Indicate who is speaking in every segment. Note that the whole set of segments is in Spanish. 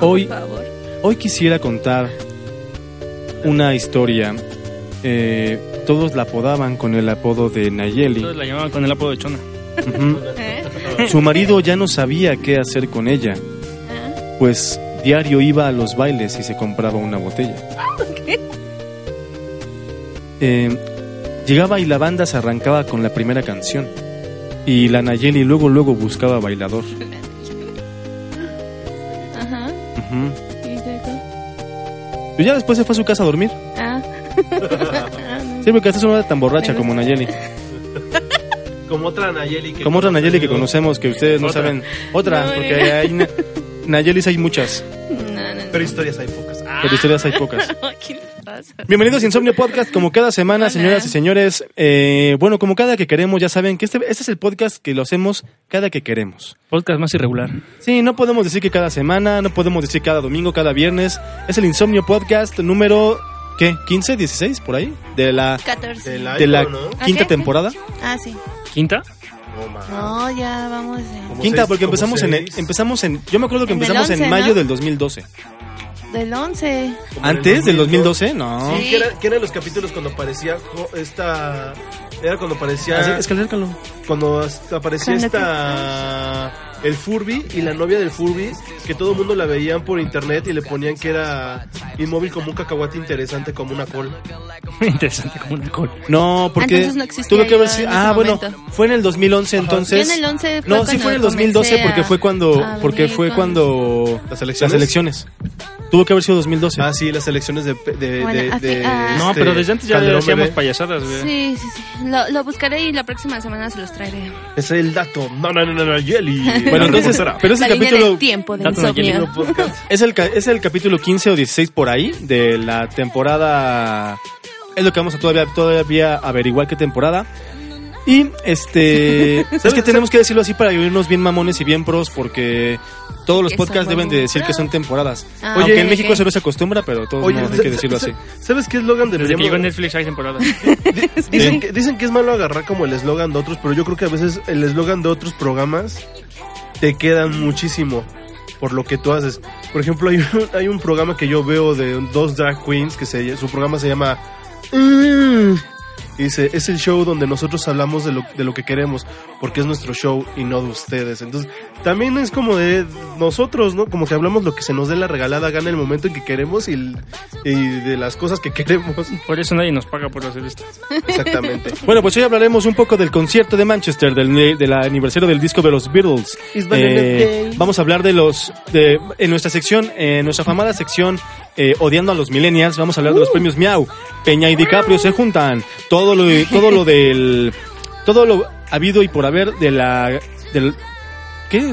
Speaker 1: Hoy,
Speaker 2: Por favor.
Speaker 1: hoy quisiera contar una historia. eh, todos la apodaban con el apodo de Nayeli.
Speaker 3: Entonces la llamaban con el apodo de Chona.
Speaker 1: Ujú.
Speaker 2: ¿Eh?
Speaker 1: Su marido ya no sabía qué hacer con ella,
Speaker 2: ¿Ah?
Speaker 1: pues diario iba a los bailes y se compraba una botella.
Speaker 2: Ah,
Speaker 1: Eh, llegaba y la banda se arrancaba con la primera canción. Y la Nayeli luego luego buscaba bailador.
Speaker 2: Ajá.
Speaker 1: Ujú.
Speaker 2: ¿Y luego?
Speaker 1: Y ya después se fue a su casa a dormir.
Speaker 2: Ah.
Speaker 1: Sí, porque hasta eso no era tan borracha como Nayeli.
Speaker 4: Como otra Nayeli que
Speaker 1: Como otra Nayeli que conocemos, que ustedes no
Speaker 3: Otra.
Speaker 1: saben. Otra,
Speaker 2: No,
Speaker 1: porque
Speaker 2: mira.
Speaker 1: hay na- Nayelis hay muchas,
Speaker 2: No, no, no.
Speaker 4: Pero historias hay pocas. Ah,
Speaker 1: pero historias hay pocas.
Speaker 2: ¿Qué les pasa?
Speaker 1: Bienvenidos a Insomnio Podcast, como cada semana,
Speaker 2: Hola.
Speaker 1: señoras y señores. Eh, bueno, como cada que queremos, ya saben que este, este es el podcast que lo hacemos cada que queremos.
Speaker 3: Podcast más irregular.
Speaker 1: Sí, no podemos decir que cada semana, no podemos decir cada domingo, cada viernes. Es el Insomnio Podcast número, ¿qué? ¿15, 16, por ahí? De la,
Speaker 2: 14.
Speaker 4: de la,
Speaker 1: de la
Speaker 4: ¿no?
Speaker 1: quinta
Speaker 2: Ok.
Speaker 1: temporada.
Speaker 2: Ah, sí.
Speaker 3: ¿Quinta?
Speaker 4: No, ma.
Speaker 2: No, ya vamos. eh,
Speaker 4: Como
Speaker 1: Quinta,
Speaker 4: seis-
Speaker 1: porque
Speaker 4: como
Speaker 1: empezamos en, el-
Speaker 4: seis.
Speaker 1: empezamos en, yo me acuerdo que
Speaker 2: En el
Speaker 1: empezamos en
Speaker 2: 11,
Speaker 1: mayo
Speaker 2: ¿no?
Speaker 1: del 2012.
Speaker 2: Del 11.
Speaker 4: Como en el
Speaker 1: ¿Antes del 2012? No.
Speaker 4: Sí, que, era- que eran los capítulos cuando aparecía jo- esta. Era cuando aparecía.
Speaker 1: Así, escalércalo.
Speaker 4: Cuando as- aparecía
Speaker 2: Cuando
Speaker 4: esta. El Furby y la novia del Furby, que todo el mundo la veían por internet y le ponían que era inmóvil como un cacahuate interesante, como una col.
Speaker 3: Interesante como una col.
Speaker 1: No, porque
Speaker 2: Entonces no existía
Speaker 1: tuvo que
Speaker 2: yo
Speaker 1: haber
Speaker 2: en
Speaker 1: sido-
Speaker 2: ese
Speaker 1: Ah, bueno,
Speaker 2: momento.
Speaker 1: fue en el 2011 entonces.
Speaker 2: Yo en el 11 fue
Speaker 1: no, sí
Speaker 2: cuando
Speaker 1: fue en el 2012
Speaker 2: comencé
Speaker 1: porque
Speaker 2: a-
Speaker 1: fue cuando
Speaker 2: a
Speaker 1: porque
Speaker 2: venir
Speaker 1: fue
Speaker 2: con-
Speaker 1: cuando
Speaker 4: ¿Las elecciones?
Speaker 1: elecciones. Tuvo que haber sido 2012.
Speaker 4: Ah, sí, las elecciones de. de-
Speaker 2: Bueno,
Speaker 4: de-
Speaker 2: así-
Speaker 4: de-
Speaker 2: ah.
Speaker 3: No,
Speaker 4: este,
Speaker 3: pero desde antes ya
Speaker 4: Calderón
Speaker 3: hacíamos
Speaker 4: Bebé.
Speaker 3: payasadas, güey.
Speaker 2: Sí, sí, sí. Lo, lo buscaré y la próxima semana se los traeré.
Speaker 4: Es el dato. No, no, no, no, no, Yeli.
Speaker 1: bueno,
Speaker 4: No, no,
Speaker 1: entonces,
Speaker 4: será.
Speaker 1: pero es
Speaker 2: la
Speaker 1: el
Speaker 2: línea
Speaker 1: capítulo
Speaker 2: del tiempo de
Speaker 3: Dato
Speaker 2: insomnio.
Speaker 3: Nayeli.
Speaker 4: Podcast.
Speaker 1: es el ca- es el capítulo 15 o 16 por ahí de la temporada es lo que vamos a todavía todavía averiguar qué temporada. Y este es que tenemos que decirlo así para oírnos bien mamones y bien pros porque todos los
Speaker 2: Que son
Speaker 1: podcasts deben de
Speaker 2: mamones.
Speaker 1: decir que son temporadas.
Speaker 2: Ah,
Speaker 1: Aunque
Speaker 2: ok,
Speaker 1: en México
Speaker 2: ok.
Speaker 1: se no se acostumbra, pero de todos
Speaker 4: Oye,
Speaker 1: modos hay
Speaker 4: sa-
Speaker 1: que decirlo
Speaker 4: sa-
Speaker 1: así.
Speaker 4: ¿Sabes qué eslogan
Speaker 3: Desde que llegó
Speaker 4: deberíamos,
Speaker 3: Netflix hay temporadas.
Speaker 4: Dicen, que, dicen que es malo agarrar como el eslogan de otros, pero yo creo que a veces el eslogan de otros programas te quedan muchísimo por lo que tú haces. Por ejemplo, hay un, hay un programa que yo veo de dos drag queens que se, su programa se llama... "Mm", y dice, es el show donde nosotros hablamos de lo, de lo que queremos, porque es nuestro show y no de ustedes. Entonces, también es como de nosotros, ¿no? Como que hablamos lo que se nos dé la regalada gana el momento en que queremos y, y de las cosas que queremos.
Speaker 3: Por eso nadie nos paga por hacer esto.
Speaker 4: Exactamente.
Speaker 1: Bueno, pues hoy hablaremos un poco del concierto de Manchester, del, del aniversario del disco de los Beatles. Eh,
Speaker 4: It's Vanilla Day.
Speaker 1: vamos a hablar de los, de, en nuestra sección, en nuestra famada sección, eh, odiando a los millennials, vamos a hablar
Speaker 4: Uh.
Speaker 1: de los premios Miau. Peña y DiCaprio se juntan. Todo lo, todo lo del, todo lo habido y por haber de la, del, ¿qué?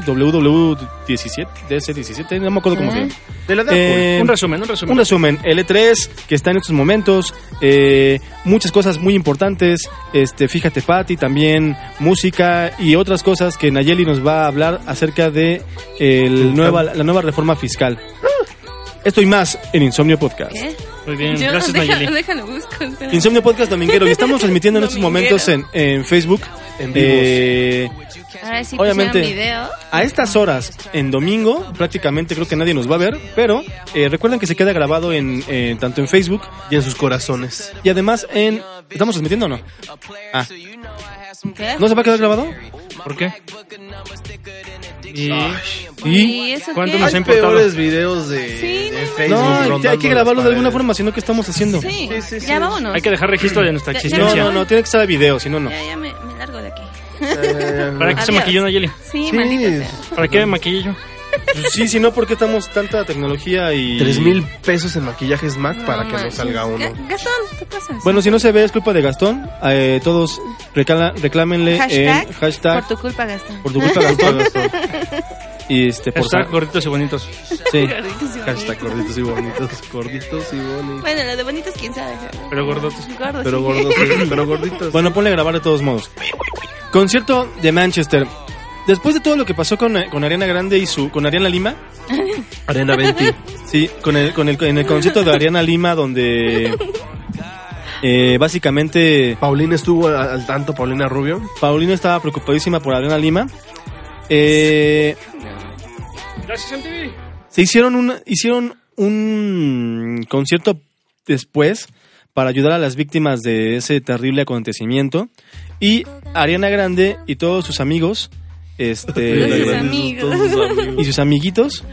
Speaker 1: WW17, DC17, no me acuerdo cómo se llama.
Speaker 4: De la edad, pues.
Speaker 1: Eh,
Speaker 3: un resumen, un resumen.
Speaker 1: un resumen, el E3 que está en estos momentos, eh, muchas cosas muy importantes, este, fíjate Patti, también música y otras cosas que Nayeli nos va a hablar acerca de el nueva, la nueva reforma fiscal. Esto y más en Insomnio Podcast.
Speaker 2: ¿Qué?
Speaker 3: Muy bien,
Speaker 2: Yo,
Speaker 3: gracias
Speaker 2: deja-
Speaker 3: Nayeli.
Speaker 2: Déjalo busco. espera.
Speaker 1: Insomnio Podcast Dominguero. Y estamos transmitiendo en estos
Speaker 2: Dominguero.
Speaker 1: momentos en, en Facebook.
Speaker 4: En vivos.
Speaker 1: Eh,
Speaker 2: Ahora sí
Speaker 1: obviamente.
Speaker 2: obviamente. video.
Speaker 1: a estas horas, en domingo, prácticamente creo que nadie nos va a ver, pero eh, recuerden que se queda grabado en, eh, tanto en Facebook
Speaker 4: Y en sus corazones.
Speaker 1: y además en... ¿Estamos transmitiendo o no? Ah,
Speaker 2: ¿Qué?
Speaker 1: ¿No se va a quedar grabado?
Speaker 3: ¿Por qué? Y...
Speaker 2: ¿Y eso
Speaker 3: ¿Cuánto
Speaker 2: qué?
Speaker 3: nos
Speaker 4: Hay
Speaker 3: ha importado?
Speaker 4: peores videos de,
Speaker 2: Sí,
Speaker 4: de
Speaker 2: no,
Speaker 4: Facebook.
Speaker 1: No,
Speaker 4: rondando
Speaker 1: hay que grabarlo
Speaker 4: las
Speaker 1: de alguna
Speaker 4: paredes.
Speaker 1: forma, sino que estamos haciendo.
Speaker 2: Sí,
Speaker 4: Sí, sí, sí.
Speaker 2: ya vámonos.
Speaker 3: Hay que dejar registro de nuestra
Speaker 2: Ya- ya
Speaker 1: No,
Speaker 3: existencia.
Speaker 1: no, no, tiene que estar video, si no, no.
Speaker 2: Ya, ya me, me largo de aquí.
Speaker 4: Eh,
Speaker 3: ¿Para qué se
Speaker 2: Adiós.
Speaker 3: maquilló Nayeli?
Speaker 2: Sí,
Speaker 4: Sí.
Speaker 2: maldito sea.
Speaker 3: ¿Para qué me maquillé yo?
Speaker 1: Pues Sí, si no, ¿por qué estamos tanta tecnología y...
Speaker 4: Tres mil pesos en maquillajes MAC
Speaker 2: No
Speaker 4: para que no
Speaker 2: manches.
Speaker 4: salga uno.
Speaker 2: Ga- Gastón, ¿qué pasas?
Speaker 1: Bueno, si no se ve, es culpa de Gastón. Eh, todos recala- reclámenle
Speaker 2: hashtag,
Speaker 1: en hashtag
Speaker 2: Por tu culpa, Gastón.
Speaker 1: por tu culpa Gastón. y este, por
Speaker 3: Estar
Speaker 1: favor.
Speaker 3: gorditos y bonitos.
Speaker 1: Sí.
Speaker 4: Hashtag gorditos y bonitos. Gorditos y bonitos.
Speaker 2: Bueno, lo de bonitos, quién sabe.
Speaker 3: Pero gordotes.
Speaker 2: Gordos.
Speaker 4: Pero
Speaker 2: sí.
Speaker 4: gordos, sí, pero gorditos.
Speaker 1: Bueno, ponle a grabar de todos modos. Concierto de Manchester. Después de todo lo que pasó con, eh, con Ariana Grande y su... con Ariana Lima.
Speaker 4: Arena 20.
Speaker 1: Sí, con el, con el, en el concierto de Ariana Lima donde... eh, básicamente...
Speaker 4: Paulina estuvo a- al tanto, Paulina Rubio.
Speaker 1: Paulina estaba preocupadísima por Adriana Lima. Eh,
Speaker 3: Gracias, MTV.
Speaker 1: se hicieron un, hicieron un concierto después para ayudar a las víctimas de ese terrible acontecimiento. Y Ariana Grande y todos sus amigos
Speaker 4: Eh,
Speaker 2: Todos sus
Speaker 1: este,
Speaker 2: amigos.
Speaker 4: Todos sus amigos.
Speaker 1: y sus amiguitos.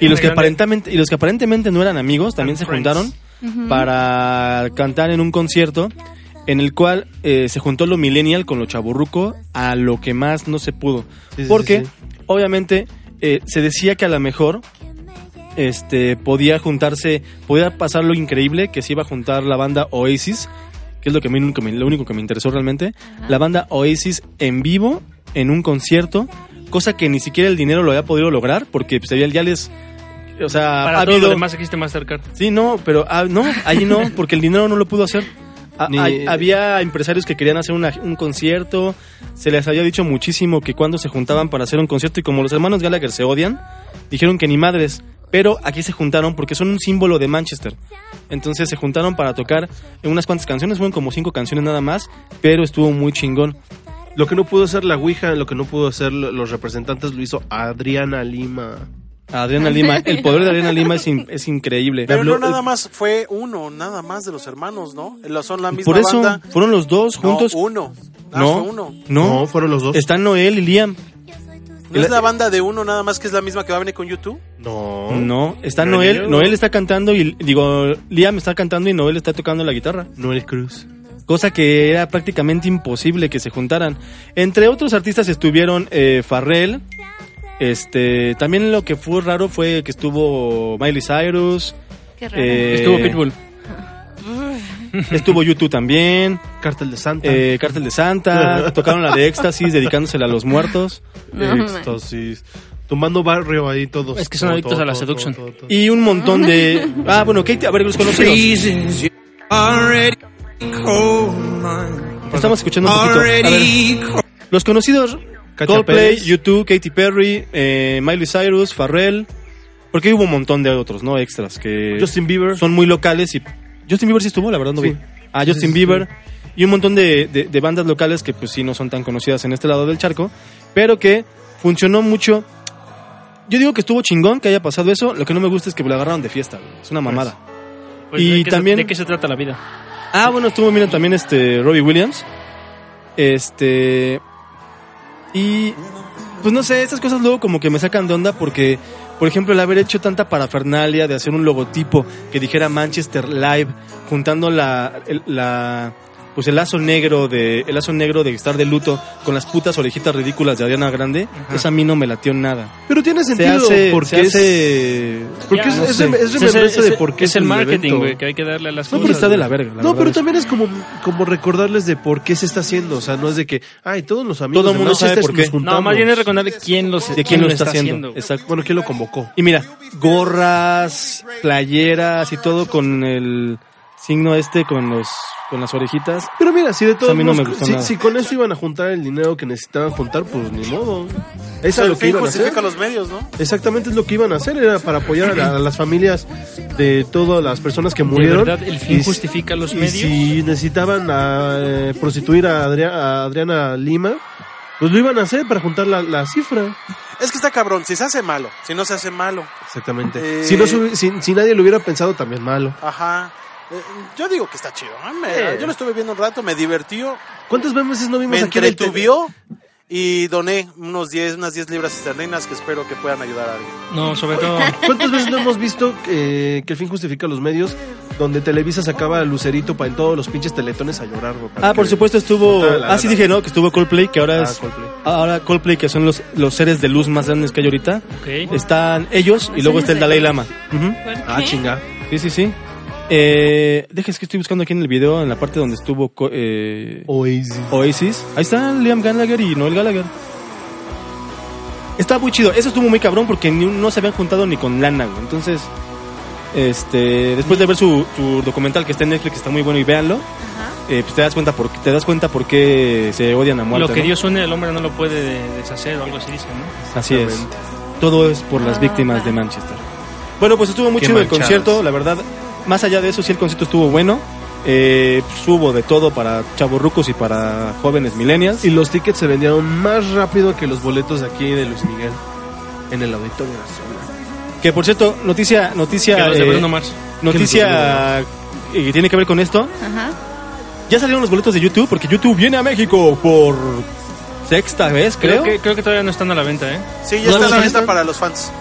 Speaker 1: Y los, que
Speaker 3: Ariana Grande.
Speaker 1: aparentemente, y los que aparentemente no eran amigos también
Speaker 3: And
Speaker 1: se
Speaker 3: friends.
Speaker 1: juntaron
Speaker 2: Ujú.
Speaker 1: para cantar en un concierto en el cual eh, se juntó lo millennial con lo chaburruco a lo que más no se pudo.
Speaker 4: Sí, sí,
Speaker 1: porque
Speaker 4: sí,
Speaker 1: obviamente eh, se decía que a lo mejor este podía juntarse, podía pasar lo increíble que se iba a juntar la banda Oasis, que es lo que a mí nunca me- lo único que me interesó realmente, la banda Oasis en vivo en un concierto, cosa que ni siquiera el dinero lo había podido lograr porque pues, había- ya les o sea,
Speaker 3: Para
Speaker 1: ha
Speaker 3: todo lo
Speaker 1: habido
Speaker 3: demás existe Mastercard.
Speaker 1: Sí, no, pero ah, no, ahí no, porque el dinero no lo pudo hacer. A-
Speaker 4: Ni-
Speaker 1: hay- había empresarios que querían hacer una- un concierto, se les había dicho muchísimo que cuando se juntaban para hacer un concierto y como los hermanos Gallagher se odian, dijeron que ni madres, pero aquí se juntaron porque son un símbolo de Manchester. Entonces se juntaron para tocar en unas cuantas canciones, fueron como cinco canciones nada más, pero estuvo muy chingón.
Speaker 4: Lo que no pudo hacer la Ouija, lo que no pudo hacer lo- los representantes, lo hizo Adriana Lima.
Speaker 1: Adriana Lima, el poder de Adriana Lima es, in- es increíble. eh,
Speaker 5: Pero
Speaker 4: habló-
Speaker 5: no nada más fue uno, nada más de los hermanos, ¿no? Lo- Son la misma
Speaker 1: Por eso
Speaker 5: banda.
Speaker 1: fueron los dos
Speaker 5: No,
Speaker 1: juntos.
Speaker 5: uno. Ah, fue uno.
Speaker 1: no,
Speaker 4: fueron los dos.
Speaker 1: están Noel y Liam.
Speaker 5: ¿No es la banda de uno nada más que es la misma que va a venir con YouTube?
Speaker 4: No.
Speaker 1: No, está
Speaker 3: Pero
Speaker 1: Noel,
Speaker 3: yo-
Speaker 1: Noel está cantando y digo, Liam está cantando y Noel está tocando la guitarra,
Speaker 4: Noel Cruz.
Speaker 1: cosa que era prácticamente imposible que se juntaran. Entre otros artistas estuvieron eh, Farrell, este, también lo que fue raro fue que estuvo Miley Cyrus,
Speaker 2: Qué raro.
Speaker 1: Eh,
Speaker 3: Estuvo Pitbull.
Speaker 1: estuvo YouTube también,
Speaker 4: Cartel de Santa.
Speaker 1: eh, Cártel de Santa, tocaron la de Éxtasis dedicándosela a los muertos
Speaker 2: No,
Speaker 4: Éxtasis. Tumbando barrio ahí todos.
Speaker 3: Es que son
Speaker 4: Todo,
Speaker 3: adictos
Speaker 4: todo,
Speaker 3: a la
Speaker 4: todo,
Speaker 3: seducción.
Speaker 4: todo, todo, todo.
Speaker 1: y un montón de Ah, bueno, Katy, a ver los conocidos.
Speaker 6: Freezes, you're already cold, man.
Speaker 1: Estamos escuchando un poquito. A ver.
Speaker 6: Already cold.
Speaker 1: Los conocidos
Speaker 4: Katy
Speaker 1: Coldplay,
Speaker 4: Perry.
Speaker 1: U2, Katy Perry, eh, Miley Cyrus, Farrell. Porque hubo un montón de otros, ¿no? Extras que
Speaker 4: Justin Bieber.
Speaker 1: son muy locales y... Justin Bieber sí estuvo, la verdad no
Speaker 4: Sí.
Speaker 1: vi. Ah, Justin
Speaker 4: sí, sí.
Speaker 1: Bieber. Y un montón de, de- de bandas locales que pues sí no son tan conocidas en este lado del charco. Pero que funcionó mucho. Yo digo que estuvo chingón que haya pasado eso. Lo que no me gusta es que la agarraron de fiesta. güey. Es una mamada.
Speaker 3: Pues,
Speaker 1: Y
Speaker 3: ¿de qué se-
Speaker 1: también-
Speaker 3: ¿De qué se trata la vida?
Speaker 1: Ah, bueno, estuvo, mira, también este Robbie Williams. Este. Y. Pues no sé, estas cosas luego como que me sacan de onda porque, por ejemplo, el haber hecho tanta parafernalia de hacer un logotipo que dijera Manchester Live, juntando la. el- la pues el lazo negro de el lazo negro de estar de luto con las putas orejitas ridículas de Adriana Grande, esa a mí no me latió nada.
Speaker 4: Pero tiene
Speaker 1: Se
Speaker 4: sentido.
Speaker 1: hace,
Speaker 4: porque
Speaker 1: se hace-
Speaker 4: Porque
Speaker 3: Ya,
Speaker 4: es,
Speaker 3: no
Speaker 4: es,
Speaker 1: sé.
Speaker 4: es
Speaker 3: Es, el,
Speaker 4: remembranza de
Speaker 3: es-
Speaker 4: por qué
Speaker 3: es el
Speaker 4: el
Speaker 3: marketing,
Speaker 4: evento.
Speaker 3: güey, que hay que darle a las
Speaker 1: No,
Speaker 3: cosas.
Speaker 1: pero está de la
Speaker 3: güey.
Speaker 1: verga. la
Speaker 4: No, pero
Speaker 1: verdad.
Speaker 4: también es como, como recordarles de por qué se está haciendo. O sea, no es de que, ay, todos los amigos
Speaker 1: Todo
Speaker 4: de
Speaker 1: mundo
Speaker 4: Manchester
Speaker 1: sabe por
Speaker 4: nos
Speaker 1: qué.
Speaker 4: juntamos.
Speaker 3: No, más bien es reconocer quién los-
Speaker 1: de quién lo está haciendo. Exacto.
Speaker 4: Bueno, ¿quién lo convocó?
Speaker 1: Y mira, gorras, playeras y todo con el signo este con los con las orejitas.
Speaker 4: Pero mira, si de todos
Speaker 1: A mí no
Speaker 4: modos,
Speaker 1: me gustó
Speaker 4: si,
Speaker 1: nada.
Speaker 4: si con eso iban a juntar el dinero que necesitaban juntar, pues ni modo.
Speaker 5: O sea,
Speaker 4: Eso es
Speaker 5: el
Speaker 4: lo que
Speaker 5: fin
Speaker 4: iban a hacer.
Speaker 5: justifica los medios, ¿no?
Speaker 4: Exactamente es lo que iban a hacer, era para apoyar a, la- a las familias de todas las personas que
Speaker 3: De
Speaker 4: murieron.
Speaker 3: verdad, el
Speaker 4: Y
Speaker 3: fin
Speaker 4: s-
Speaker 3: justifica los
Speaker 4: y
Speaker 3: medios.
Speaker 4: si necesitaban a, eh, prostituir a, Adria- a Adriana Lima, pues lo iban a hacer para juntar la, la cifra.
Speaker 5: Es que está cabrón, si se hace malo, si no se hace malo.
Speaker 4: Exactamente.
Speaker 5: Eh.
Speaker 4: Si, no, se hubi- si, si nadie lo hubiera pensado, también malo.
Speaker 5: Ajá. Eh, Yo digo que está chido. ¿no? Me-
Speaker 4: Eh.
Speaker 5: Yo lo estuve viendo un rato, me divirtió,
Speaker 4: ¿Cuántas veces no vimos
Speaker 5: me
Speaker 4: aquí en el TV?
Speaker 5: entretuvió y doné unos 10, unas 10 libras esterlinas que espero que puedan ayudar a alguien.
Speaker 3: No, sobre todo.
Speaker 4: ¿Cuántas veces no hemos visto eh, que el fin justifica los medios? Donde Televisa sacaba a Lucerito para en todos los pinches teletones a llorar, güey, para
Speaker 1: Ah, por
Speaker 4: que-
Speaker 1: supuesto estuvo.
Speaker 4: Ah, la-
Speaker 1: Ah, sí
Speaker 4: la-
Speaker 1: dije, ¿no? Que estuvo Coldplay, que ahora
Speaker 4: Ah,
Speaker 1: es.
Speaker 4: Coldplay.
Speaker 1: Ahora Coldplay, que son los, los seres de luz más grandes que hay ahorita.
Speaker 3: ok.
Speaker 1: Están ellos y luego está el Dalai Lama. Ujú.
Speaker 4: Ah, chinga.
Speaker 1: Sí, sí, sí. Eh, deja, es que estoy buscando aquí en el video, en la parte donde estuvo co- eh,
Speaker 4: Oasis.
Speaker 1: Oasis. Ahí está Liam Gallagher y Noel Gallagher. Está muy chido. Eso estuvo muy cabrón porque ni un- no se habían juntado ni con lana, güey. Entonces, este, después de ver su, su documental que está en Netflix, está muy bueno y véanlo, eh, pues te das cuenta por qué- te das cuenta por qué se odian a muerte.
Speaker 3: Lo que
Speaker 1: ¿no?
Speaker 3: Dios une, el hombre no lo puede deshacer o algo así dice, ¿no?
Speaker 1: Así es. Todo es por las
Speaker 2: Ah,
Speaker 1: víctimas
Speaker 2: claro.
Speaker 1: de Manchester. Bueno, pues estuvo muy
Speaker 4: Qué
Speaker 1: chido el
Speaker 4: manchadas.
Speaker 1: concierto, la verdad. Más allá de eso, sí el concierto estuvo bueno. Eh, pues, hubo de todo para chavorrucos y para jóvenes millennials.
Speaker 4: Y los tickets se vendieron más rápido que los boletos de aquí de Luis Miguel en el Auditorio Nacional.
Speaker 1: Que por cierto, noticia, noticia,
Speaker 3: que los de
Speaker 1: eh,
Speaker 3: Bruno Mars.
Speaker 1: noticia eh, que tiene que ver con esto.
Speaker 2: Ajá.
Speaker 1: Ya salieron los boletos de YouTube porque YouTube viene a México por sexta vez, creo.
Speaker 3: Creo que, creo que todavía no están a la venta, ¿eh?
Speaker 5: Sí, ya
Speaker 1: No,
Speaker 5: está
Speaker 1: no,
Speaker 5: la
Speaker 1: no,
Speaker 5: venta
Speaker 1: no.
Speaker 5: para los fans.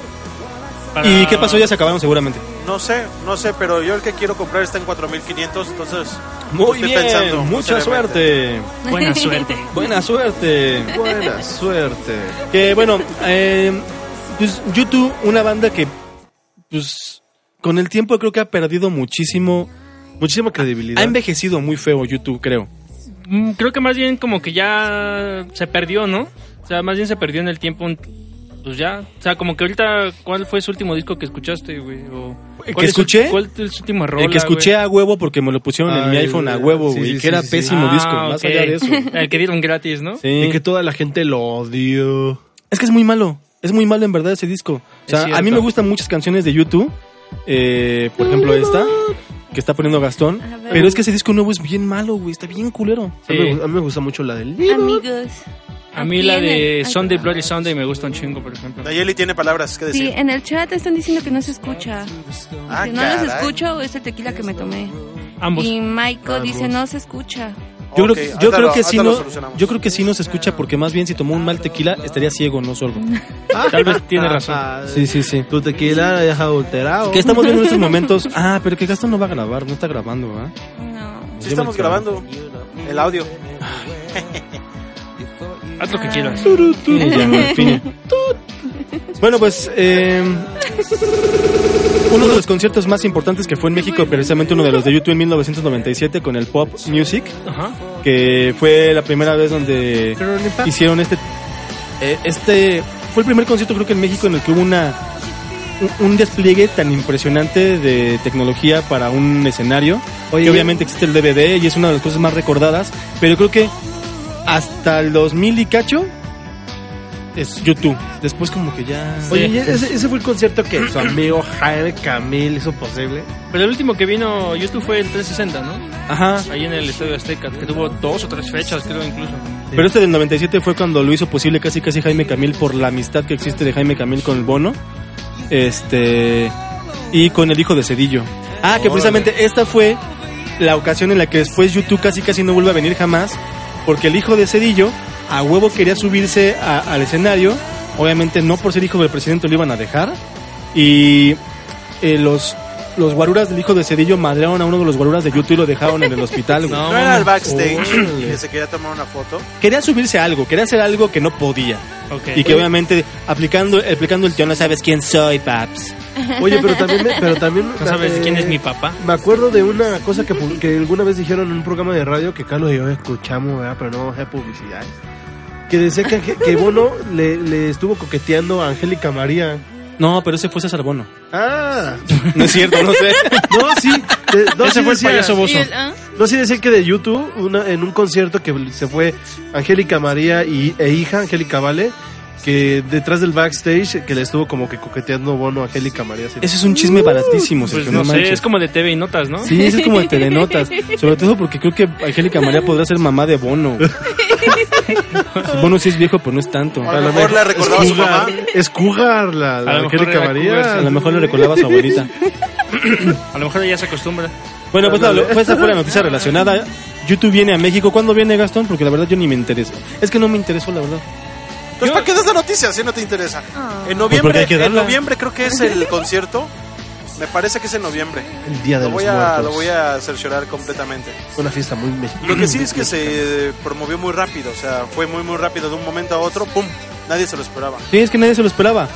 Speaker 3: Para-
Speaker 1: ¿Y qué pasó? Ya se acabaron seguramente.
Speaker 5: No sé, no sé, pero yo el que quiero comprar está en 4500, entonces.
Speaker 1: Muy
Speaker 5: estoy
Speaker 1: bien,
Speaker 5: pensando,
Speaker 1: mucha
Speaker 5: seriamente.
Speaker 1: suerte.
Speaker 3: Buena suerte.
Speaker 1: Buena suerte.
Speaker 4: Buena suerte.
Speaker 1: Que bueno, eh, pues YouTube, una banda que, pues, con el tiempo creo que ha perdido muchísimo.
Speaker 4: Muchísima
Speaker 1: Ha
Speaker 4: credibilidad.
Speaker 1: envejecido muy feo YouTube, creo.
Speaker 3: Mm, Creo que más bien como que ya se perdió, ¿no? O sea, más bien se perdió en el tiempo. un- Pues ya. O sea, como que ahorita, ¿cuál fue su último disco que escuchaste, güey? O,
Speaker 1: ¿Que
Speaker 3: ¿cuál es su-
Speaker 1: escuché?
Speaker 3: ¿Cuál es su última rola?
Speaker 1: el que escuché
Speaker 3: güey?
Speaker 1: a huevo porque me lo pusieron en mi
Speaker 4: Ay,
Speaker 1: iPhone a
Speaker 4: sí,
Speaker 1: huevo,
Speaker 4: sí,
Speaker 1: güey.
Speaker 4: sí,
Speaker 1: que era
Speaker 4: sí.
Speaker 1: pésimo
Speaker 3: Ah,
Speaker 1: disco, más
Speaker 3: ok.
Speaker 1: allá de eso.
Speaker 3: El que dieron gratis, ¿no?
Speaker 1: Sí.
Speaker 4: Y que toda la gente lo odió.
Speaker 1: Es que es muy malo. Es muy malo en verdad ese disco. O
Speaker 3: Es
Speaker 1: sea, a mí
Speaker 3: cierto.
Speaker 1: me gustan muchas canciones de YouTube. Eh, por ejemplo, esta que está poniendo Gastón.
Speaker 2: A ver.
Speaker 1: Pero es que ese disco nuevo es bien malo, güey. Está bien culero.
Speaker 4: A,
Speaker 3: Sí.
Speaker 4: mí, me gu- a mí me gusta mucho la del...
Speaker 2: Amigos.
Speaker 3: A mí la
Speaker 2: Aquí en
Speaker 3: de
Speaker 2: el-
Speaker 3: Sunday Bloody Sunday me gusta un chingo, por ejemplo.
Speaker 5: Nayeli tiene palabras que decir.
Speaker 2: Sí, en el chat están diciendo que no se escucha.
Speaker 5: Ah,
Speaker 2: que no los
Speaker 5: caray.
Speaker 2: escucho, es el tequila que me tomé.
Speaker 3: Ambos.
Speaker 2: Y Maiko dice, no se escucha.
Speaker 1: Yo
Speaker 5: Ok,
Speaker 1: creo, yo
Speaker 5: ahorita
Speaker 1: creo
Speaker 5: lo-
Speaker 1: que
Speaker 5: ahorita
Speaker 1: sí
Speaker 5: lo
Speaker 1: no,
Speaker 5: solucionamos.
Speaker 1: yo creo que sí nos escucha porque más bien si tomó un mal tequila estaría ciego, no sordo.
Speaker 3: Tal vez tiene razón.
Speaker 4: Ah, Sí,
Speaker 1: sí, sí.
Speaker 4: Tu tequila la deja alterado.
Speaker 1: Que estamos viendo en estos momentos. Ah, pero que Gastón no va a grabar, no está grabando, ¿verdad?
Speaker 2: No.
Speaker 5: Sí, estamos grabando el audio.
Speaker 3: Haz lo que quieras.
Speaker 1: Y ya, en fin. Bueno, pues eh, uno de los conciertos más importantes que fue en México, precisamente uno de los de YouTube en 1997 con el Pop Music,
Speaker 3: Ajá.
Speaker 1: que fue la primera vez donde hicieron este eh, este fue el primer concierto creo que en México en el que hubo una un, un despliegue tan impresionante de tecnología para un escenario
Speaker 4: Oye,
Speaker 1: que obviamente existe el DVD y es una de las cosas más recordadas pero creo que hasta el 2000 y cacho es YouTube después como que ya
Speaker 4: Oye,
Speaker 3: Sí.
Speaker 4: ¿y ese, ese fue el concierto que su amigo Jaime Camil hizo posible.
Speaker 3: Pero el último que vino YouTube fue el 360, ¿no?
Speaker 1: ajá
Speaker 3: Ahí en el Estadio Azteca, que tuvo dos o tres fechas, creo incluso.
Speaker 1: pero este del 97 fue cuando lo hizo posible casi casi Jaime Camil por la amistad que existe de Jaime Camil con el Bono este y con el hijo de Cedillo. Ah, que precisamente esta fue la ocasión en la que después YouTube casi casi no vuelve a venir jamás, porque el hijo de Cedillo a huevo quería subirse a- al escenario, obviamente no por ser hijo del presidente lo iban a dejar, y eh, los, los guaruras del hijo de Cedillo madrearon a uno de los guaruras de YouTube y lo dejaron en el hospital. güey.
Speaker 3: No,
Speaker 5: No era
Speaker 3: mames.
Speaker 5: el backstage y que se quería tomar una foto.
Speaker 1: Quería subirse a algo, quería hacer algo que no podía,
Speaker 3: Ok.
Speaker 1: y que obviamente aplicando, aplicando el tío no sabes quién soy, paps.
Speaker 4: Oye, pero también... me- pero también
Speaker 3: No sabes
Speaker 4: eh,
Speaker 3: quién es mi papá.
Speaker 4: Me acuerdo de una cosa que, pu- que alguna vez dijeron en un programa de radio que Carlos y yo escuchamos, ¿verdad? pero no vamos a hacer publicidad. Que decía que, Ange- que Bono le, le estuvo coqueteando a Angélica María.
Speaker 1: No, pero ese fue César Bono.
Speaker 4: Ah,
Speaker 1: No es cierto, no sé.
Speaker 4: no, sí. de- no,
Speaker 1: ese
Speaker 4: sí
Speaker 1: fue el
Speaker 4: decía-
Speaker 1: payaso
Speaker 2: Y
Speaker 1: Bozo.
Speaker 2: el- ah,
Speaker 4: No sí decía que de YouTube, una- en un concierto que se fue Angélica María y, e hija Angélica Vale, que detrás del backstage, que le estuvo como que coqueteando bono a Angélica María. así.
Speaker 1: Ese es un chisme baratísimo,
Speaker 3: Pues
Speaker 1: Sergio,
Speaker 3: no,
Speaker 1: no
Speaker 3: sé,
Speaker 1: manches.
Speaker 3: es como de TV y notas, ¿no?
Speaker 1: Sí, ese es como de telenotas. Sobre todo porque creo que Angélica María podrá ser mamá de Bono. Bono sí es viejo, pero no es tanto.
Speaker 5: A lo mejor la recordaba su mamá.
Speaker 4: Es Cougar, la, la
Speaker 3: A lo mejor
Speaker 4: Angélica
Speaker 3: era
Speaker 4: María.
Speaker 3: Cougar,
Speaker 1: A lo mejor le recordaba a su abuelita.
Speaker 3: A lo mejor ella se acostumbra.
Speaker 1: Bueno, pues, no, lo- pues esa fue la noticia relacionada. YouTube viene a México. ¿Cuándo viene Gastón? Porque la verdad yo ni me intereso. Es que no me interesó, la verdad.
Speaker 5: Entonces, Pues, ¿para qué das la noticia si no te interesa?
Speaker 2: Ah.
Speaker 5: En
Speaker 1: Pues porque
Speaker 5: noviembre,
Speaker 1: hay que
Speaker 5: en
Speaker 1: darla.
Speaker 5: noviembre creo que es el concierto. Me parece que es en noviembre.
Speaker 4: El día de
Speaker 5: Lo
Speaker 4: los
Speaker 5: voy a,
Speaker 4: muertos.
Speaker 5: lo voy a cerciorar completamente.
Speaker 4: Fue Una fiesta muy mexicana.
Speaker 5: Lo que sí es que se promovió muy rápido, o sea, fue muy muy rápido de un momento a otro, ¡pum! Nadie se lo esperaba.
Speaker 1: Sí, es que nadie se lo esperaba.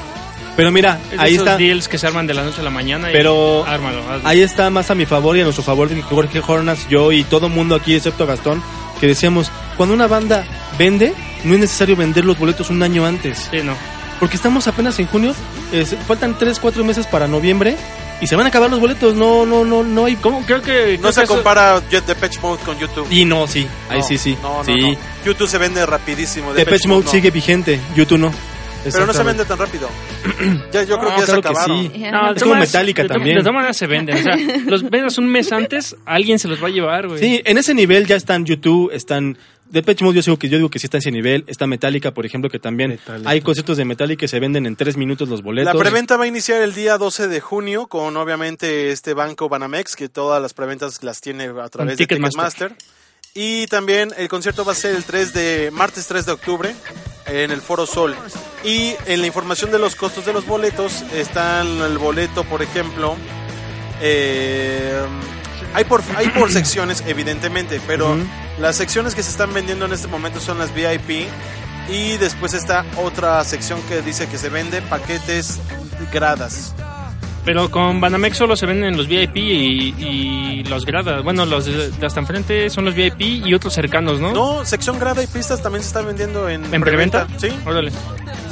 Speaker 1: Pero mira,
Speaker 3: Es de
Speaker 1: ahí
Speaker 3: esos
Speaker 1: está.
Speaker 3: deals que se arman de la noche a la mañana. y
Speaker 1: Pero
Speaker 3: ármalo. hazlo.
Speaker 1: Ahí está más a mi favor y a nuestro favor que Jorge Hornas, yo y todo mundo aquí, excepto Gastón, que decíamos, cuando una banda vende, no es necesario vender los boletos un año antes.
Speaker 3: Sí, no.
Speaker 1: Porque estamos apenas en junio, es- faltan 3, 4 meses para noviembre y se van a acabar los boletos. No, no, no, no hay...
Speaker 3: ¿Cómo? Creo que.
Speaker 5: No
Speaker 3: creo que
Speaker 5: se
Speaker 3: eso-
Speaker 5: compara Jet Depeche Mode con YouTube.
Speaker 1: Y no, sí, ahí
Speaker 5: No,
Speaker 1: sí, sí.
Speaker 5: No, no,
Speaker 1: sí.
Speaker 5: no. YouTube se vende rapidísimo.
Speaker 1: Depeche Mode
Speaker 5: no.
Speaker 1: sigue vigente, YouTube no.
Speaker 5: Pero no se
Speaker 4: Exactamente.
Speaker 5: vende tan rápido. ya, yo creo
Speaker 1: No,
Speaker 5: que
Speaker 1: Ah, claro
Speaker 5: ya se
Speaker 1: que
Speaker 5: acabaron.
Speaker 1: sí.
Speaker 2: ya.
Speaker 3: No,
Speaker 1: Es
Speaker 3: de
Speaker 1: como
Speaker 3: todas-
Speaker 1: Metallica
Speaker 3: de to-
Speaker 1: también.
Speaker 3: De todas maneras se venden. O sea, los vendas un mes antes, alguien se los va a llevar, güey.
Speaker 1: Sí, en ese nivel ya están YouTube, están Depeche Mode, yo digo que yo digo que sí está en ese nivel, está Metallica, por ejemplo, que también
Speaker 4: Metallica.
Speaker 1: hay conciertos de Metallica que se venden en tres minutos los boletos.
Speaker 5: La preventa va a iniciar el día 12 de junio con obviamente este banco Banamex que todas las preventas las tiene a través de
Speaker 3: Ticketmaster.
Speaker 5: Ticketmaster. Y también el concierto va a ser el 3 de martes 3 de octubre en el Foro Sol. Y en la información de los costos de los boletos están el boleto, por ejemplo, eh, hay por hay por secciones evidentemente, pero
Speaker 1: Ujú.
Speaker 5: las secciones que se están vendiendo en este momento son las VIP y después está otra sección que dice que se vende paquetes gradas.
Speaker 3: Pero con Banamex solo se venden los VIP y, y los gradas. Bueno, los de de hasta enfrente son los VIP y otros cercanos, ¿no?
Speaker 5: No, sección grada y pistas también se está vendiendo en,
Speaker 3: ¿En preventa?
Speaker 5: Sí,
Speaker 3: Órale.
Speaker 1: Sí,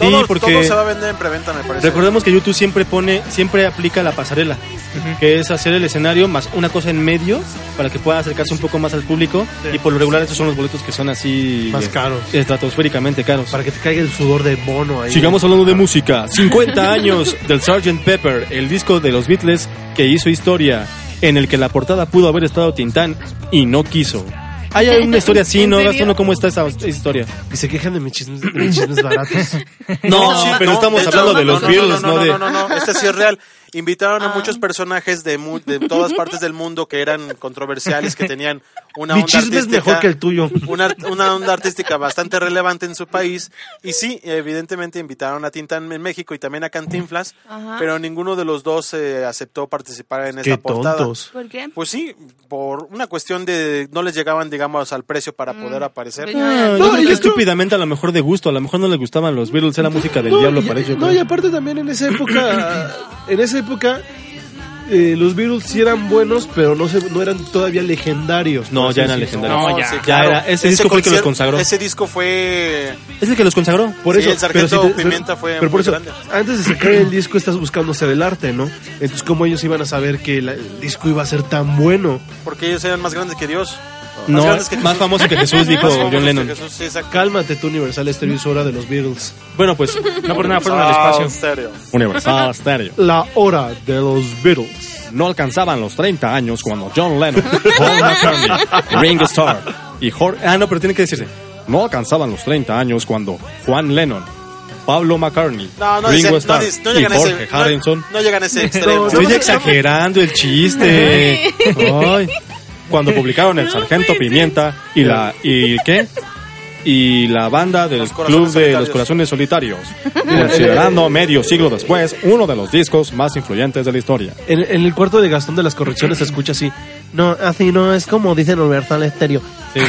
Speaker 5: todo,
Speaker 1: porque-
Speaker 5: todo se va a vender en preventa, me parece.
Speaker 1: Recordemos que YouTube siempre pone, siempre aplica la pasarela,
Speaker 3: Ujú.
Speaker 1: que es hacer el escenario más una cosa en medio para que pueda acercarse un poco más al público y por lo regular esos son los boletos que son así
Speaker 4: Más
Speaker 1: eh,
Speaker 4: caros.
Speaker 1: estratosféricamente caros.
Speaker 4: Para que te caiga el sudor de bono ahí.
Speaker 1: Sigamos hablando de música. 50 años del Sgt. Pepper, el disco de los Beatles que hizo historia, en el que la portada pudo haber estado Tintán y no quiso. Hay una historia así,
Speaker 2: ¿En
Speaker 1: ¿no?
Speaker 2: serio?
Speaker 1: Gastuno, ¿cómo está esa esa historia?
Speaker 4: Y se quejan de mis chismes, de mis chismes baratos.
Speaker 1: No,
Speaker 5: sí,
Speaker 1: pero
Speaker 5: no,
Speaker 1: estamos
Speaker 5: hecho,
Speaker 1: hablando de
Speaker 5: no,
Speaker 1: los
Speaker 5: no,
Speaker 1: Beatles,
Speaker 5: no, no,
Speaker 1: no
Speaker 5: no,
Speaker 1: de...
Speaker 5: no, no, no, este sí es real. Invitaron a muchos personajes de, mu- de todas partes del mundo que eran controversiales, que tenían una
Speaker 4: Mi
Speaker 5: onda
Speaker 4: chisme es
Speaker 5: artística.
Speaker 4: mejor que el tuyo.
Speaker 5: una, art- una onda artística bastante relevante en su país. Y sí, evidentemente invitaron a Tintán en México y también a Cantinflas,
Speaker 2: Ajá.
Speaker 5: pero ninguno de los dos eh, aceptó participar en
Speaker 4: Qué
Speaker 5: esta portada.
Speaker 4: tontos.
Speaker 2: ¿Por qué?
Speaker 5: Pues sí, por una cuestión de no les llegaban, digamos, al precio para poder aparecer.
Speaker 2: Pues
Speaker 1: Ah,
Speaker 2: no,
Speaker 1: yo
Speaker 4: No,
Speaker 1: creo
Speaker 4: y
Speaker 1: que
Speaker 4: yo-
Speaker 1: estúpidamente a lo mejor de gusto, a lo mejor no les gustaban los Beatles, era música del diablo
Speaker 4: y, eh,
Speaker 1: para ellos.
Speaker 4: no, y aparte también en esa época, en esa época, eh, los Beatles sí eran buenos, pero no, se, no eran todavía legendarios.
Speaker 1: No,
Speaker 4: por
Speaker 1: ya
Speaker 4: así
Speaker 1: eran
Speaker 4: decirlo.
Speaker 1: legendarios.
Speaker 3: No, ya.
Speaker 1: Ya era, ese disco fue el que los consagró.
Speaker 5: Ese disco fue...
Speaker 1: Es el que los consagró.
Speaker 4: Por
Speaker 5: Sí,
Speaker 4: eso,
Speaker 5: el Sargento
Speaker 4: pero
Speaker 5: Pimienta fue
Speaker 4: pero por
Speaker 5: muy
Speaker 4: eso,
Speaker 5: grande.
Speaker 4: Antes de sacar el disco estás buscando saber el arte, ¿no? Entonces, ¿cómo ellos iban a saber que la- el disco iba a ser tan bueno?
Speaker 5: Porque ellos eran más grandes que Dios.
Speaker 1: No,
Speaker 5: grandes que
Speaker 1: más
Speaker 5: Jesús.
Speaker 1: famoso que Jesús, dijo
Speaker 5: Más famosos
Speaker 1: John
Speaker 5: que
Speaker 1: Lennon.
Speaker 5: Jesús, sí, exacto.
Speaker 4: Cálmate tú, Universal Stereo es hora de los Beatles.
Speaker 1: Bueno, pues, Ah,
Speaker 3: No por nada fueron al
Speaker 5: Ah,
Speaker 3: espacio.
Speaker 5: serio.
Speaker 1: Universal Stereo.
Speaker 4: La hora de los Beatles.
Speaker 1: no alcanzaban los 30 años cuando John Lennon, Paul McCartney, Ringo Starr y Jorge... Ah, no, pero tiene que decirse. No alcanzaban los 30 años cuando Juan Lennon, Pablo McCartney,
Speaker 5: No, no,
Speaker 1: Ringo
Speaker 5: dicen- no,
Speaker 1: Starr
Speaker 5: dis- no
Speaker 1: y
Speaker 5: llegan a ese-
Speaker 1: Jorge
Speaker 5: no-
Speaker 1: Harrison.
Speaker 5: No llegan a ese extremo.
Speaker 1: Estoy exagerando el chiste. Ay. Cuando publicaron El Sargento Pimienta y la... ¿Y qué? Y la banda del
Speaker 5: Los
Speaker 1: Club de
Speaker 5: Corazones
Speaker 1: los Corazones
Speaker 5: Solitarios.
Speaker 1: Solitarios, considerando medio siglo después uno de los discos más influyentes de la historia.
Speaker 4: En, en el cuarto de Gastón de las correcciones se escucha así. No, así no, es como dicen Universal Stereo.
Speaker 1: Sí.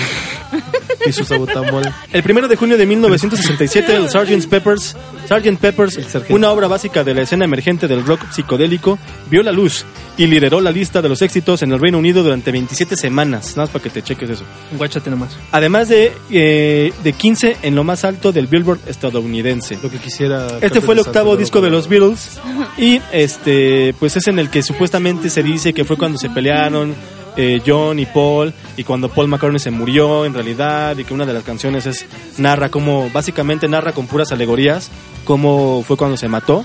Speaker 4: y su sabotamol.
Speaker 1: El primero de junio de 1967, el Sgt. Peppers, Sgt. Peppers, una obra básica de la escena emergente del rock psicodélico, vio la luz y lideró la lista de los éxitos en el Reino Unido durante 27 semanas. Nada más para que te cheques eso.
Speaker 3: Guáchate nomás.
Speaker 1: Además de, eh, de 15 en lo más alto del Billboard estadounidense.
Speaker 4: Lo que quisiera.
Speaker 1: Este fue el octavo disco de los Beatles y este pues es en el que supuestamente se dice que fue cuando se pelearon eh, John y Paul y cuando Paul McCartney se murió en realidad y que una de las canciones es narra como básicamente narra con puras alegorías cómo fue cuando se mató.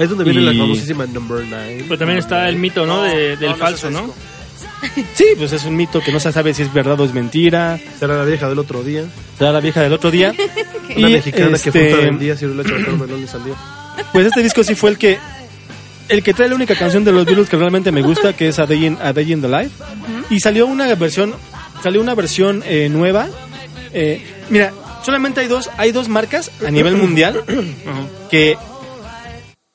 Speaker 4: Es donde viene la
Speaker 1: Y-
Speaker 4: famosísima Number 9.
Speaker 3: Pero también está el mito, ¿no? De- del falso, ¿no?
Speaker 1: Sí, pues es un mito que no se sabe si es verdad o es mentira.
Speaker 4: Será la vieja del otro día.
Speaker 1: Será la vieja del otro día.
Speaker 4: Una mexicana que fue
Speaker 1: este,
Speaker 4: otra vendida, Cirula Chantón Melón y salió.
Speaker 1: Pues este disco sí fue el que el que trae la única canción de los Beatles que realmente me gusta, que es A Day in, A Day in the Life. Y salió una versión salió una versión eh, nueva. Eh, mira, solamente hay dos hay dos marcas a nivel mundial que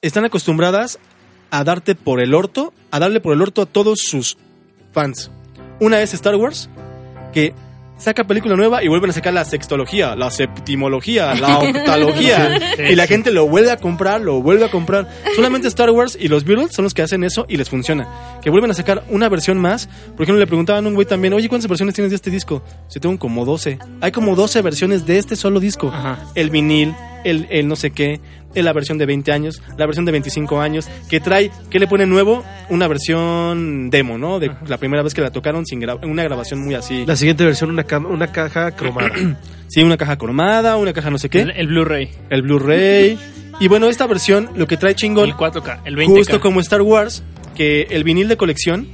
Speaker 1: están acostumbradas a darte por el orto, a darle por el orto a todos sus fans. Una es Star Wars, que saca película nueva y vuelven a sacar la sextología, la septimología, la octalogía. y la gente lo vuelve a comprar, lo vuelve a comprar. Solamente Star Wars y los Beatles son los que hacen eso y les funciona. Que vuelven a sacar una versión más. Por ejemplo, le preguntaban a un güey también, oye, ¿cuántas versiones tienes de este disco? Si tengo como 12. Hay como 12 versiones de este solo disco
Speaker 3: Ajá.
Speaker 1: el vinil, el, el no sé qué, el- la versión de 20 años, la versión de 25 años, que trae, que le pone nuevo? Una versión demo, ¿no? De la primera vez que la tocaron sin gra- una grabación muy así.
Speaker 4: La siguiente versión, una, cam- una caja cromada.
Speaker 1: Sí, una caja cromada, una caja no sé
Speaker 3: El,
Speaker 1: qué,
Speaker 3: el Blu-ray.
Speaker 1: el Blu-ray. Y bueno, esta versión lo que trae chingón,
Speaker 3: El 4K. El 20K.
Speaker 1: justo como Star Wars, que el vinil de colección,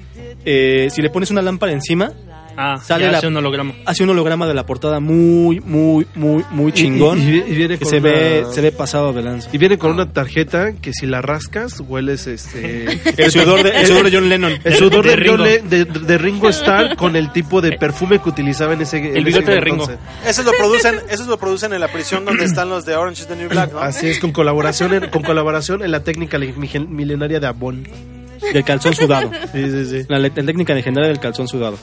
Speaker 1: eh, si le pones una lámpara encima,
Speaker 3: Ah,
Speaker 1: sale
Speaker 3: sale ya
Speaker 1: la-
Speaker 3: la... un holograma.
Speaker 1: hace un holograma de la portada muy, muy, muy, muy chingón.
Speaker 4: Y, y- y viene
Speaker 1: que
Speaker 4: con
Speaker 1: se, ve,
Speaker 4: una-
Speaker 1: se ve pasado de lanza.
Speaker 4: Y viene con una tarjeta que si la rascas, hueles este.
Speaker 1: El sudor de, el sudor de John Lennon.
Speaker 4: El sudor de,
Speaker 3: de Ringo.
Speaker 4: Ringo. de, de Ringo Starr con el tipo de perfume que utilizaba en ese. en ese
Speaker 3: bigote de
Speaker 4: entonces.
Speaker 3: Ringo.
Speaker 5: Eso lo producen, eso lo producen en la prisión donde están los de Orange is the New Black, ¿no?
Speaker 4: Así es, con colaboración, en, con colaboración en la técnica li- mige- milenaria de Avon.
Speaker 1: del calzón sudado.
Speaker 4: Sí, sí, sí.
Speaker 1: La, le- la técnica legendaria del calzón sudado.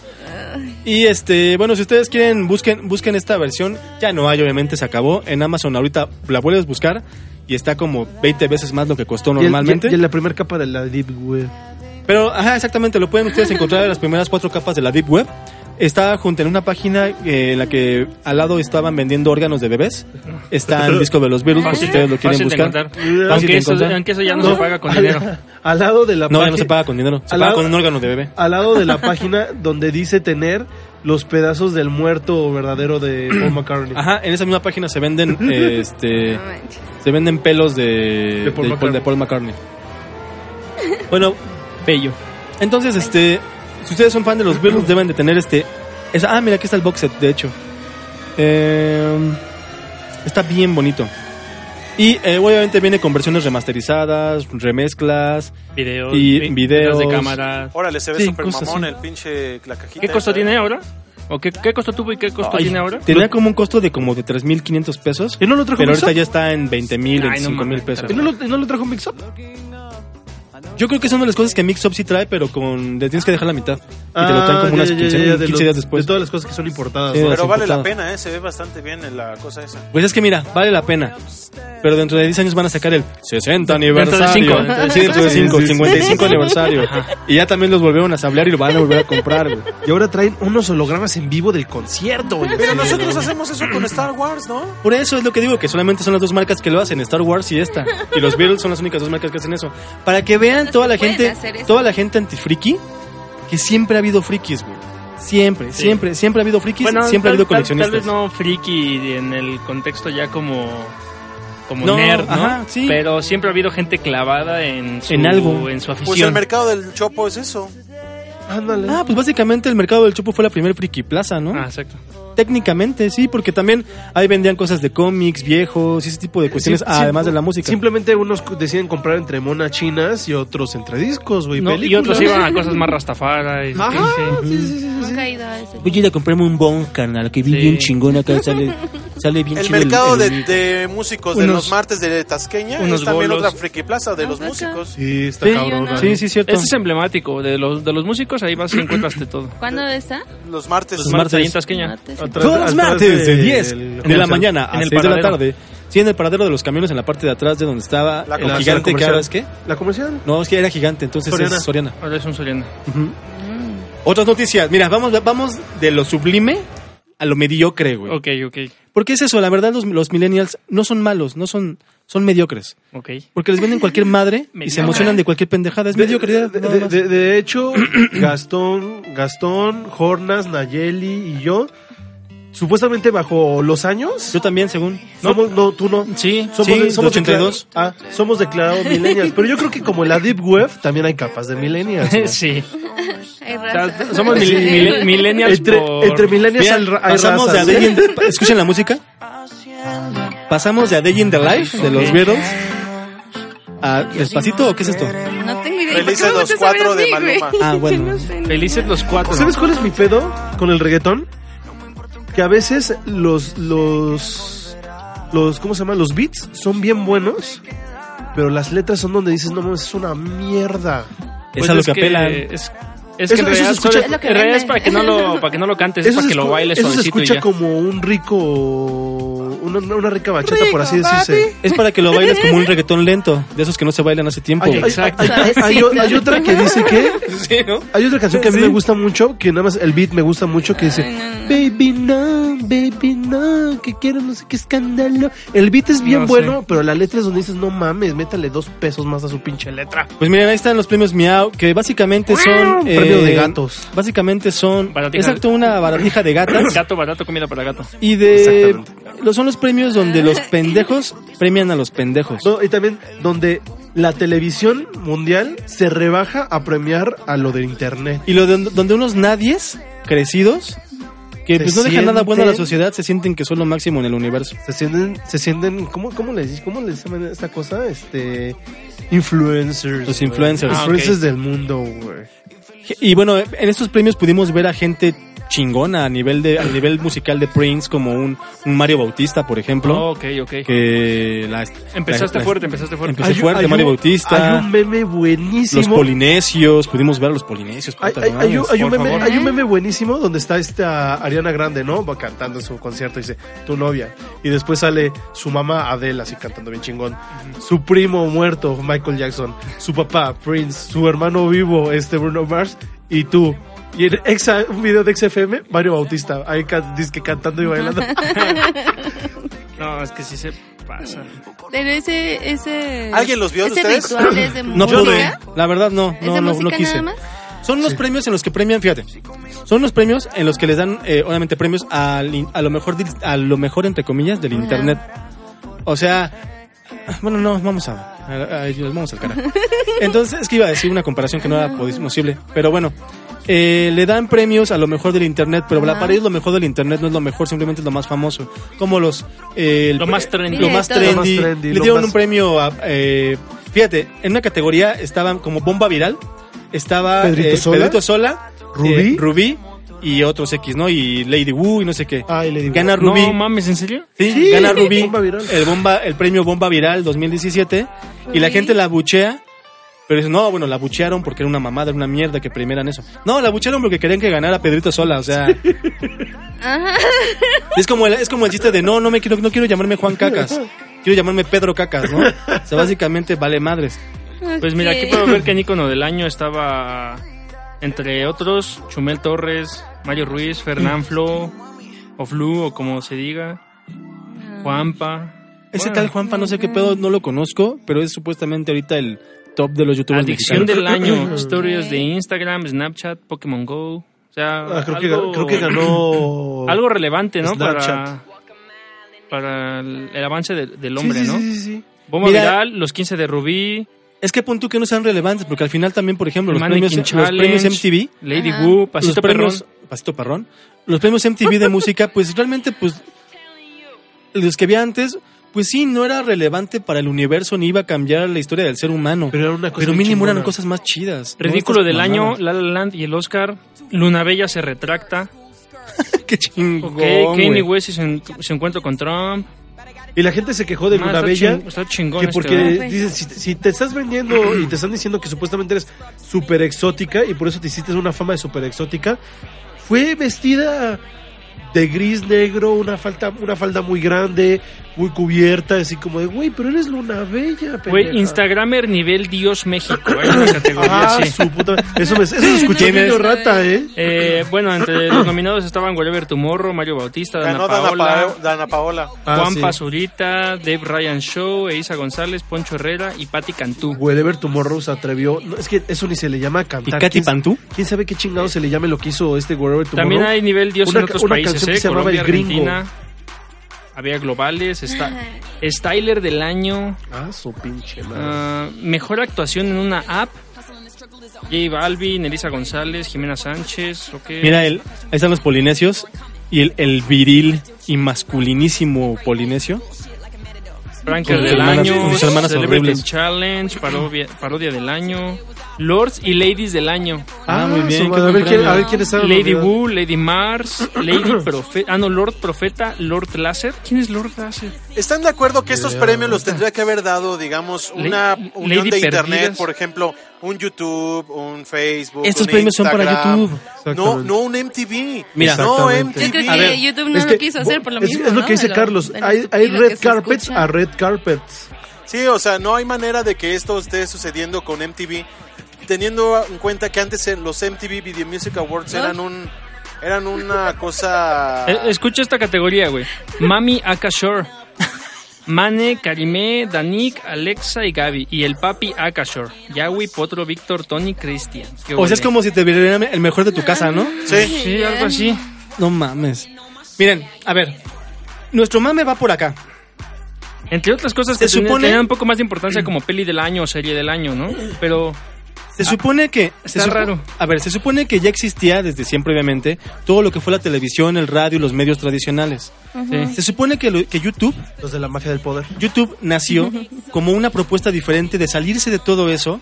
Speaker 1: Y este, bueno, si ustedes quieren, busquen, busquen esta versión. Ya no hay, obviamente se acabó. En Amazon ahorita la puedes buscar y está como 20 veces más lo que costó
Speaker 4: Y el-
Speaker 1: normalmente.
Speaker 4: Y, en la primera capa de la Deep Web.
Speaker 1: Pero, ajá, exactamente, lo pueden ustedes encontrar en las primeras cuatro capas de la Deep Web. Está junto en una página eh, en la que al lado estaban vendiendo órganos de bebés. Está el disco de los Beatles, por si ustedes lo quieren
Speaker 3: fácil de
Speaker 1: buscar.
Speaker 3: encontrar.
Speaker 1: de
Speaker 3: Aunque eso,
Speaker 1: encontrar.
Speaker 3: aunque eso ya no, se paga con
Speaker 4: al,
Speaker 3: dinero.
Speaker 4: Al lado de la
Speaker 1: No, ya
Speaker 4: página.
Speaker 1: no se paga con dinero, se
Speaker 4: Al
Speaker 1: paga
Speaker 4: lado-
Speaker 1: con un órgano de bebé.
Speaker 4: Al lado de la página donde dice tener los pedazos del muerto verdadero de Paul McCartney.
Speaker 1: Ajá, en esa misma página se venden eh, este
Speaker 2: No manches.
Speaker 1: se venden pelos de
Speaker 4: De Paul
Speaker 1: de Paul,
Speaker 4: McCartney.
Speaker 1: de Paul McCartney. Bueno,
Speaker 3: Bello.
Speaker 1: entonces este si ustedes son fan de los Beatles deben de tener este esa, ah, mira, aquí está el box set, de hecho. Eh, está bien bonito. Y eh, obviamente viene con versiones remasterizadas, remezclas.
Speaker 3: Videos.
Speaker 1: Y
Speaker 3: vi-
Speaker 1: videos.
Speaker 3: de cámara.
Speaker 5: Órale, se ve
Speaker 1: Sí,
Speaker 5: súper
Speaker 1: cosas
Speaker 5: mamón
Speaker 1: así.
Speaker 5: el pinche la cajita.
Speaker 3: ¿Qué costo
Speaker 5: esa.
Speaker 3: tiene ahora? ¿O qué, qué costo tuvo y qué costo
Speaker 1: Ay,
Speaker 3: tiene ahora?
Speaker 1: Tenía como un costo de como de 3.500 pesos.
Speaker 4: ¿Y no lo trajo
Speaker 1: Pero
Speaker 4: Mix
Speaker 1: ahorita
Speaker 4: Up?
Speaker 1: ya está en 20.000, mil,
Speaker 3: Ay, no mames,
Speaker 1: pesos.
Speaker 4: ¿Y no lo, y no lo trajo Mix Up?
Speaker 1: Yo creo que es una de las cosas que Mix Up sí trae, pero con le tienes que dejar la mitad. Y te lo traen
Speaker 4: Ah,
Speaker 1: como
Speaker 4: ya,
Speaker 1: unas
Speaker 4: ya, ya,
Speaker 1: 15,
Speaker 4: ya, de
Speaker 1: 15
Speaker 4: los-
Speaker 1: días después.
Speaker 4: De todas las cosas que son importadas.
Speaker 1: Sí.
Speaker 4: ¿no?
Speaker 5: Pero vale la
Speaker 1: importado.
Speaker 5: pena, ¿eh? Se ve bastante bien la cosa esa.
Speaker 1: Pues es que mira, vale la pena. Pero dentro de 10 años van a sacar el 60 aniversario.
Speaker 3: cinco.
Speaker 1: Sí, dentro de 5,
Speaker 4: Sí, sí, sí.
Speaker 1: 55 aniversario. Y ya también los volvieron a sablear y lo van a volver a comprar, güey.
Speaker 4: Y ahora traen unos hologramas en vivo del concierto. güey.
Speaker 5: Pero nosotros hacemos eso con Star Wars, ¿no?
Speaker 1: Por eso es lo que digo, que solamente son las dos marcas que lo hacen, Star Wars y esta. Y los Beatles son las únicas dos marcas que hacen eso. Para que vean
Speaker 2: No
Speaker 1: toda
Speaker 2: se
Speaker 1: la
Speaker 2: pueden
Speaker 1: gente,
Speaker 2: hacer eso.
Speaker 1: toda la gente antifriki, que siempre ha habido frikis, güey. Siempre, siempre, siempre ha habido frikis, siempre ha
Speaker 3: tal-
Speaker 1: habido
Speaker 3: tal-
Speaker 1: coleccionistas.
Speaker 3: Tal, vez no friki en el contexto ya como, como
Speaker 1: No,
Speaker 3: nerd, ¿no?
Speaker 1: ajá, sí.
Speaker 3: Pero siempre ha habido gente clavada en su,
Speaker 1: En algo.
Speaker 3: en su
Speaker 5: Pues el
Speaker 3: afición.
Speaker 5: mercado del Chopo es eso.
Speaker 4: Ándale.
Speaker 1: Ah, pues básicamente el mercado del Chopo fue la primer friki plaza, ¿no?
Speaker 3: Ah, exacto.
Speaker 1: Técnicamente, sí, porque también ahí vendían cosas de cómics, viejos, y ese tipo de cuestiones,
Speaker 4: Sí, sí,
Speaker 1: además de la música.
Speaker 4: Simplemente unos cu- deciden comprar entre monas chinas y otros entre discos, güey.
Speaker 3: No, y
Speaker 4: películas.
Speaker 3: otros iban a cosas más rastafara. y-
Speaker 4: Ajá,
Speaker 3: sí.
Speaker 4: sí, sí, sí, sí, sí.
Speaker 2: Nunca he ido a ese.
Speaker 1: Voy a ir a comprarme un bon, canal, que vi
Speaker 3: Sí.
Speaker 1: bien chingón acá. Sale
Speaker 7: Sale bien
Speaker 5: El
Speaker 7: chido
Speaker 5: mercado de,
Speaker 7: el-
Speaker 5: de músicos de
Speaker 3: Unos-
Speaker 5: los martes de Tasqueña
Speaker 3: unos
Speaker 5: es también
Speaker 3: bolos.
Speaker 5: otra friki plaza de
Speaker 2: Ah,
Speaker 5: los
Speaker 2: acá.
Speaker 5: músicos.
Speaker 4: Sí, está
Speaker 1: Sí,
Speaker 4: cabrón.
Speaker 2: yo no.
Speaker 4: ¿vale?
Speaker 1: Sí, sí, cierto.
Speaker 3: Este es emblemático. De los, de los músicos, ahí vas y encuentras de todo.
Speaker 2: ¿Cuándo está?
Speaker 5: Los martes.
Speaker 3: Los martes. ahí en Tasqueña.
Speaker 2: Martes.
Speaker 4: Atrás-
Speaker 1: Todos los
Speaker 4: atrás
Speaker 1: martes de
Speaker 4: del-
Speaker 1: 10 de la mañana a
Speaker 3: en el
Speaker 1: 6 de la
Speaker 3: paradero.
Speaker 1: tarde. Sí, en el paradero de los camiones, en la parte de atrás de donde estaba
Speaker 5: La
Speaker 1: el
Speaker 5: comercial,
Speaker 1: gigante que
Speaker 4: comercial.
Speaker 1: ahora es que.
Speaker 4: ¿La comercial?
Speaker 1: No, es que era gigante, entonces
Speaker 4: Soriana.
Speaker 1: es Soriana.
Speaker 3: Ahora es un Soriana.
Speaker 1: Ujú.
Speaker 3: Mm.
Speaker 1: Otras noticias. Mira, vamos, vamos de lo sublime a lo mediocre, güey.
Speaker 3: Ok, ok,
Speaker 1: Porque es eso, la verdad, los, los millennials no son malos, no son, son mediocres.
Speaker 3: ok.
Speaker 1: Porque les venden cualquier madre y se
Speaker 3: Mediocre.
Speaker 1: emocionan de cualquier pendejada. Es mediocridad.
Speaker 4: De,
Speaker 1: nada
Speaker 4: de-
Speaker 1: más.
Speaker 4: de- de hecho, Gastón, Gastón, Jornas, Nayeli y yo, supuestamente bajo los años,
Speaker 1: Yo también, según.
Speaker 4: no, no, tú no.
Speaker 1: Sí,
Speaker 4: Somos,
Speaker 1: sí,
Speaker 4: somos
Speaker 1: 82.
Speaker 4: declarados- ah, somos declarados millennials. Pero yo creo que como en la deep web también hay capas de millennials. ¿no?
Speaker 3: Sí.
Speaker 2: Ay,
Speaker 3: O sea,
Speaker 2: raza.
Speaker 3: somos mil- mil- millennials
Speaker 4: Entre,
Speaker 3: por-
Speaker 4: entre millennials
Speaker 1: Mira,
Speaker 4: hay ra- hay
Speaker 1: pasamos
Speaker 4: razas,
Speaker 1: de
Speaker 4: ¿eh?
Speaker 1: A Day in the- ¿Escuchan la música? Pasamos de A Day in the Life de los
Speaker 3: Ok.
Speaker 1: Beatles a Despacito o qué es esto?
Speaker 2: No tengo idea.
Speaker 5: Felices los cuatro de Maluma.
Speaker 1: Ah, bueno.
Speaker 3: Felices los cuatro.
Speaker 4: ¿Sabes cuál es mi pedo con el reggaetón? Que a veces los los los ¿cómo se llama? Los beats son bien buenos, pero las letras son donde dices, "No mames, es una mierda."
Speaker 1: Es
Speaker 3: Pues
Speaker 1: a lo que apelan.
Speaker 3: Es, es
Speaker 4: Eso- eso
Speaker 3: que en
Speaker 4: se
Speaker 3: realidad,
Speaker 4: escucha-
Speaker 3: solo-
Speaker 2: Es lo que
Speaker 3: en realidad
Speaker 2: vende.
Speaker 3: es para que no lo, para que no lo cantes, es para que
Speaker 4: escu-
Speaker 3: lo bailes
Speaker 4: eso se
Speaker 3: suavecito y
Speaker 4: escucha
Speaker 3: ya.
Speaker 4: como un rico una, una rica bachata por así decirse.
Speaker 1: Es para que lo bailes como un reggaetón lento, de esos que no se bailan hace tiempo.
Speaker 4: Hay, hay-
Speaker 3: Exacto.
Speaker 4: hay- hay- hay o- hay otra que dice que
Speaker 3: Sí, ¿no?
Speaker 4: hay otra canción que a mí
Speaker 1: Sí.
Speaker 4: me gusta mucho, que nada más el beat me gusta mucho, que dice Baby no, baby no, que quiero no sé qué escándalo. El beat es bien
Speaker 3: No sé.
Speaker 4: bueno, pero la letra es donde dices, no mames, métale dos pesos más a su pinche letra.
Speaker 1: Pues miren, ahí están los premios Miau, que básicamente son... eh,
Speaker 4: Premio de gatos.
Speaker 1: Básicamente son...
Speaker 3: Baratija.
Speaker 1: Exacto, una baratija de gatas.
Speaker 3: Gato barato, comida para gato.
Speaker 1: Y de...
Speaker 4: Exactamente.
Speaker 1: Los son los premios donde los pendejos premian a los pendejos.
Speaker 4: No, y también donde la televisión mundial se rebaja a premiar a lo del internet.
Speaker 1: Y lo de, donde unos nadies crecidos, que
Speaker 4: Se
Speaker 1: pues no dejan nada bueno a la
Speaker 4: sienten-
Speaker 1: sociedad, se sienten que son lo máximo en el universo.
Speaker 4: Se sienten, se sienten, ¿cómo, cómo les dice- cómo les llaman esta cosa? Este influencers.
Speaker 1: Los
Speaker 4: güey.
Speaker 1: influencers.
Speaker 3: Ah,
Speaker 4: Influencers del mundo, güey.
Speaker 1: Y bueno, en estos premios pudimos ver a gente chingona a nivel de a nivel musical de Prince como un, un Mario Bautista por
Speaker 4: Oh,
Speaker 1: ejemplo
Speaker 3: ok, ok.
Speaker 1: que la-
Speaker 3: Empezaste
Speaker 1: la- la-
Speaker 3: fuerte, empezaste fuerte.
Speaker 1: Empecé
Speaker 4: Hay-
Speaker 1: fuerte,
Speaker 4: hay un-
Speaker 1: Mario Bautista.
Speaker 4: Hay un meme buenísimo.
Speaker 1: los polinesios pudimos ver a los polinesios
Speaker 4: Hay,
Speaker 1: puta
Speaker 4: hay-
Speaker 1: madre,
Speaker 4: hay un- hay un
Speaker 1: por
Speaker 4: meme,
Speaker 1: favor.
Speaker 4: hay un meme buenísimo donde está esta Ariana Grande, ¿no? Va cantando en su concierto y dice, tu novia. Y después sale su mamá Adele así cantando bien chingón. Su primo muerto, Michael Jackson. Su papá, Prince. Su hermano vivo, este Bruno Mars. Y tú. Y en Exa- un video de XFM, Mario Bautista. Ahí can- dizque cantando y bailando.
Speaker 3: No, es que sí se pasa.
Speaker 2: Pero ese, ese.
Speaker 5: ¿Alguien los vio de
Speaker 2: ese
Speaker 5: ustedes?
Speaker 2: ritual es de
Speaker 1: no
Speaker 2: música?
Speaker 1: pude la verdad no
Speaker 2: ¿Es
Speaker 1: no
Speaker 2: de
Speaker 1: no, no
Speaker 2: música nada
Speaker 1: quise
Speaker 2: más?
Speaker 1: son los premios en los que premian fíjate son los premios en los que les dan eh, obviamente premios al in- a lo mejor del- a lo mejor entre comillas del internet o sea bueno no vamos a a- a- vamos al carajo entonces es que iba a decir una comparación que no era pos- posible pero bueno eh, le dan premios a lo mejor del internet pero la
Speaker 2: Ajá.
Speaker 1: pared es lo mejor del internet no es lo mejor simplemente es lo más famoso como los eh, el-
Speaker 3: Lo más trendy.
Speaker 1: lo
Speaker 2: Mira,
Speaker 1: más
Speaker 2: todo.
Speaker 1: trendy,
Speaker 4: Lo más trendy,
Speaker 1: le
Speaker 4: lo
Speaker 1: dieron
Speaker 4: más-
Speaker 1: un premio a eh, fíjate en una categoría estaban como bomba viral estaba
Speaker 4: Pedrito
Speaker 1: eh,
Speaker 4: Sola.
Speaker 1: Pedrito Sola
Speaker 4: Rubí.
Speaker 1: eh, Rubí y otros X, ¿no? Y Lady Wu y no sé qué.
Speaker 4: Ay, le digo.
Speaker 1: Gana Rubí.
Speaker 3: No mames, ¿en serio?
Speaker 1: Sí,
Speaker 4: Ah, Sí,
Speaker 1: gana Rubí
Speaker 4: bomba viral.
Speaker 1: el, bomba, el premio Bomba Viral 2017 y la
Speaker 2: Rubí.
Speaker 1: gente la buchea. Pero dice, no, bueno, la buchearon porque era una mamada, era una mierda que primeran eso. No, la buchearon porque querían que ganara Pedrito Sola, o sea. es, como el, es como el chiste de, no, no, me quiero, no quiero llamarme Juan Cacas, quiero llamarme Pedro Cacas, ¿no? O sea, básicamente vale madres.
Speaker 3: Pues mira, aquí
Speaker 2: Ok.
Speaker 3: puedo ver que en ícono del año estaba, entre otros, Chumel Torres, Mario Ruiz, Fernán Flo, o Flu, o como se diga,
Speaker 4: Ah.
Speaker 3: Juanpa.
Speaker 1: Ese
Speaker 3: Bueno,
Speaker 1: tal Juanpa, no sé qué pedo, no lo conozco, pero es supuestamente ahorita el top de los youtubers
Speaker 3: Adicción
Speaker 1: mexicanos.
Speaker 3: del año, historias de Instagram, Snapchat, Pokémon Go. O sea,
Speaker 4: Ah, creo, que,
Speaker 3: algo,
Speaker 4: ga- creo que ganó.
Speaker 3: algo relevante, ¿no? Para,
Speaker 4: Snapchat.
Speaker 3: para el, el avance del- del
Speaker 4: Sí,
Speaker 3: hombre,
Speaker 4: sí,
Speaker 3: ¿no?
Speaker 4: sí, sí, sí.
Speaker 3: Bomba
Speaker 1: Mira-
Speaker 3: Viral, los 15 de Rubí,
Speaker 1: Es que punto que no sean relevantes, porque al final también, por ejemplo, los
Speaker 3: Mannequin
Speaker 1: premios, los
Speaker 3: Challenge,
Speaker 1: premios MTV,
Speaker 3: Lady
Speaker 2: Ajá.
Speaker 3: Wu, Pasito
Speaker 1: los premios,
Speaker 3: Perrón.
Speaker 1: Pasito Parrón, los premios MTV de música, pues realmente, pues, los que había antes, pues sí, no era relevante para el universo ni iba a cambiar la historia del ser humano.
Speaker 4: Pero era una cosa
Speaker 1: Pero
Speaker 4: bien
Speaker 1: mínimo eran
Speaker 4: chingona.
Speaker 1: cosas más chidas. ¿no?
Speaker 3: Ridículo
Speaker 1: Estas
Speaker 3: del año,
Speaker 1: mamadas.
Speaker 3: La La Land y el Oscar. Luna Bella se retracta.
Speaker 1: Qué chingón.
Speaker 3: Ok, Kanye
Speaker 1: güey.
Speaker 3: West se, en- se encuentra con Trump.
Speaker 4: Y la gente se quejó de
Speaker 3: Ah, está
Speaker 4: Gurabella.
Speaker 3: chin- está chingón
Speaker 4: Que
Speaker 3: este,
Speaker 4: porque
Speaker 3: ¿verdad?
Speaker 2: güey.
Speaker 4: dices, si, te- si te estás vendiendo y te están diciendo que supuestamente eres súper exótica y por eso te hiciste una fama de súper exótica, fue vestida de gris negro, una falda, una falda muy grande, muy cubierta, así como de, güey, pero eres luna bella.
Speaker 3: Güey,
Speaker 4: pendeja".
Speaker 3: Instagramer nivel Dios México. Hay una categoría
Speaker 4: Ah,
Speaker 3: así.
Speaker 4: su puta- Eso me eso lo escuché
Speaker 1: ¿Quién
Speaker 4: medio
Speaker 1: es?
Speaker 4: rata, ¿eh?
Speaker 3: Eh, bueno, entre los nominados estaban Whatever Tomorrow, Mario Bautista, Dana
Speaker 5: Ganó Dana,
Speaker 3: Paola,
Speaker 5: Pa- Dana Paola.
Speaker 4: Ah,
Speaker 3: Juan
Speaker 4: sí.
Speaker 3: Pazurita, Dave Ryan Show, Eisa González, Poncho Herrera y Patti Cantú.
Speaker 4: Wherever Tomorrow se atrevió. No, es que eso ni se le llama
Speaker 1: ¿Y
Speaker 4: cantar.
Speaker 1: Katy
Speaker 4: ¿Quién-
Speaker 1: Pantú?
Speaker 4: ¿Quién sabe qué chingado se le llame lo que hizo este Wherever Tomorrow?
Speaker 3: También hay nivel Dios
Speaker 4: Una
Speaker 3: en
Speaker 4: ca-
Speaker 3: otros
Speaker 4: una
Speaker 3: países,
Speaker 4: canción
Speaker 3: eh,
Speaker 4: que se llamaba
Speaker 3: Colombia,
Speaker 4: El Gringo.
Speaker 3: Argentina. Había globales, está,
Speaker 2: Ajá.
Speaker 3: Styler del año,
Speaker 4: Ah, su pinche madre.
Speaker 3: ah, mejor actuación en una app, J Balvin, Elisa González, Jimena Sánchez, ok.
Speaker 1: Mira, el, ahí están los polinesios y el, el viril y masculinísimo polinesio.
Speaker 3: Franker
Speaker 1: Con
Speaker 3: del
Speaker 1: sus hermanas-
Speaker 3: año,
Speaker 1: con sus hermanas
Speaker 3: Celebrity
Speaker 1: horribles.
Speaker 3: Challenge, parodia, parodia del año, Lords y Ladies del año,
Speaker 4: Ah,
Speaker 1: muy bien,
Speaker 4: su
Speaker 1: qué
Speaker 4: madre. a, ver
Speaker 1: buen
Speaker 4: quién,
Speaker 1: premio.
Speaker 4: a ver quién está.
Speaker 3: Lady
Speaker 4: nominado.
Speaker 3: Wu, Lady Mars, Lady Profeta, ah no, Lord Profeta, Lord Láser, ¿quién es Lord Láser?
Speaker 5: ¿Están de acuerdo que estos premios los tendría que haber dado, digamos,
Speaker 3: Le-
Speaker 5: una unión
Speaker 3: Lady
Speaker 5: de internet,
Speaker 3: Perdidas.
Speaker 5: por ejemplo, un YouTube, un Facebook?
Speaker 1: Estos
Speaker 5: un
Speaker 1: premios son para
Speaker 5: Instagram?
Speaker 1: YouTube.
Speaker 5: No,
Speaker 4: Exactamente.
Speaker 5: no un MTV.
Speaker 1: Mira.
Speaker 5: no
Speaker 4: Exactamente.
Speaker 2: Yo creo
Speaker 5: MTV.
Speaker 2: que
Speaker 1: A ver,
Speaker 2: YouTube no
Speaker 4: Es
Speaker 2: lo
Speaker 4: que,
Speaker 2: quiso hacer por lo
Speaker 4: es,
Speaker 2: mismo.
Speaker 4: Es lo
Speaker 2: ¿no?
Speaker 4: que dice
Speaker 2: De
Speaker 4: Carlos.
Speaker 2: de lo
Speaker 4: Hay, hay
Speaker 2: estúpido que
Speaker 4: red
Speaker 2: se
Speaker 4: carpets
Speaker 2: escucha.
Speaker 4: a red carpets.
Speaker 5: Sí, o sea, no hay manera de que esto esté sucediendo con MTV, teniendo en cuenta que antes en los MTV Video Music Awards eran un eran una cosa
Speaker 1: Ah.
Speaker 3: Eh, escucha esta categoría, güey. Mami Akashore, Mane, Karime, Danik, Alexa y Gaby, y el papi Akashore, Yahweh, Potro, Víctor, Tony, Cristian. Qué
Speaker 1: O sea, es
Speaker 3: ole.
Speaker 1: como si te vieran el mejor de tu casa, ¿no?
Speaker 5: Sí.
Speaker 3: Sí, algo así.
Speaker 1: No mames. Miren, a ver. Nuestro mame va por acá.
Speaker 3: Entre otras cosas que
Speaker 1: Se
Speaker 3: tenía-
Speaker 1: supone-
Speaker 3: tenían un poco más de importancia como peli del año o serie del año, ¿no? Pero
Speaker 1: Se supone que... se
Speaker 3: Ah, está
Speaker 1: supo-
Speaker 3: raro.
Speaker 1: A ver, se supone que ya existía desde siempre, obviamente, todo lo que fue la televisión, el radio y los medios tradicionales.
Speaker 3: sí.
Speaker 1: Se supone que, lo- que YouTube
Speaker 4: Los de la mafia del poder.
Speaker 1: YouTube nació como una propuesta diferente de salirse de todo eso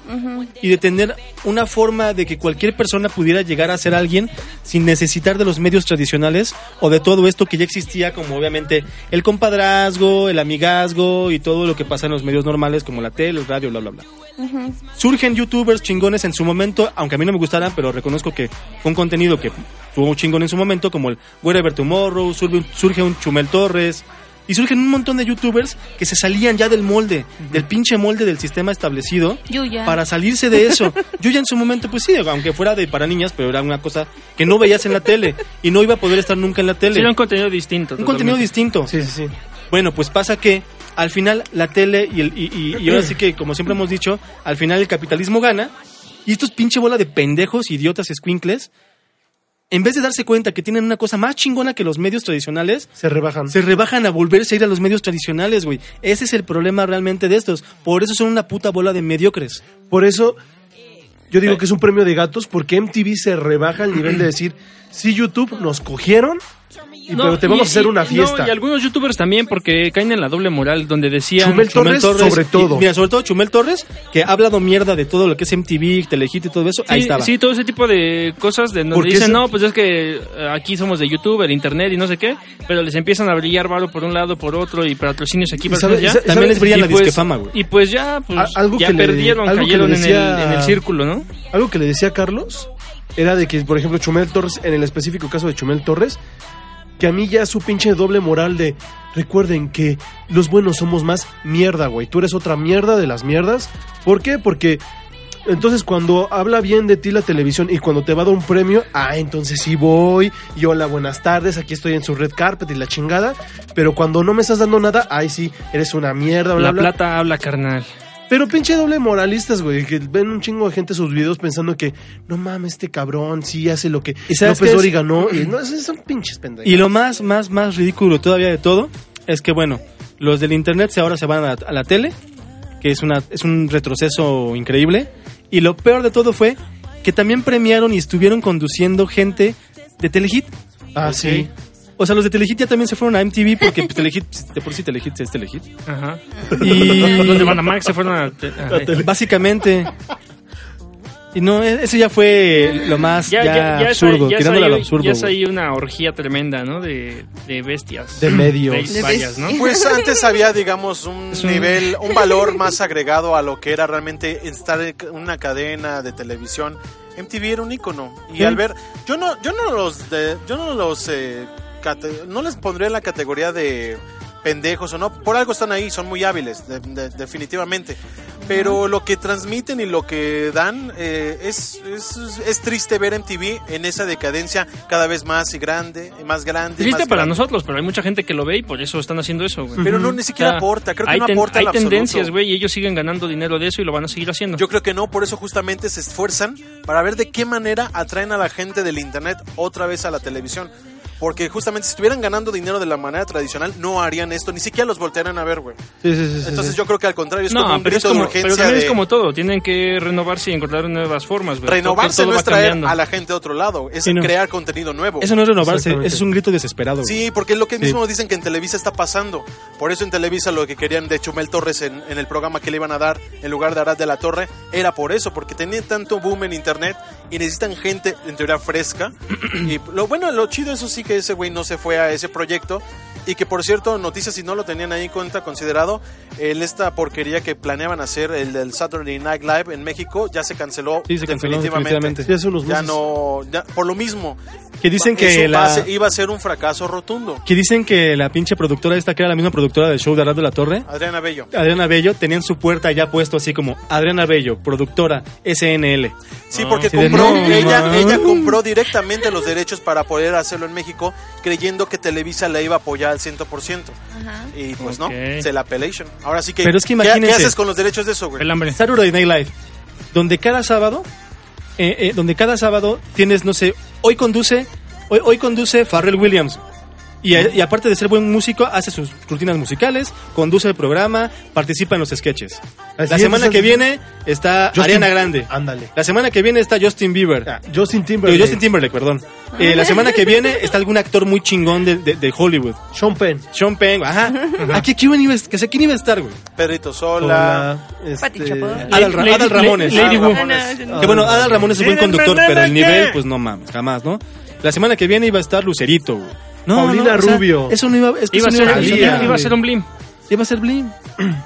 Speaker 1: y de tener una forma de que cualquier persona pudiera llegar a ser alguien sin necesitar de los medios tradicionales o de todo esto que ya existía como obviamente el compadrazgo, el amigazgo y todo lo que pasa en los medios normales como la tele, el radio, bla, bla, bla. Surgen youtubers chingones en su momento, aunque a mí no me gustaran, pero reconozco que fue un contenido que tuvo un chingón en su momento, como el Wherever Tomorrow, surge un, surge un Chumel Torres, y surgen un montón de youtubers que se salían ya del molde, del pinche molde del sistema establecido,
Speaker 2: Yuya.
Speaker 1: para salirse de eso. Yo ya en su momento, pues sí, aunque fuera de para niñas, pero era una cosa que no veías en la tele, y no iba a poder estar nunca en la
Speaker 3: Sí,
Speaker 1: tele.
Speaker 3: era un contenido distinto.
Speaker 1: un contenido
Speaker 3: totalmente.
Speaker 1: distinto.
Speaker 4: Sí, sí, sí.
Speaker 1: Bueno, pues pasa que al final la tele y, el, y, y- y ahora sí que, como siempre hemos dicho, al final el capitalismo gana y estos pinche bola de pendejos, idiotas, escuincles, en vez de darse cuenta que tienen una cosa más chingona que los medios tradicionales,
Speaker 4: Se rebajan.
Speaker 1: se rebajan a volverse a ir a los medios tradicionales, güey. Ese es el problema realmente de estos. Por eso son una puta bola de mediocres.
Speaker 4: Por eso yo digo que es un premio de gatos porque MTV se rebaja al nivel de decir, sí, YouTube nos cogieron, y,
Speaker 3: No,
Speaker 4: pero te
Speaker 3: y-
Speaker 4: vamos a hacer
Speaker 3: y-
Speaker 4: una
Speaker 3: no,
Speaker 4: fiesta.
Speaker 3: y algunos youtubers también, porque caen en la doble moral, donde decían.
Speaker 4: Chumel Torres, sobre todo.
Speaker 1: y- mira, sobre todo Chumel Torres, que ha hablado mierda de todo lo que es MTV, Telehit y todo eso.
Speaker 3: Sí,
Speaker 1: Ahí estaba.
Speaker 3: sí, todo ese tipo de cosas de donde
Speaker 4: Porque
Speaker 3: dicen,
Speaker 4: ese-
Speaker 3: no, pues es que eh, aquí somos de YouTube, el internet y no sé qué, pero les empiezan a brillar varo por un lado, por otro y patrocinios aquí,
Speaker 4: ¿Y
Speaker 3: patrocinios
Speaker 4: sabe-
Speaker 3: allá.
Speaker 4: y sabe-
Speaker 1: También les brilla
Speaker 3: Y
Speaker 1: la
Speaker 3: pues-
Speaker 1: disquefama, güey.
Speaker 3: Y pues ya, pues,
Speaker 4: A- algo
Speaker 3: ya
Speaker 4: que le-
Speaker 3: perdieron,
Speaker 4: algo que
Speaker 3: cayeron
Speaker 4: le
Speaker 3: en,
Speaker 4: decía-
Speaker 3: el, en el círculo, ¿no?
Speaker 4: Algo que le decía a Carlos era de que, por ejemplo, Chumel Torres, en el específico caso de Chumel Torres, que a mí ya su pinche doble moral de recuerden que los buenos somos más mierda, güey. Tú eres otra mierda de las mierdas. ¿Por qué? Porque entonces cuando habla bien de ti la televisión y cuando te va a dar un premio, ah, entonces sí voy. Y hola, buenas tardes, aquí estoy en su red carpet y la chingada. Pero cuando no me estás dando nada, ay, sí, eres una mierda, bla,
Speaker 3: La
Speaker 4: bla.
Speaker 3: plata habla, carnal.
Speaker 4: Pero pinche doble moralistas, güey, que ven un chingo de gente sus videos pensando que no mames, este cabrón sí hace lo que
Speaker 1: ¿Y sabes
Speaker 4: López
Speaker 1: qué
Speaker 4: Dori
Speaker 1: es?
Speaker 4: ganó. Y no, esos son pinches pendejos.
Speaker 1: Y lo más, más, más ridículo todavía de todo es que, bueno, los del internet se- ahora se van a la, a la tele, que es, una, es un retroceso increíble. Y lo peor de todo fue que también premiaron y estuvieron conduciendo gente de Telehit. Pues
Speaker 4: Ah, sí.
Speaker 1: O sea, los de Telehit ya también se fueron a MTV porque pues, Telehit, pues, de por sí Telehit es Telehit.
Speaker 3: Ajá.
Speaker 1: Y
Speaker 3: Los de Banamax se fueron a. a-
Speaker 1: básicamente... Y no, e- eso ya fue lo más ya,
Speaker 3: es ahí-
Speaker 1: absurdo,
Speaker 3: ya es
Speaker 1: tirándole
Speaker 3: ahí-
Speaker 1: al absurdo.
Speaker 3: Ya es
Speaker 1: güey.
Speaker 3: ahí una orgía tremenda, ¿no? De, de bestias.
Speaker 4: De medios.
Speaker 3: De varias, ¿no?
Speaker 5: Pues antes había, digamos, un
Speaker 3: Es un-
Speaker 5: nivel, un valor más agregado a lo que era realmente estar en una cadena de televisión. MTV era un icono y
Speaker 1: Sí.
Speaker 5: al ver, yo no, yo no los, de- yo no los, eh, cate- no les pondría en la categoría de pendejos o no. Por algo están ahí, son muy hábiles, de- de- definitivamente. Pero lo que transmiten y lo que dan eh, es, es, es triste ver MTV en esa decadencia cada vez más y grande, más grande.
Speaker 3: Triste
Speaker 5: más
Speaker 3: para
Speaker 5: grande.
Speaker 3: nosotros, pero hay mucha gente que lo ve y por eso están haciendo eso, güey.
Speaker 5: Pero no, ni siquiera
Speaker 3: O sea,
Speaker 5: aporta, creo que
Speaker 3: Ah, hay
Speaker 5: no
Speaker 3: ten-
Speaker 5: aporta en
Speaker 3: Hay
Speaker 5: absoluto.
Speaker 3: tendencias, güey, y ellos siguen ganando dinero de eso y lo van a seguir haciendo.
Speaker 5: Yo creo que no, por eso justamente se esfuerzan para ver de qué manera atraen a la gente del internet otra vez a la televisión. Porque justamente si estuvieran ganando dinero de la manera tradicional, no harían esto, ni siquiera los voltearían a ver, güey.
Speaker 4: Sí, sí, sí, sí,
Speaker 5: Entonces
Speaker 4: sí.
Speaker 5: yo creo que al contrario, es como
Speaker 3: no,
Speaker 5: un
Speaker 3: pero, es
Speaker 5: grito
Speaker 3: como,
Speaker 5: de urgencia.
Speaker 3: pero también es
Speaker 5: de
Speaker 3: como todo, tienen que renovarse y encontrar nuevas formas, güey.
Speaker 5: renovarse
Speaker 3: Todo- todo
Speaker 5: no
Speaker 3: va
Speaker 5: es traer
Speaker 3: cambiando.
Speaker 5: a la gente a otro lado, es
Speaker 1: Sí, no.
Speaker 5: crear contenido nuevo.
Speaker 1: Eso no es renovarse, eso
Speaker 4: Exactamente.
Speaker 1: es un grito desesperado. güey.
Speaker 5: Sí, porque es lo que mismo dicen que en Televisa está pasando. Por eso en Televisa lo que querían de Chumel Torres en, en el programa que le iban a dar en lugar de Arad de la Torre era por eso, porque tenían tanto boom en internet y necesitan gente en teoría fresca. y lo bueno, lo chido eso sí que ese güey no se fue a ese proyecto y que por cierto, noticias si no lo tenían ahí en cuenta considerado, el, esta porquería que planeaban hacer el del Saturday Night Live en México ya se canceló,
Speaker 1: Sí, se canceló definitivamente.
Speaker 4: Sí, hace unos
Speaker 5: Ya
Speaker 4: meses.
Speaker 5: no, ya- por lo mismo.
Speaker 1: Que dicen
Speaker 5: Eso
Speaker 1: que la-
Speaker 5: pase- iba a ser un fracaso rotundo.
Speaker 1: Que dicen que la pinche productora esta, que era la misma productora del show de Arad de la Torre,
Speaker 5: Adriana Bello.
Speaker 1: Adriana Bello, tenían su puerta ya puesto así como Adriana Bello, productora SNL.
Speaker 5: Sí,
Speaker 3: Ah,
Speaker 5: porque
Speaker 1: sí, de
Speaker 5: compró,
Speaker 1: no,
Speaker 5: ella,
Speaker 1: ma.
Speaker 5: ella compró directamente los derechos para poder hacerlo en México, creyendo que Televisa la iba a apoyar al 100%.
Speaker 2: Ajá.
Speaker 5: Y pues
Speaker 3: Ok.
Speaker 5: no, se la pelation. Ahora sí que,
Speaker 1: Pero es que
Speaker 5: ¿qué- ¿qué,
Speaker 1: imagínense.
Speaker 5: haces con los derechos de eso,
Speaker 3: El
Speaker 5: güey?
Speaker 3: hambre.
Speaker 1: Saturday Night Live, donde cada sábado, eh, eh, donde cada sábado tienes, no sé, hoy conduce, hoy, hoy conduce Farrell Williams. Y, a- y aparte de ser buen músico, hace sus rutinas musicales, conduce el programa, participa en los sketches.
Speaker 4: Así
Speaker 1: la
Speaker 4: es,
Speaker 1: semana
Speaker 4: es
Speaker 1: que
Speaker 4: así.
Speaker 1: viene está
Speaker 4: Justin-
Speaker 1: Ariana Grande.
Speaker 4: Ándale.
Speaker 1: La semana que viene está Justin Bieber.
Speaker 4: Ah, Justin
Speaker 1: Digo,
Speaker 4: Timberlake.
Speaker 1: Justin Timberlake, perdón. Eh, la semana que viene está algún actor muy chingón de, de- de Hollywood.
Speaker 4: Sean Penn.
Speaker 1: Sean Penn, ajá. Aquí, ¿quién iba a estar? Que sé, ¿quién iba a estar, güey?
Speaker 5: Pedrito Sola.
Speaker 4: Este,
Speaker 2: Pati Chapoy.
Speaker 1: Adal, Ra-
Speaker 3: Lady-
Speaker 1: Adal Ramones.
Speaker 3: Lady
Speaker 5: Ah,
Speaker 3: Wu.
Speaker 5: Ramones.
Speaker 4: Ah,
Speaker 1: Que bueno, Adal Ramones es un buen
Speaker 5: Miren,
Speaker 1: conductor,
Speaker 5: menena,
Speaker 1: pero el
Speaker 5: ¿qué?
Speaker 1: nivel, pues no mames, jamás, ¿no? La semana que viene iba a estar Lucerito, güey. No,
Speaker 4: Paulina
Speaker 1: no, o sea,
Speaker 4: Rubio.
Speaker 1: eso no iba, es que
Speaker 3: Iba a
Speaker 1: eso no
Speaker 3: ser,
Speaker 4: Talía,
Speaker 1: funcionar,
Speaker 3: iba a
Speaker 1: güey.
Speaker 3: ser un blim.
Speaker 1: Iba a ser Blim.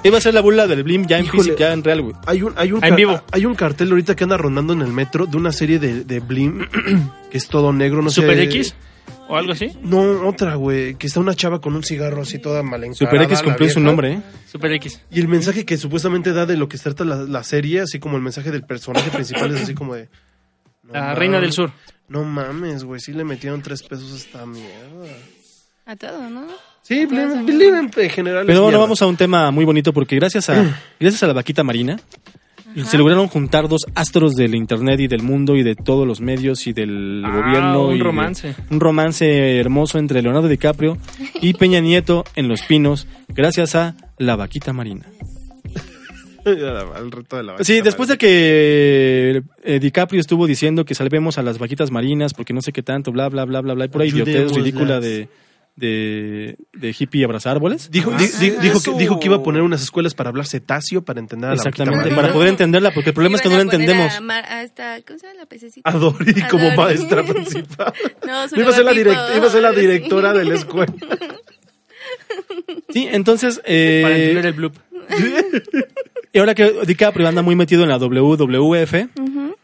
Speaker 1: Iba a ser la burla del Blim ya en
Speaker 4: Híjole.
Speaker 1: física, ya en real, güey.
Speaker 4: Hay un, hay, un
Speaker 3: Ah, en
Speaker 4: car-
Speaker 3: vivo.
Speaker 4: hay un cartel ahorita que anda rondando en el metro de una serie de, de Blim que es todo negro, no sé.
Speaker 3: ¿Super X? ¿O algo así?
Speaker 4: No, otra, güey. Que está una chava con un cigarro así toda mal encarada,
Speaker 1: Super X
Speaker 4: la
Speaker 1: cumplió su
Speaker 4: vieja.
Speaker 1: nombre, ¿eh?
Speaker 3: Super X.
Speaker 4: Y el mensaje que supuestamente da de lo que se trata la, la serie, así como el mensaje del personaje principal, es así como de. no
Speaker 3: La
Speaker 4: mames,
Speaker 3: Reina del Sur.
Speaker 4: No mames, güey. Sí le metieron tres pesos a esta mierda.
Speaker 2: A todo, ¿no?
Speaker 4: Sí, Blim, Blim en- en general.
Speaker 1: Pero bueno, vamos a un tema muy bonito porque gracias a, gracias a la vaquita marina se lograron juntar dos astros del internet y del mundo y de todos los medios y del
Speaker 3: Ah,
Speaker 1: gobierno.
Speaker 3: un
Speaker 1: y de-
Speaker 3: romance.
Speaker 1: un romance hermoso entre Leonardo DiCaprio y Peña Nieto en Los Pinos gracias a la vaquita marina.
Speaker 4: Eh, Al reto de la vaquita,
Speaker 1: Sí, después de
Speaker 4: madre.
Speaker 1: que eh, DiCaprio estuvo diciendo que salvemos a las vaquitas marinas porque no sé qué tanto, bla, bla, bla, bla, bla, y por ahí idiotez
Speaker 4: Ayudémoslas.
Speaker 1: ridícula de, de, de hippie abrazar árboles.
Speaker 4: Dijo, di- di- dijo, que, dijo que iba a poner unas escuelas para hablar cetáceo, para entender a la vaquita
Speaker 1: Exactamente,
Speaker 4: madre.
Speaker 1: para poder entenderla, porque el problema es que no la
Speaker 2: Iban a poner
Speaker 1: entendemos.
Speaker 2: A, Mar- a esta, ¿Cómo se llama la pececita?
Speaker 4: A Dori como
Speaker 2: Dori.
Speaker 4: maestra principal.
Speaker 2: No, Ah, su
Speaker 4: Ah, iba, a ser la
Speaker 2: logotipo.
Speaker 4: direct- iba a ser la directora de la escuela.
Speaker 1: Sí, entonces,
Speaker 3: Para
Speaker 1: eh,
Speaker 3: entender el bloop.
Speaker 1: y ahora que DiCaprio anda muy metido en la WWF,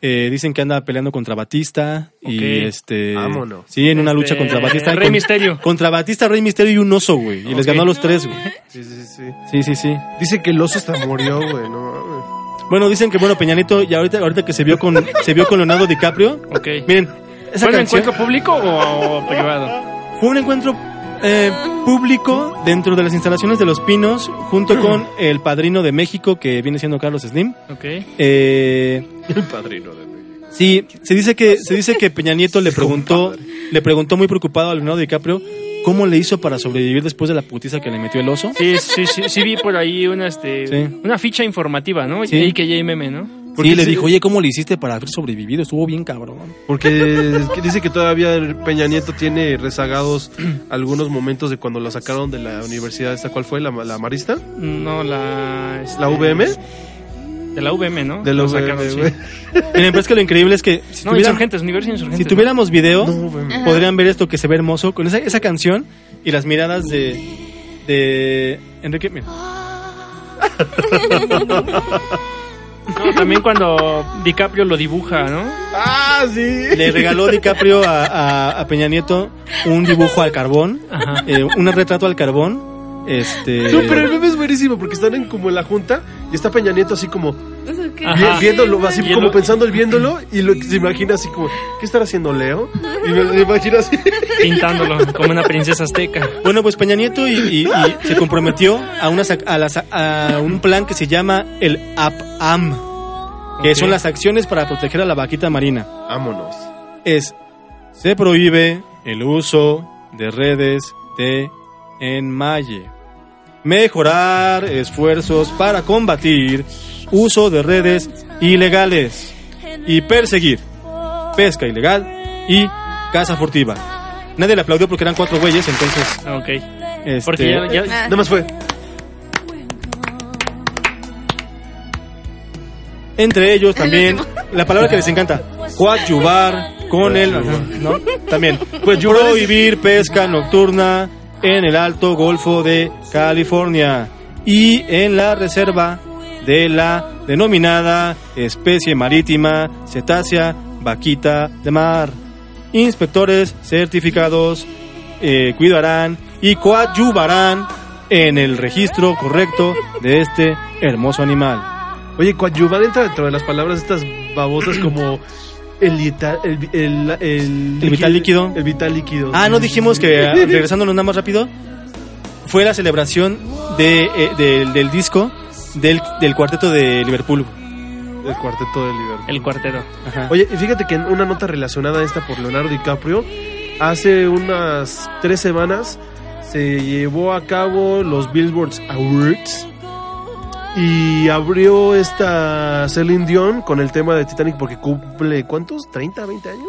Speaker 1: eh, dicen que anda peleando contra Batista y
Speaker 3: Ok.
Speaker 1: este...
Speaker 4: Vámonos.
Speaker 1: Sí, en una
Speaker 3: Este,
Speaker 1: lucha contra Batista.
Speaker 3: Rey
Speaker 1: con-
Speaker 3: Misterio.
Speaker 1: Contra Batista, Rey Misterio y un oso, güey. Y les
Speaker 3: Ok.
Speaker 1: ganó a los tres, güey.
Speaker 2: eh.
Speaker 4: Sí, sí, sí.
Speaker 1: Sí, sí, sí.
Speaker 4: Dice que el oso hasta murió, güey. No mames.
Speaker 1: Bueno, dicen que, bueno, Peñanito, ya ahorita, ahorita que se vio con, se vio con Leonardo DiCaprio.
Speaker 3: Ok.
Speaker 1: Miren, esa
Speaker 3: ¿Fue un
Speaker 1: canción
Speaker 3: encuentro público o, o privado?
Speaker 1: fue un encuentro eh, público dentro de las instalaciones de Los Pinos, junto con el padrino de México, que viene siendo Carlos Slim.
Speaker 3: Ok.
Speaker 1: Eh,
Speaker 4: El padrino de mí.
Speaker 1: sí, se dice que se dice que Peña Nieto le preguntó, le preguntó muy preocupado a Leonardo DiCaprio cómo le hizo para sobrevivir después de la putiza que le metió el oso.
Speaker 3: Sí, sí, sí, sí vi por ahí una, este,
Speaker 1: Sí.
Speaker 3: una ficha informativa, ¿no?
Speaker 1: Sí.
Speaker 3: Y que ya hay meme, ¿no?
Speaker 1: Sí, le
Speaker 4: sí.
Speaker 1: dijo, oye, ¿cómo le hiciste para haber sobrevivido? Estuvo bien cabrón.
Speaker 4: Porque es que dice que todavía el Peña Nieto tiene rezagados algunos momentos de cuando la sacaron de la universidad. ¿Esta cuál fue? ¿La, la Marista?
Speaker 3: No, la... este,
Speaker 4: ¿La VM?
Speaker 3: De la VM, ¿no?
Speaker 4: De los
Speaker 3: Lo sacaron, sí.
Speaker 4: güey.
Speaker 1: Miren, pero es que lo increíble es que si,
Speaker 3: No,
Speaker 1: tuviera-
Speaker 3: insurgentes, universo insurgentes.
Speaker 1: si
Speaker 3: ¿no?
Speaker 1: tuviéramos video,
Speaker 4: No, güey.
Speaker 2: Ajá.
Speaker 1: podrían ver esto que se ve hermoso con esa, esa canción y las miradas de, de Enrique. Mira.
Speaker 3: No, también cuando DiCaprio lo dibuja, ¿no?
Speaker 4: Ah, sí.
Speaker 1: Le regaló DiCaprio a, a- a Peña Nieto un dibujo al carbón,
Speaker 3: Ajá.
Speaker 1: eh, un retrato al carbón. Este,
Speaker 4: No, pero el meme es buenísimo porque están en como en la junta y está Peña Nieto así como vi-
Speaker 3: Ajá.
Speaker 4: viéndolo, así
Speaker 3: Y el-
Speaker 4: como pensando el viéndolo y lo, se imagina así como, ¿qué estará haciendo Leo? Y me lo imagino así.
Speaker 3: Pintándolo como una princesa azteca.
Speaker 1: Bueno, pues Peña Nieto y, y- y se comprometió a, una, sac- a, la sa- a un plan que se llama el APAM, que
Speaker 3: Ok.
Speaker 1: son las acciones para proteger a la vaquita marina.
Speaker 4: Vámonos.
Speaker 1: Es, se prohíbe el uso de redes de enmalle. Mejorar esfuerzos para combatir uso de redes ilegales y perseguir pesca ilegal y caza furtiva. Nadie le aplaudió porque eran cuatro güeyes, entonces...
Speaker 3: Ah, Ok.
Speaker 1: este,
Speaker 3: Porque ya,
Speaker 2: Ah,
Speaker 3: ya-
Speaker 4: Nada más fue.
Speaker 1: Entre ellos también la palabra que les encanta, coadyuvar con el... ¿no? También, pues prohibir pesca nocturna en el Alto Golfo de California y en la reserva de la denominada especie marítima cetácea vaquita de mar. Inspectores certificados eh, cuidarán y coadyuvarán en el registro correcto de este hermoso animal.
Speaker 4: Oye, coadyuvar entra dentro de las palabras estas babosas como el, vita- el, el, el,
Speaker 1: El vital líquido.
Speaker 4: El vital líquido.
Speaker 1: Ah, no dijimos que, ah, regresándonos nada más rápido, fue la celebración de, eh, del- del disco del, del cuarteto de Liverpool.
Speaker 4: El cuarteto de Liverpool.
Speaker 3: el cuartero.
Speaker 1: Ajá.
Speaker 4: Oye, y fíjate que en una nota relacionada a esta por Leonardo DiCaprio, hace unas tres semanas se llevó a cabo los Billboards Awards y abrió esta Celine Dion con el tema de Titanic porque cumple, ¿cuántos? ¿30, 20 años?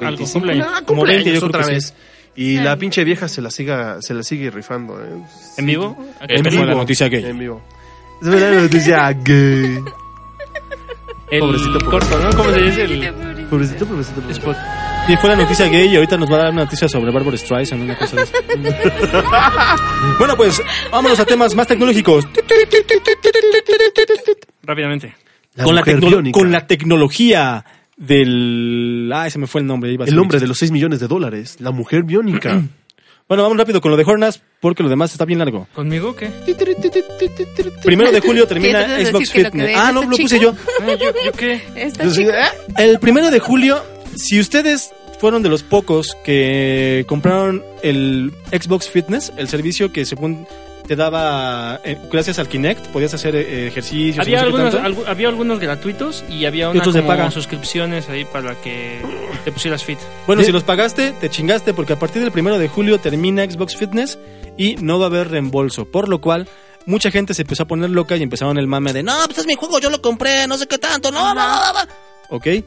Speaker 3: Algo,
Speaker 4: 25.
Speaker 3: cumple.
Speaker 4: Ah,
Speaker 1: Como
Speaker 4: cumple
Speaker 1: 20, yo creo
Speaker 4: años
Speaker 1: que
Speaker 4: otra
Speaker 1: sí.
Speaker 4: vez. Y la pinche vieja se la, siga, se la sigue rifando. ¿eh?
Speaker 3: ¿En vivo?
Speaker 4: En
Speaker 1: Esta
Speaker 3: Espera.
Speaker 1: fue la
Speaker 4: vivo.
Speaker 1: noticia gay.
Speaker 4: En vivo. Es verdad, la noticia ah, gay. Pobrecito,
Speaker 3: El
Speaker 4: pobrecito.
Speaker 3: corto, ¿no? ¿Cómo se dice? El
Speaker 4: Pobrecito, pobrecito, pobrecito.
Speaker 3: spot.
Speaker 1: Y fue la noticia gay y ahorita nos va a dar una noticia sobre Barbara Streisand, una cosa de eso. bueno, pues vámonos a temas más tecnológicos.
Speaker 3: Rápidamente.
Speaker 1: con, la
Speaker 4: mujer
Speaker 1: tecno-
Speaker 4: biónica.
Speaker 1: con la tecnología del... Ay, se me fue el nombre. iba a
Speaker 4: El
Speaker 1: ser
Speaker 4: hombre
Speaker 1: un
Speaker 4: de los 6 millones de dólares, la mujer biónica.
Speaker 1: chiste. Bueno, vamos rápido con lo de Hornas porque lo demás está bien largo.
Speaker 3: ¿Conmigo o qué?
Speaker 1: Primero de julio termina
Speaker 2: ¿Qué tratas de
Speaker 1: Xbox
Speaker 2: decir que lo que
Speaker 1: Fitness.
Speaker 2: veas
Speaker 1: Ah, no,
Speaker 2: este
Speaker 1: lo puse
Speaker 2: chico?
Speaker 1: yo.
Speaker 3: Ah, ¿Yo, yo qué?
Speaker 2: Esta
Speaker 4: Yo sí,
Speaker 2: chica.
Speaker 4: ¿eh?
Speaker 1: El primero de julio, si ustedes fueron de los pocos que compraron el Xbox Fitness, el servicio que según te daba, eh, gracias al Kinect, podías hacer eh, ejercicios.
Speaker 3: Había
Speaker 1: no sé qué
Speaker 3: algunos,
Speaker 1: tanto.
Speaker 3: algu- había algunos gratuitos y había una
Speaker 1: otros de
Speaker 3: como
Speaker 1: paga.
Speaker 3: suscripciones ahí para que te pusieras fit.
Speaker 1: Bueno,
Speaker 4: ¿Sí?
Speaker 1: si los pagaste, te chingaste, porque a partir del primero de julio termina Xbox Fitness y no va a haber reembolso. Por lo cual, mucha gente se empezó a poner loca y empezaron el mame de, no, pues es mi juego, yo lo compré, no sé qué tanto, no, no, no, no". ¿Ok? Eh,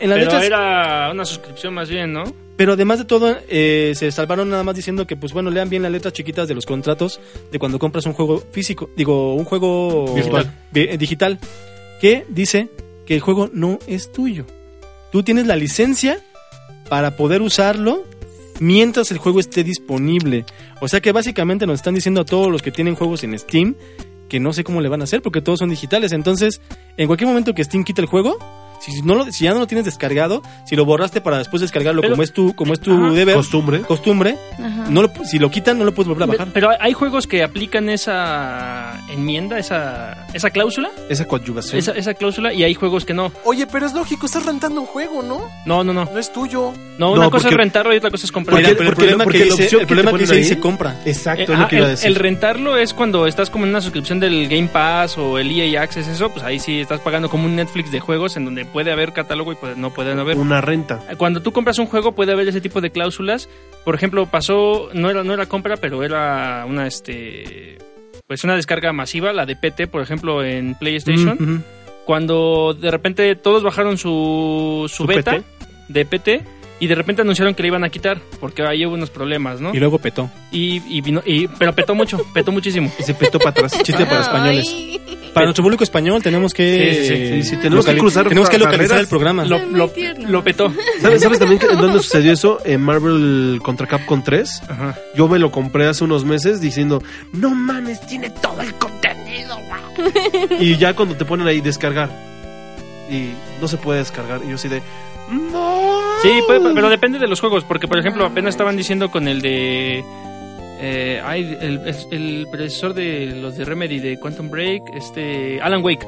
Speaker 1: en la
Speaker 3: Pero
Speaker 1: letra
Speaker 3: era una suscripción más bien, ¿no?
Speaker 1: Pero además de todo, eh, se salvaron nada más diciendo que, pues bueno, lean bien las letras chiquitas de los contratos de cuando compras un juego físico, digo, un juego
Speaker 4: Virtual.
Speaker 1: vi- eh, digital, que dice que el juego no es tuyo. Tú tienes la licencia para poder usarlo mientras el juego esté disponible. O sea que básicamente nos están diciendo a todos los que tienen juegos en Steam que no sé cómo le van a hacer porque todos son digitales. Entonces, en cualquier momento que Steam quita el juego, si, no lo- si ya no lo tienes descargado, si lo borraste para después descargarlo
Speaker 3: Pero-
Speaker 1: como es tu, como es tu
Speaker 3: Ajá.
Speaker 1: deber,
Speaker 4: Costumbre.
Speaker 1: costumbre,
Speaker 2: Ajá.
Speaker 1: no lo pu- si lo quitan no lo puedes volver a bajar.
Speaker 3: Pero hay juegos que aplican esa enmienda, esa, esa cláusula,
Speaker 4: Esa coadyuvación.
Speaker 3: esa, esa cláusula y hay juegos que no.
Speaker 5: Oye, pero es lógico, estás rentando un juego, ¿no?
Speaker 3: No, no, no.
Speaker 5: No es tuyo.
Speaker 3: No, una
Speaker 4: No,
Speaker 3: cosa
Speaker 4: porque-
Speaker 3: es rentarlo y otra cosa es comprarlo.
Speaker 1: Mira,
Speaker 4: porque-
Speaker 1: pero el
Speaker 4: porque
Speaker 1: problema
Speaker 4: porque
Speaker 1: que
Speaker 4: la
Speaker 1: dice-
Speaker 4: opción
Speaker 1: el
Speaker 4: que te
Speaker 1: problema que
Speaker 4: ponen
Speaker 1: dice
Speaker 4: ahí-
Speaker 1: dice compra.
Speaker 4: Exacto,
Speaker 3: Eh,
Speaker 4: es lo
Speaker 3: ajá,
Speaker 4: que iba a
Speaker 3: el,
Speaker 4: decir.
Speaker 3: el rentarlo es cuando estás como en una suscripción del Game Pass o el EA Access, eso, pues ahí sí estás pagando como un Netflix de juegos en donde puede haber catálogo y pues no pueden haber.
Speaker 4: Una renta.
Speaker 3: Cuando tú compras un juego puede haber ese tipo de cláusulas. Por ejemplo, pasó, no era, no era compra, pero era una este pues una descarga masiva, la de PT, por ejemplo, en PlayStation.
Speaker 1: Mm, ujú.
Speaker 3: Cuando de repente todos bajaron su, su,
Speaker 4: ¿Su
Speaker 3: beta
Speaker 4: PT?
Speaker 3: de PT y de repente anunciaron que le iban a quitar, porque ahí hubo unos problemas, ¿no?
Speaker 1: Y luego petó.
Speaker 3: Y, y vino, y- pero petó mucho, petó muchísimo.
Speaker 4: Y se petó para atrás.
Speaker 2: Ah.
Speaker 1: Chiste para españoles.
Speaker 2: Ay.
Speaker 1: para nuestro público español tenemos que.
Speaker 3: Sí, sí, sí,
Speaker 4: sí, sí, tenemos que
Speaker 1: locali-
Speaker 4: cruzar
Speaker 1: Tenemos que
Speaker 4: barreras.
Speaker 1: localizar el programa.
Speaker 3: Lo,
Speaker 2: Es muy
Speaker 3: lo-
Speaker 2: tierno.
Speaker 3: lo petó.
Speaker 4: ¿Sabes, sabes también que- en dónde sucedió eso? En Marvel contra Capcom 3.
Speaker 3: Ajá.
Speaker 4: Yo me lo compré hace unos meses diciendo, no mames, tiene todo el contenido. wow". y ya cuando te ponen ahí descargar. Y no se puede descargar. Y yo así de... No.
Speaker 3: Sí, puede- pero depende de los juegos, porque por ejemplo apenas estaban diciendo con el de... Eh, ay, el, el predecesor de los de Remedy, de Quantum Break, este Alan Wake.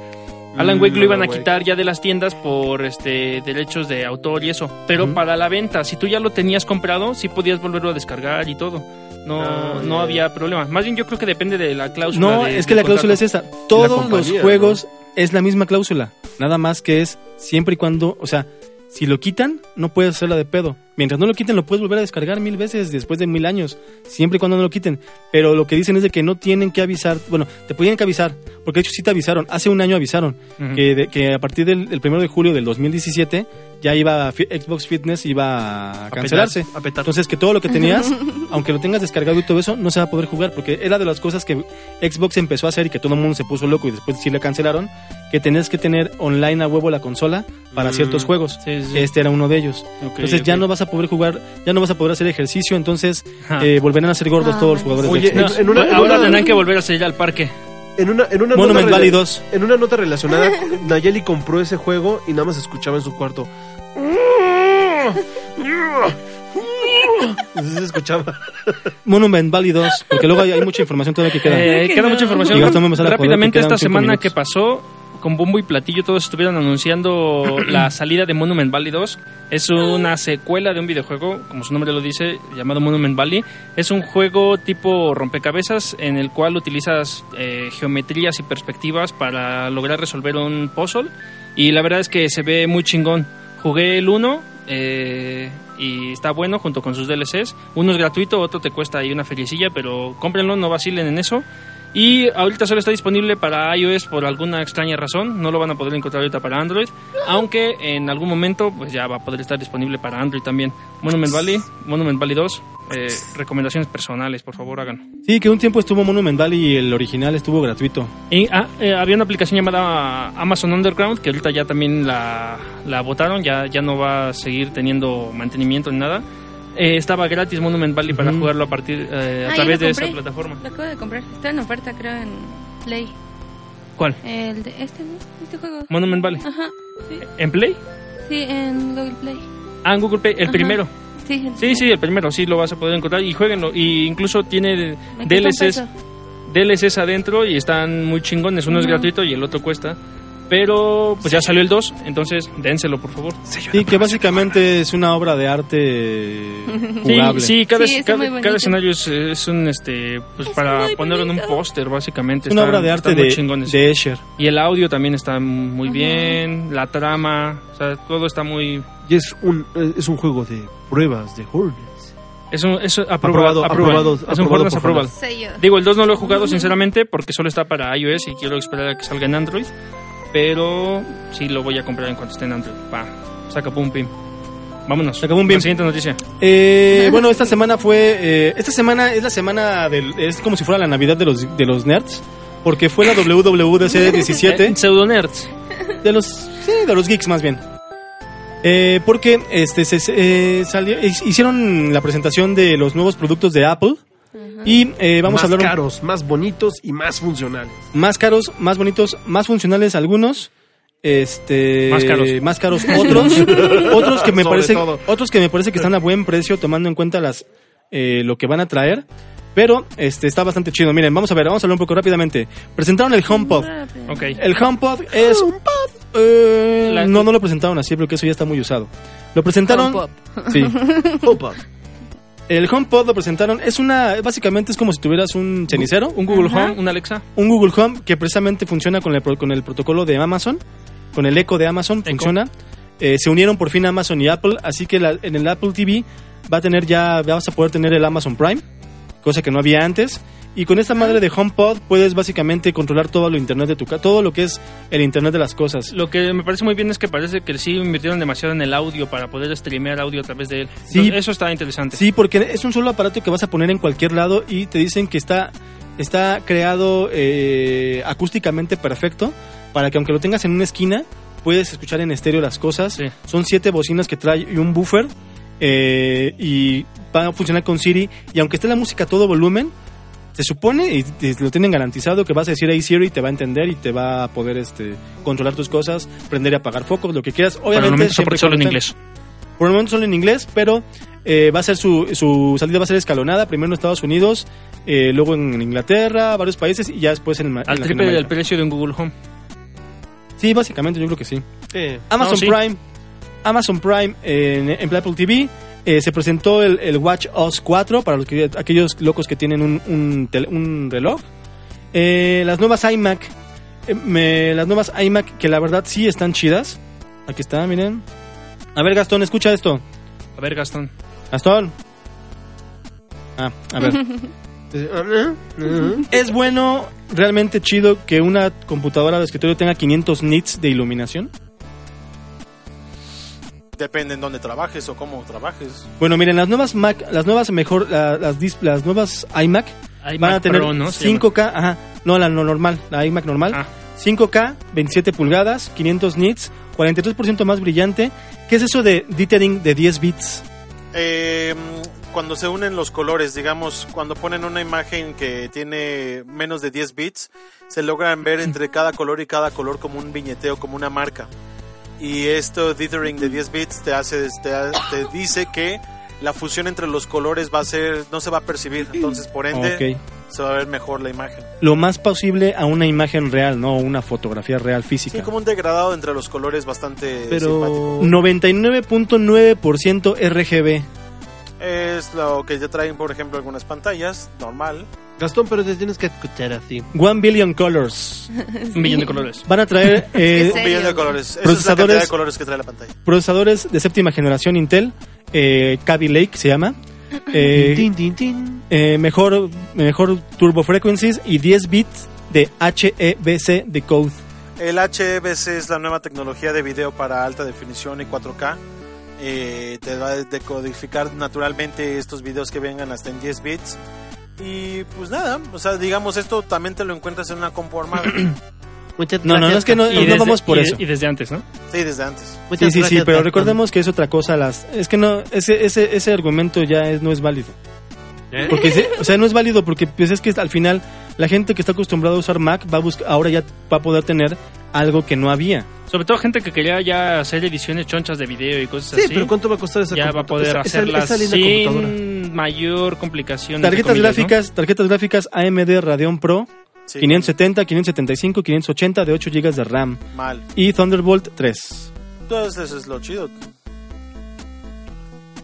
Speaker 3: Alan
Speaker 4: Mm,
Speaker 3: Wake lo iban a
Speaker 4: Alan Wake.
Speaker 3: quitar ya de las tiendas por este derechos de autor y eso. Pero
Speaker 4: Ujú.
Speaker 3: para la venta, si tú ya lo tenías comprado, sí podías volverlo a descargar y todo. No,
Speaker 4: Ah,
Speaker 3: no
Speaker 4: ya.
Speaker 3: había problema. Más bien yo creo que depende de la cláusula.
Speaker 1: No,
Speaker 3: de-
Speaker 1: es que
Speaker 3: del
Speaker 1: la cláusula es
Speaker 3: contrato.
Speaker 1: esta. Todos los
Speaker 4: compañía,
Speaker 1: juegos es la misma cláusula. Nada más que es siempre y cuando, o sea, si lo quitan, no puedes hacerla de pedo. Mientras no lo quiten, lo puedes volver a descargar mil veces después de mil años. Siempre y cuando no lo quiten. Pero lo que dicen es de que no tienen que avisar. Bueno, te podían que avisar. Porque de hecho sí te avisaron. Hace un año avisaron
Speaker 3: Ujú.
Speaker 1: que, de- que a partir del, del primero de julio del 2017 ya iba a fi- Xbox Fitness iba a cancelarse.
Speaker 4: A petar.
Speaker 1: Entonces que todo lo que tenías, aunque lo tengas descargado y todo eso, no se va a poder jugar porque era de las cosas que Xbox empezó a hacer y que todo el mundo se puso loco y después sí la cancelaron, que tenías que tener online a huevo la consola para
Speaker 4: Mm.
Speaker 1: ciertos juegos.
Speaker 3: Sí, sí, sí.
Speaker 1: Este era uno de ellos.
Speaker 3: Ok,
Speaker 1: Entonces ya
Speaker 3: ok.
Speaker 1: no vas a poder jugar, ya no vas a poder hacer ejercicio, entonces
Speaker 3: Ajá.
Speaker 1: eh, volverán a ser gordos todos los jugadores de
Speaker 4: Oye,
Speaker 3: Ah. No,
Speaker 1: Xbox.
Speaker 4: en una- en
Speaker 3: ahora
Speaker 4: una-
Speaker 3: tendrán que volver a salir al parque.
Speaker 4: En una, en una
Speaker 1: Monument
Speaker 4: rela-
Speaker 1: Valley 2.
Speaker 4: En una nota relacionada, Nayeli compró ese juego y nada más escuchaba en su cuarto. Así se escuchaba.
Speaker 1: Monument Valley 2, porque luego hay, hay mucha información todavía que queda.
Speaker 3: Eh, queda mucha información.
Speaker 1: Y ahorita vamos a la
Speaker 3: Rápidamente,
Speaker 1: coda, que
Speaker 3: esta
Speaker 1: quedan cinco
Speaker 3: semana
Speaker 1: minutos.
Speaker 3: que pasó, con bombo y platillo, todos estuvieron anunciando la salida de Monument Valley 2. Es una secuela de un videojuego, como su nombre lo dice, llamado Monument Valley. Es un juego tipo rompecabezas en el cual utilizas eh, geometrías y perspectivas para lograr resolver un puzzle. Y la verdad es que se ve muy chingón. Jugué el 1 eh, y está bueno junto con sus DLCs. Uno es gratuito, otro te cuesta ahí una feriecilla, pero cómprenlo, no vacilen en eso. Y ahorita solo está disponible para iOS por alguna extraña razón, no lo van a poder encontrar ahorita para Android, aunque en algún momento pues ya va a poder estar disponible para Android también. Monument Valley, Monument Valley 2, eh, recomendaciones personales, por favor, hagan.
Speaker 1: Sí, que un tiempo estuvo Monument Valley y el original estuvo gratuito.
Speaker 3: Y, ah, eh, había una aplicación llamada Amazon Underground que ahorita ya también la, la botaron, ya, ya no va a seguir teniendo mantenimiento ni nada. Eh, estaba gratis Monument Valley para
Speaker 1: Ujú.
Speaker 3: jugarlo a partir eh,
Speaker 2: Ah,
Speaker 3: a
Speaker 2: ya
Speaker 3: través
Speaker 2: lo
Speaker 3: de esa
Speaker 2: compré.
Speaker 3: plataforma.
Speaker 2: Lo acabo de comprar. Está en oferta, creo, en Play.
Speaker 3: ¿Cuál?
Speaker 2: El de este, ¿no? Este juego.
Speaker 3: Monument Valley.
Speaker 2: Ajá. Sí,
Speaker 3: ¿En Play?
Speaker 2: sí, en Google Play.
Speaker 3: Ah, en Google Play, el
Speaker 2: Ajá.
Speaker 3: primero.
Speaker 2: Sí, el
Speaker 3: Sí, sí, el primero, sí lo vas a poder encontrar y jueguenlo. Y incluso tiene
Speaker 2: Me cuesta un
Speaker 3: DLCs,
Speaker 2: peso.
Speaker 3: DLCs adentro y están muy chingones. Uno es
Speaker 2: Ujú.
Speaker 3: gratuito y el otro cuesta. Pero pues ya salió el 2, entonces dénselo por favor.
Speaker 1: Sí, que básicamente es una obra de arte
Speaker 3: Sí,
Speaker 1: jugable.
Speaker 3: sí, cada,
Speaker 2: Sí, está
Speaker 3: cada-
Speaker 2: muy
Speaker 3: cada
Speaker 2: bonito.
Speaker 3: escenario es, es un este pues
Speaker 2: Está
Speaker 3: para
Speaker 2: muy
Speaker 3: ponerlo en un
Speaker 2: bonito.
Speaker 3: póster básicamente.
Speaker 1: Es una
Speaker 3: Este,
Speaker 1: obra
Speaker 3: Están-
Speaker 1: de arte
Speaker 3: están muy
Speaker 1: de,
Speaker 3: chingones.
Speaker 1: de Escher.
Speaker 3: Y el audio también está muy
Speaker 2: Ujú.
Speaker 3: bien, la trama, o sea, todo está muy
Speaker 4: Y es un, eh, es un juego de pruebas de Hornets.
Speaker 3: es un es
Speaker 4: Aprobado,
Speaker 3: aprobado, aprobado,
Speaker 4: aprobado,
Speaker 3: es un
Speaker 4: aprobado
Speaker 3: Hornas
Speaker 4: por
Speaker 3: aprobado.
Speaker 2: Sello.
Speaker 3: Digo, el 2 no lo he jugado sinceramente porque solo está para iOS y quiero esperar a que salga en Android. Pero sí lo voy a comprar en cuanto esté en Android. Va, saca pum pim. Vámonos.
Speaker 1: Saca pum, pim.
Speaker 3: La siguiente noticia.
Speaker 1: Eh, bueno, esta semana fue. eh, esta semana es la semana del. Es como si fuera la Navidad de los, de los nerds. Porque fue la WWDC 17.
Speaker 3: Eh, Pseudonerds.
Speaker 1: De los. Sí, de los geeks más bien. Eh, porque este se, se- eh, salió- hicieron la presentación de los nuevos productos de Apple. Y eh, vamos
Speaker 4: más
Speaker 1: a hablar. un-
Speaker 4: caros, más bonitos y más funcionales.
Speaker 1: más caros, más bonitos, más funcionales algunos. Este,
Speaker 3: Más caros.
Speaker 1: más caros otros, otros que me
Speaker 4: Sobre
Speaker 1: parece,
Speaker 4: todo.
Speaker 1: otros que me parece que están a buen precio tomando en cuenta las eh, lo que van a traer, pero este está bastante chido. Miren, vamos a ver, vamos a hablar un poco rápidamente. Presentaron el HomePod.
Speaker 3: Ok.
Speaker 1: El HomePod es eh,
Speaker 3: La-
Speaker 1: no no lo presentaron así porque eso ya está muy usado. Lo presentaron
Speaker 2: HomePod.
Speaker 1: Sí.
Speaker 4: Opa.
Speaker 1: El HomePod lo presentaron, es una básicamente es como si tuvieras un cenicero,
Speaker 3: Un Google
Speaker 2: Ajá.
Speaker 3: Home, un Alexa.
Speaker 1: un Google Home que precisamente funciona con el, pro- con el protocolo de Amazon, con el eco de Amazon, funciona. Eh, se unieron por fin Amazon y Apple, así que la- en el Apple TV va a tener ya, vas a poder tener el Amazon Prime, cosa que no había antes. Y con esta madre de HomePod puedes básicamente controlar todo lo internet de tu casa, todo lo que es el internet de las cosas.
Speaker 3: Lo que me parece muy bien es que parece que sí invirtieron demasiado en el audio para poder streamear audio a través de él.
Speaker 1: Sí.
Speaker 3: Entonces, eso está interesante.
Speaker 1: Sí, porque es un solo aparato que vas a poner en cualquier lado y te dicen que está está creado eh, acústicamente perfecto para que aunque lo tengas en una esquina, puedes escuchar en estéreo las cosas.
Speaker 3: Sí.
Speaker 1: Son siete bocinas que trae y un buffer eh, y va a funcionar con Siri. Y aunque esté la música a todo volumen, se supone y te- lo tienen garantizado que vas a decir ahí Siri y te va a entender y te va a poder este, controlar tus cosas, prender y apagar focos, lo que quieras.
Speaker 3: Para el
Speaker 1: Obviamente
Speaker 3: momento
Speaker 1: siempre
Speaker 3: soporte solo en
Speaker 1: cuando estén-
Speaker 3: inglés.
Speaker 1: por el momento solo en inglés, pero eh, va a ser su, su salida va a ser escalonada, primero en Estados Unidos, eh, luego en Inglaterra, varios países y ya después en, Ma-
Speaker 3: Al
Speaker 1: en
Speaker 3: triple del
Speaker 1: Latinoamérica.
Speaker 3: precio de un Google Home.
Speaker 1: Sí, básicamente yo creo que sí.
Speaker 4: Sí.
Speaker 1: Amazon
Speaker 3: No, Ah, sí.
Speaker 1: Prime, Amazon Prime en, en Apple TV. eh, se presentó el, el Watch OS 4 para los que- aquellos locos que tienen un, un tel- un reloj. Eh, las nuevas iMac. eh, me- las nuevas iMac que la verdad sí están chidas. Aquí está, miren. A ver, Gastón, escucha esto.
Speaker 3: A ver, Gastón.
Speaker 1: Gastón. Ah, a ver.
Speaker 4: Eh,
Speaker 1: ¿Es bueno, realmente chido, que una computadora de escritorio tenga 500 nits de iluminación?
Speaker 5: Depende en dónde trabajes o cómo trabajes.
Speaker 1: Bueno, miren, las nuevas Mac, las nuevas mejor, la- las, dis- las nuevas iMac
Speaker 3: Ahí
Speaker 1: van a
Speaker 3: Mac
Speaker 1: tener
Speaker 3: Pro, ¿no? Se
Speaker 1: 5K, ajá, no la no normal, la iMac normal,
Speaker 3: llama. Ah,
Speaker 1: 5K, 27 pulgadas, 500 nits, 43% más brillante. ¿Qué es eso de dithering de 10 bits?
Speaker 5: Eh, cuando se unen los colores, digamos, cuando ponen una imagen que tiene menos de 10 bits, se logran ver entre cada color y cada color como un viñeteo, como una marca. Y esto dithering de 10 bits te hace te, ha- te dice que la fusión entre los colores va a ser no se va a percibir, entonces por ende
Speaker 1: Ok.
Speaker 5: se va a ver mejor la imagen.
Speaker 1: Lo más posible a una imagen real, no una fotografía real física.
Speaker 5: Sí, como un degradado entre los colores bastante simpático.
Speaker 1: pero 99.9% RGB.
Speaker 5: Es lo que ya traen, por ejemplo, algunas pantallas, normal.
Speaker 4: Gastón, pero te tienes que escuchar así.
Speaker 1: One billion colors.
Speaker 3: un millón de colores.
Speaker 1: Van a traer eh,
Speaker 2: ¿En
Speaker 5: Un
Speaker 2: serio?
Speaker 5: billón de colores. Esa es la
Speaker 1: Procesadores-
Speaker 5: cantidad de colores que trae la pantalla.
Speaker 1: procesadores de séptima generación Intel, eh, Kaby Lake se llama. Eh,
Speaker 4: Tin, tin, tin.
Speaker 1: eh, mejor, mejor turbo frequencies y 10 bits de HEVC de code.
Speaker 5: El HEVC es la nueva tecnología de video para alta definición y 4K. Eh, te va a decodificar naturalmente estos videos que vengan hasta en 10 bits. Y pues nada, o sea, digamos, esto también te lo encuentras en una compu armada.
Speaker 4: Muchas
Speaker 1: No, no, no, es que no-
Speaker 4: Gastón.
Speaker 1: no vamos por
Speaker 3: y de-
Speaker 1: eso.
Speaker 3: Y desde antes, ¿no?
Speaker 5: sí, desde antes.
Speaker 1: Sí,
Speaker 4: Muchas
Speaker 1: sí, sí,
Speaker 4: gracias,
Speaker 1: pero
Speaker 4: Gastón.
Speaker 1: recordemos que es otra cosa. Las, es que no, ese, ese, ese argumento ya es- no es válido.
Speaker 4: ¿Eh?
Speaker 1: Porque, se- o sea, no es válido porque pues, es que al final la gente que está acostumbrada a usar Mac va a buscar, ahora ya va a poder tener algo que no había.
Speaker 3: Sobre todo gente que quería ya hacer ediciones chonchas de video y cosas
Speaker 4: Sí,
Speaker 3: así.
Speaker 4: pero ¿cuánto va a costar esa
Speaker 3: ya va a
Speaker 4: computadora?
Speaker 3: poder
Speaker 4: Esa- esa-
Speaker 3: hacerlas
Speaker 4: esa linda computadora.
Speaker 3: sin mayor complicación. entre
Speaker 1: Tarjetas
Speaker 3: comillas, ¿no?
Speaker 1: gráficas, tarjetas gráficas AMD Radeon Pro
Speaker 5: Sí,
Speaker 1: 570, 575, 580 de 8 GB de RAM
Speaker 5: Mal.
Speaker 1: y Thunderbolt 3.
Speaker 5: Entonces, eso es lo chido.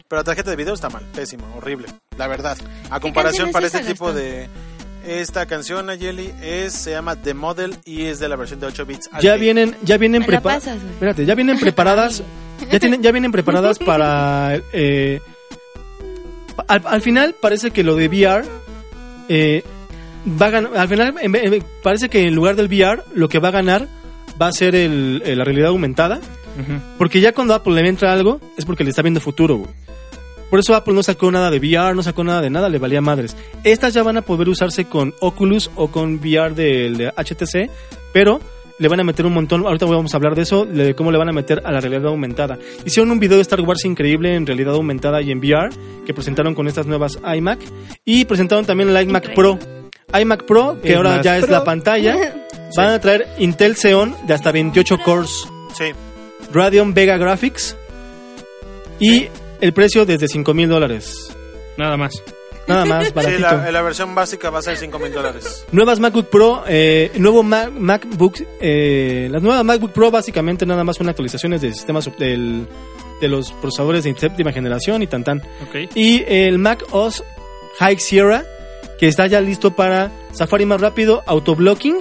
Speaker 5: Pero la tarjeta de video está mal, pésima, horrible, la verdad. A
Speaker 2: canción
Speaker 5: comparación
Speaker 2: es
Speaker 5: para
Speaker 2: esa,
Speaker 5: este tipo
Speaker 2: Gastón?
Speaker 5: de... Esta canción, Ayeli, es, se llama The Model y es de la versión de 8 bits.
Speaker 1: Ya
Speaker 5: Arcade.
Speaker 1: vienen ya vienen
Speaker 2: Me la
Speaker 1: preparadas.
Speaker 2: pasas, güey.
Speaker 1: Espérate, ya vienen preparadas. ya tienen ya vienen preparadas para eh, al, al final parece que lo de VR eh, va a ganar, al final en vez- en vez- parece que en lugar del VR lo que va a ganar va a ser el- eh, la realidad aumentada
Speaker 3: Ujú.
Speaker 1: Porque ya cuando Apple le entra algo, es porque le está viendo futuro, güey. Por eso Apple no sacó nada de VR, no sacó nada de nada, le valía madres. Estas ya van a poder usarse con Oculus o con VR del de HTC, pero le van a meter un montón, ahorita vamos a hablar de eso, de cómo le van a meter a la realidad aumentada. Hicieron un video de Star Wars increíble en realidad aumentada y en VR, que presentaron con estas nuevas iMac, y presentaron también la iMac Pro.
Speaker 2: Increíble.
Speaker 1: iMac Pro, que
Speaker 4: Es
Speaker 1: ahora
Speaker 4: más
Speaker 1: ya es
Speaker 4: pro.
Speaker 1: la pantalla, van a traer Intel Xeon de hasta 28 cores.
Speaker 5: Sí.
Speaker 1: Radeon Vega Graphics y el precio desde 5 mil dólares.
Speaker 3: Nada más.
Speaker 1: Nada más,
Speaker 5: Sí,
Speaker 1: baratito.
Speaker 5: la, la versión básica va a ser 5 mil dólares.
Speaker 1: Nuevas MacBook Pro, eh, nuevo Ma- MacBook, eh, la nueva MacBook Pro básicamente nada más son actualizaciones de sistemas op- del- de los procesadores de séptima generación y tan tan.
Speaker 3: Ok.
Speaker 1: Y el Mac OS High Sierra, que está ya listo para Safari más rápido, autoblocking,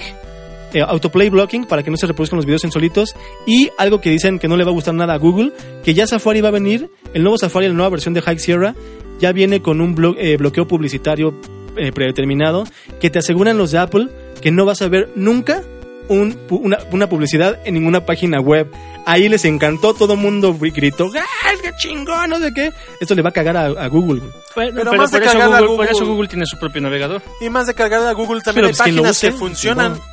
Speaker 1: eh, autoplay blocking, para que no se reproduzcan los videos en solitos. Y algo que dicen que no le va a gustar nada a Google, que ya Safari va a venir, el nuevo Safari, la nueva versión de High Sierra, ya viene con un blo- eh, bloqueo publicitario eh, predeterminado, que te aseguran los de Apple que no vas a ver nunca un pu- una, una publicidad en ninguna página web. Ahí les encantó, todo mundo gritó, ¡Ah, es que chingón, no sé qué. Esto le va a cagar a, a Google. güey.
Speaker 3: Bueno,
Speaker 5: Pero
Speaker 3: pero,
Speaker 5: más de
Speaker 3: por, eso
Speaker 5: cagar a
Speaker 3: Google,
Speaker 5: Google.
Speaker 3: por eso Google tiene su propio navegador.
Speaker 5: Y más de cargar a Google,
Speaker 1: Pero
Speaker 5: también
Speaker 1: pues
Speaker 5: hay
Speaker 1: quien lo
Speaker 5: páginas que
Speaker 1: use,
Speaker 5: funcionan.
Speaker 1: chingón.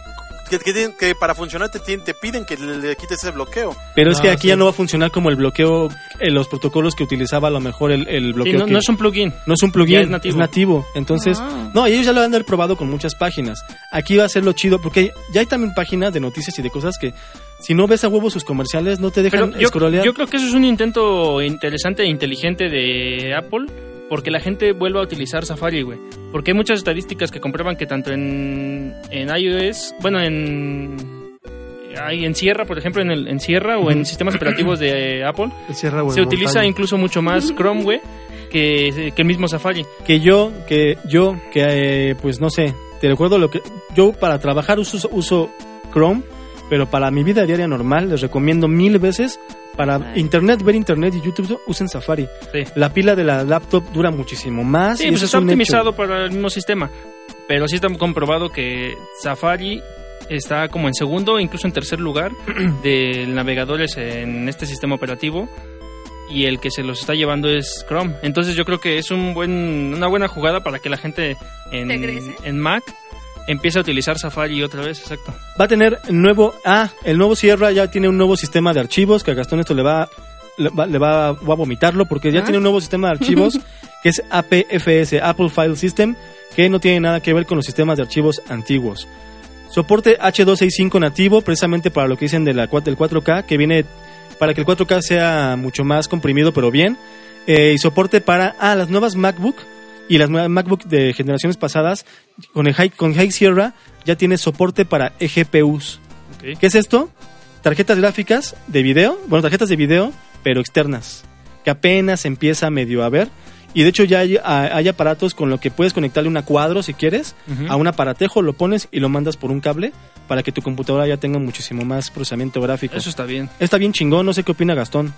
Speaker 5: Que, que tienen- que para funcionar te, tienen- te piden que le, le quites ese bloqueo.
Speaker 1: Pero es
Speaker 3: No,
Speaker 1: que aquí
Speaker 3: sí.
Speaker 1: ya no va a funcionar como el bloqueo, eh, los protocolos que utilizaba a lo mejor el, el
Speaker 3: Sí,
Speaker 1: bloqueo.
Speaker 3: no,
Speaker 1: que-
Speaker 3: no es un plugin.
Speaker 1: No es un plugin,
Speaker 3: Ya
Speaker 1: es
Speaker 3: es
Speaker 1: nativo.
Speaker 3: nativo.
Speaker 1: Entonces,
Speaker 2: Ah.
Speaker 1: no, ellos ya lo han de haber probado con muchas páginas. Aquí va a ser lo chido, porque ya hay también páginas de noticias y de cosas que, si no ves a huevo sus comerciales, no te
Speaker 3: Pero
Speaker 1: dejan
Speaker 3: yo,
Speaker 1: scrollear.
Speaker 3: yo creo que eso es un intento interesante e inteligente de Apple porque la gente vuelva a utilizar Safari, güey. Porque hay muchas estadísticas que comprueban que tanto en, en iOS, bueno, en, ay, en Sierra, por ejemplo, en, el, en Sierra o en sistemas operativos de Apple,
Speaker 4: Sierra, güey,
Speaker 3: se utiliza
Speaker 4: montaña.
Speaker 3: incluso mucho más Chrome, güey, que, que el mismo Safari.
Speaker 1: que yo, que yo, que eh, pues no sé, te recuerdo lo que yo para trabajar uso, uso Chrome, pero para mi vida diaria normal les recomiendo mil veces para
Speaker 2: Ay.
Speaker 1: internet, ver internet y YouTube usen Safari.
Speaker 3: Sí.
Speaker 1: La pila de la laptop dura muchísimo
Speaker 5: Ah,
Speaker 1: más.
Speaker 3: Sí,
Speaker 1: y
Speaker 3: pues
Speaker 1: eso
Speaker 3: está
Speaker 1: es un hecho.
Speaker 3: optimizado para el mismo sistema. Pero sí está comprobado que Safari está como en segundo, incluso en tercer lugar de navegadores en este sistema operativo. Y el que se los está llevando es Chrome. Entonces yo creo que es un buen, una buena jugada para que la gente en,
Speaker 2: Regrese.
Speaker 3: en Mac empiece a utilizar Safari otra vez, exacto.
Speaker 1: Va a tener nuevo. Ah, el nuevo Sierra ya tiene un nuevo sistema de archivos. Que a Gastón esto le va. Le va, le va- va a vomitarlo porque ya
Speaker 2: Ah.
Speaker 1: tiene un nuevo sistema de archivos que es APFS, Apple File System, que no tiene nada que ver con los sistemas de archivos antiguos. Soporte H265 nativo, precisamente para lo que dicen de la, cua- del 4K, que viene para que el 4K sea mucho más comprimido, pero bien. Eh, y soporte para ah, las nuevas MacBook y las nuevas MacBook de generaciones pasadas con, el High, con High Sierra ya tiene soporte para E eGPUs.
Speaker 3: Ok.
Speaker 1: ¿Qué es esto? Tarjetas gráficas de video, bueno, tarjetas de video, pero externas, que apenas empieza medio a ver. Y de hecho ya hay, a- hay aparatos con lo que puedes conectarle una cuadro si quieres,
Speaker 3: Ujú.
Speaker 1: a un aparatejo, lo pones y lo mandas por un cable para que tu computadora ya tenga muchísimo más procesamiento gráfico.
Speaker 3: Eso está bien.
Speaker 1: Está bien chingón, no sé qué opina Gastón.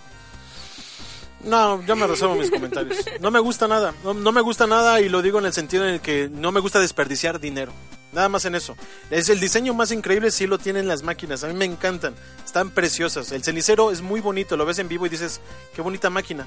Speaker 5: No, yo me reservo mis comentarios. No me gusta nada. No, no me gusta nada y lo digo en el sentido en el que no me gusta desperdiciar dinero. Nada más en eso. Es el diseño más increíble sí lo tienen las máquinas. A mí me encantan. Están preciosas. El cenicero es muy bonito. Lo ves en vivo y dices, qué bonita máquina.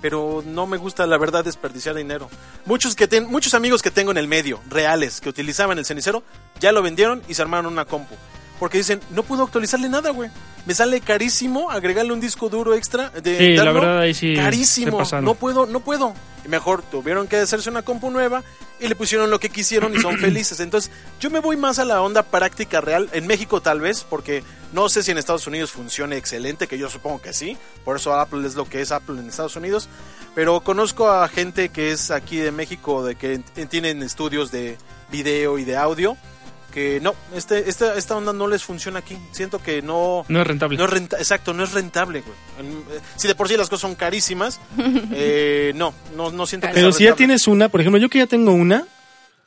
Speaker 5: Pero no me gusta, la verdad, desperdiciar dinero. Muchos, que ten- muchos amigos que tengo en el medio, reales, que utilizaban el cenicero, ya lo vendieron y se armaron una compu. Porque dicen, no puedo actualizarle nada, güey. Me sale carísimo agregarle un disco duro extra. De
Speaker 3: Sí, la
Speaker 5: darlo
Speaker 3: verdad ahí sí. se
Speaker 5: carísimo.
Speaker 3: pasaron.
Speaker 5: No puedo, no puedo. Y mejor tuvieron que hacerse una compu nueva y le pusieron lo que quisieron y son felices. Entonces, yo me voy más a la onda práctica real. En México tal vez, porque no sé si en Estados Unidos funcione excelente, que yo supongo que sí. Por eso Apple es lo que es Apple en Estados Unidos. Pero conozco a gente que es aquí de México, de que en- tienen estudios de video y de audio. Que no, este, esta, esta onda no les funciona aquí. Siento que no,
Speaker 3: No es rentable.
Speaker 5: no es renta- exacto, no es rentable, güey. En- eh, Si de por sí las cosas son carísimas, eh, no, no, no siento que
Speaker 1: Pero
Speaker 5: sea
Speaker 1: si ya
Speaker 5: rentable.
Speaker 1: tienes una, por ejemplo, yo que ya tengo una,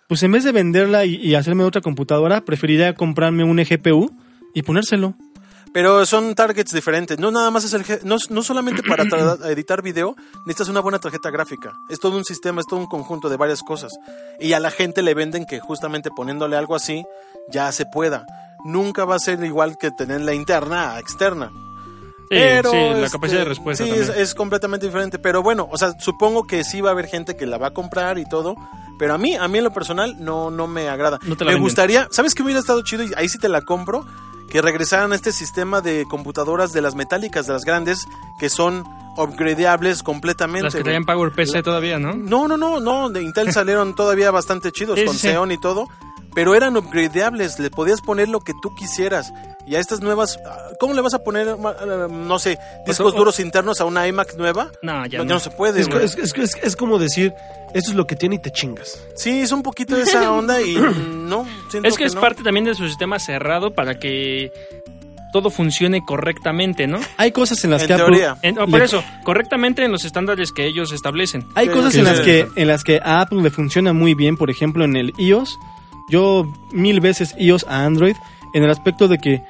Speaker 1: pues en vez de venderla y, y hacerme otra computadora, preferiría comprarme un eGPU y ponérselo.
Speaker 5: Pero son targets diferentes. No nada más es el ge- no, no solamente para tra- eh, editar video, necesitas una buena tarjeta gráfica. Es todo un sistema, es todo un conjunto de varias cosas. Y a la gente le venden que justamente poniéndole algo así ya se pueda. Nunca va a ser igual que tener la interna a externa.
Speaker 3: Sí, sí, la
Speaker 5: este,
Speaker 3: capacidad de respuesta.
Speaker 5: Sí,
Speaker 3: también.
Speaker 5: es, es completamente diferente. Pero bueno, o sea, supongo que sí va a haber gente que la va a comprar y todo. Pero a mí, a mí en lo personal, no, no me agrada.
Speaker 3: No te la
Speaker 5: me
Speaker 3: venden.
Speaker 5: gustaría, ¿sabes qué hubiera estado chido? Y ahí sí te la compro. Que regresaran a este sistema de computadoras de las metálicas, de las grandes, que son upgradeables completamente.
Speaker 3: Las que
Speaker 5: güey.
Speaker 3: traían Power PC todavía, ¿no?
Speaker 5: No, no, no, no. De Intel salieron todavía bastante chidos
Speaker 3: Sí,
Speaker 5: con
Speaker 3: sí, sí.
Speaker 5: Xeon y todo. Pero eran upgradeables, le podías poner lo que tú quisieras. Y a estas nuevas, ah, ¿cómo le vas a poner, ma- ah, no sé, discos
Speaker 3: o-
Speaker 5: duros internos a una iMac nueva?
Speaker 3: No, ya
Speaker 5: no,
Speaker 3: no.
Speaker 5: ya no se puede.
Speaker 4: Es, co-
Speaker 5: güey.
Speaker 4: es- es- es- es como decir, esto es lo que tiene y te chingas.
Speaker 5: Sí, es un poquito de esa onda y no. siento
Speaker 3: Es que es
Speaker 5: no.
Speaker 3: parte también de su sistema cerrado para que todo funcione correctamente, ¿no?
Speaker 1: Hay cosas en las
Speaker 5: En
Speaker 1: que Apple-
Speaker 5: teoría.
Speaker 3: En- oh, por
Speaker 1: Le-
Speaker 3: eso, correctamente en los estándares que ellos establecen.
Speaker 1: Hay
Speaker 5: Sí,
Speaker 1: cosas
Speaker 5: sí,
Speaker 1: en
Speaker 5: sí,
Speaker 1: las
Speaker 5: sí.
Speaker 1: que en las que a Apple le funciona muy bien, por ejemplo en el iOS. Yo mil veces iOS a Android en el aspecto de que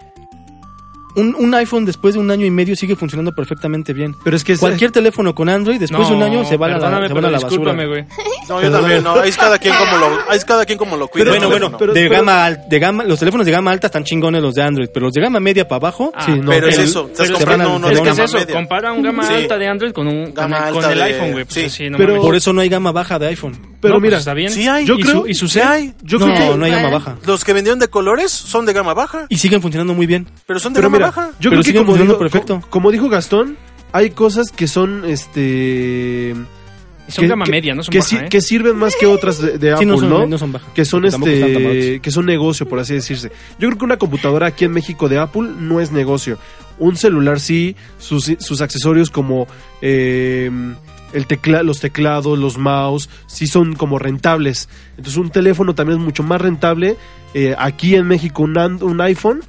Speaker 1: un, un iPhone después de un año y medio sigue funcionando perfectamente bien.
Speaker 4: Pero es que es-
Speaker 1: Cualquier teléfono con Android después de un año se va a la,
Speaker 3: perdóname,
Speaker 1: se va a la
Speaker 3: pero
Speaker 1: basura.
Speaker 3: discúlpame, güey.
Speaker 5: No, yo también no. Ahí es cada quien como lo, ahí es cada quien como lo cuida.
Speaker 1: bueno,
Speaker 4: Pero- pero-
Speaker 1: bueno,
Speaker 4: pero-
Speaker 1: de
Speaker 4: pero-
Speaker 1: gama al- de gama, los teléfonos de gama alta están chingones los de Android, pero los de gama media para abajo,
Speaker 3: Ah,
Speaker 4: Sí, no.
Speaker 5: pero es
Speaker 1: el-
Speaker 5: eso, estás
Speaker 1: se van
Speaker 5: comprando
Speaker 1: al
Speaker 5: uno de
Speaker 3: Es que
Speaker 1: perdón.
Speaker 3: es
Speaker 5: gama
Speaker 3: eso,
Speaker 5: media.
Speaker 3: compara un gama
Speaker 5: Sí.
Speaker 3: alta de Android con un con,
Speaker 5: Gama
Speaker 3: el-
Speaker 5: alta
Speaker 3: con el
Speaker 5: de-
Speaker 3: iPhone, güey. Pues
Speaker 5: sí.
Speaker 3: sí, no
Speaker 4: Pero-
Speaker 3: mames.
Speaker 1: Por e- eso no hay gama baja de iPhone.
Speaker 4: Pero
Speaker 3: No, pues
Speaker 4: mira,
Speaker 3: está bien.
Speaker 5: Sí hay.
Speaker 4: Yo
Speaker 3: ¿Y
Speaker 4: creo-
Speaker 3: su, y su
Speaker 5: Sí
Speaker 3: cel?
Speaker 5: hay.
Speaker 4: yo
Speaker 1: no,
Speaker 4: creo que...
Speaker 1: no hay gama
Speaker 2: Bueno.
Speaker 1: baja.
Speaker 5: Los que vendieron de colores son de gama baja,
Speaker 1: Y siguen funcionando muy bien.
Speaker 5: pero son de
Speaker 4: Pero
Speaker 5: gama
Speaker 4: mira,
Speaker 5: baja.
Speaker 1: Pero
Speaker 4: yo creo que
Speaker 1: siguen
Speaker 4: como
Speaker 1: funcionando
Speaker 4: dijo,
Speaker 1: perfecto.
Speaker 4: co- como dijo Gastón, hay cosas que son este
Speaker 3: Y Son gama media, no son
Speaker 4: que,
Speaker 3: baja,
Speaker 4: sí-
Speaker 3: ¿eh?
Speaker 4: que sirven más que otras de, de
Speaker 1: Sí,
Speaker 4: Apple,
Speaker 1: no son,
Speaker 4: ¿no?
Speaker 1: no son baja.
Speaker 4: Que son
Speaker 1: Tampoco están tan baratos.
Speaker 4: este que son negocio, por así decirse. Yo creo que una computadora aquí en México de Apple no es negocio. Un celular sí, sus, sus accesorios como eh, el tecla, los teclados, los mouse, sí son como rentables. Entonces un teléfono también es mucho más rentable eh, aquí en México un, an- un iPhone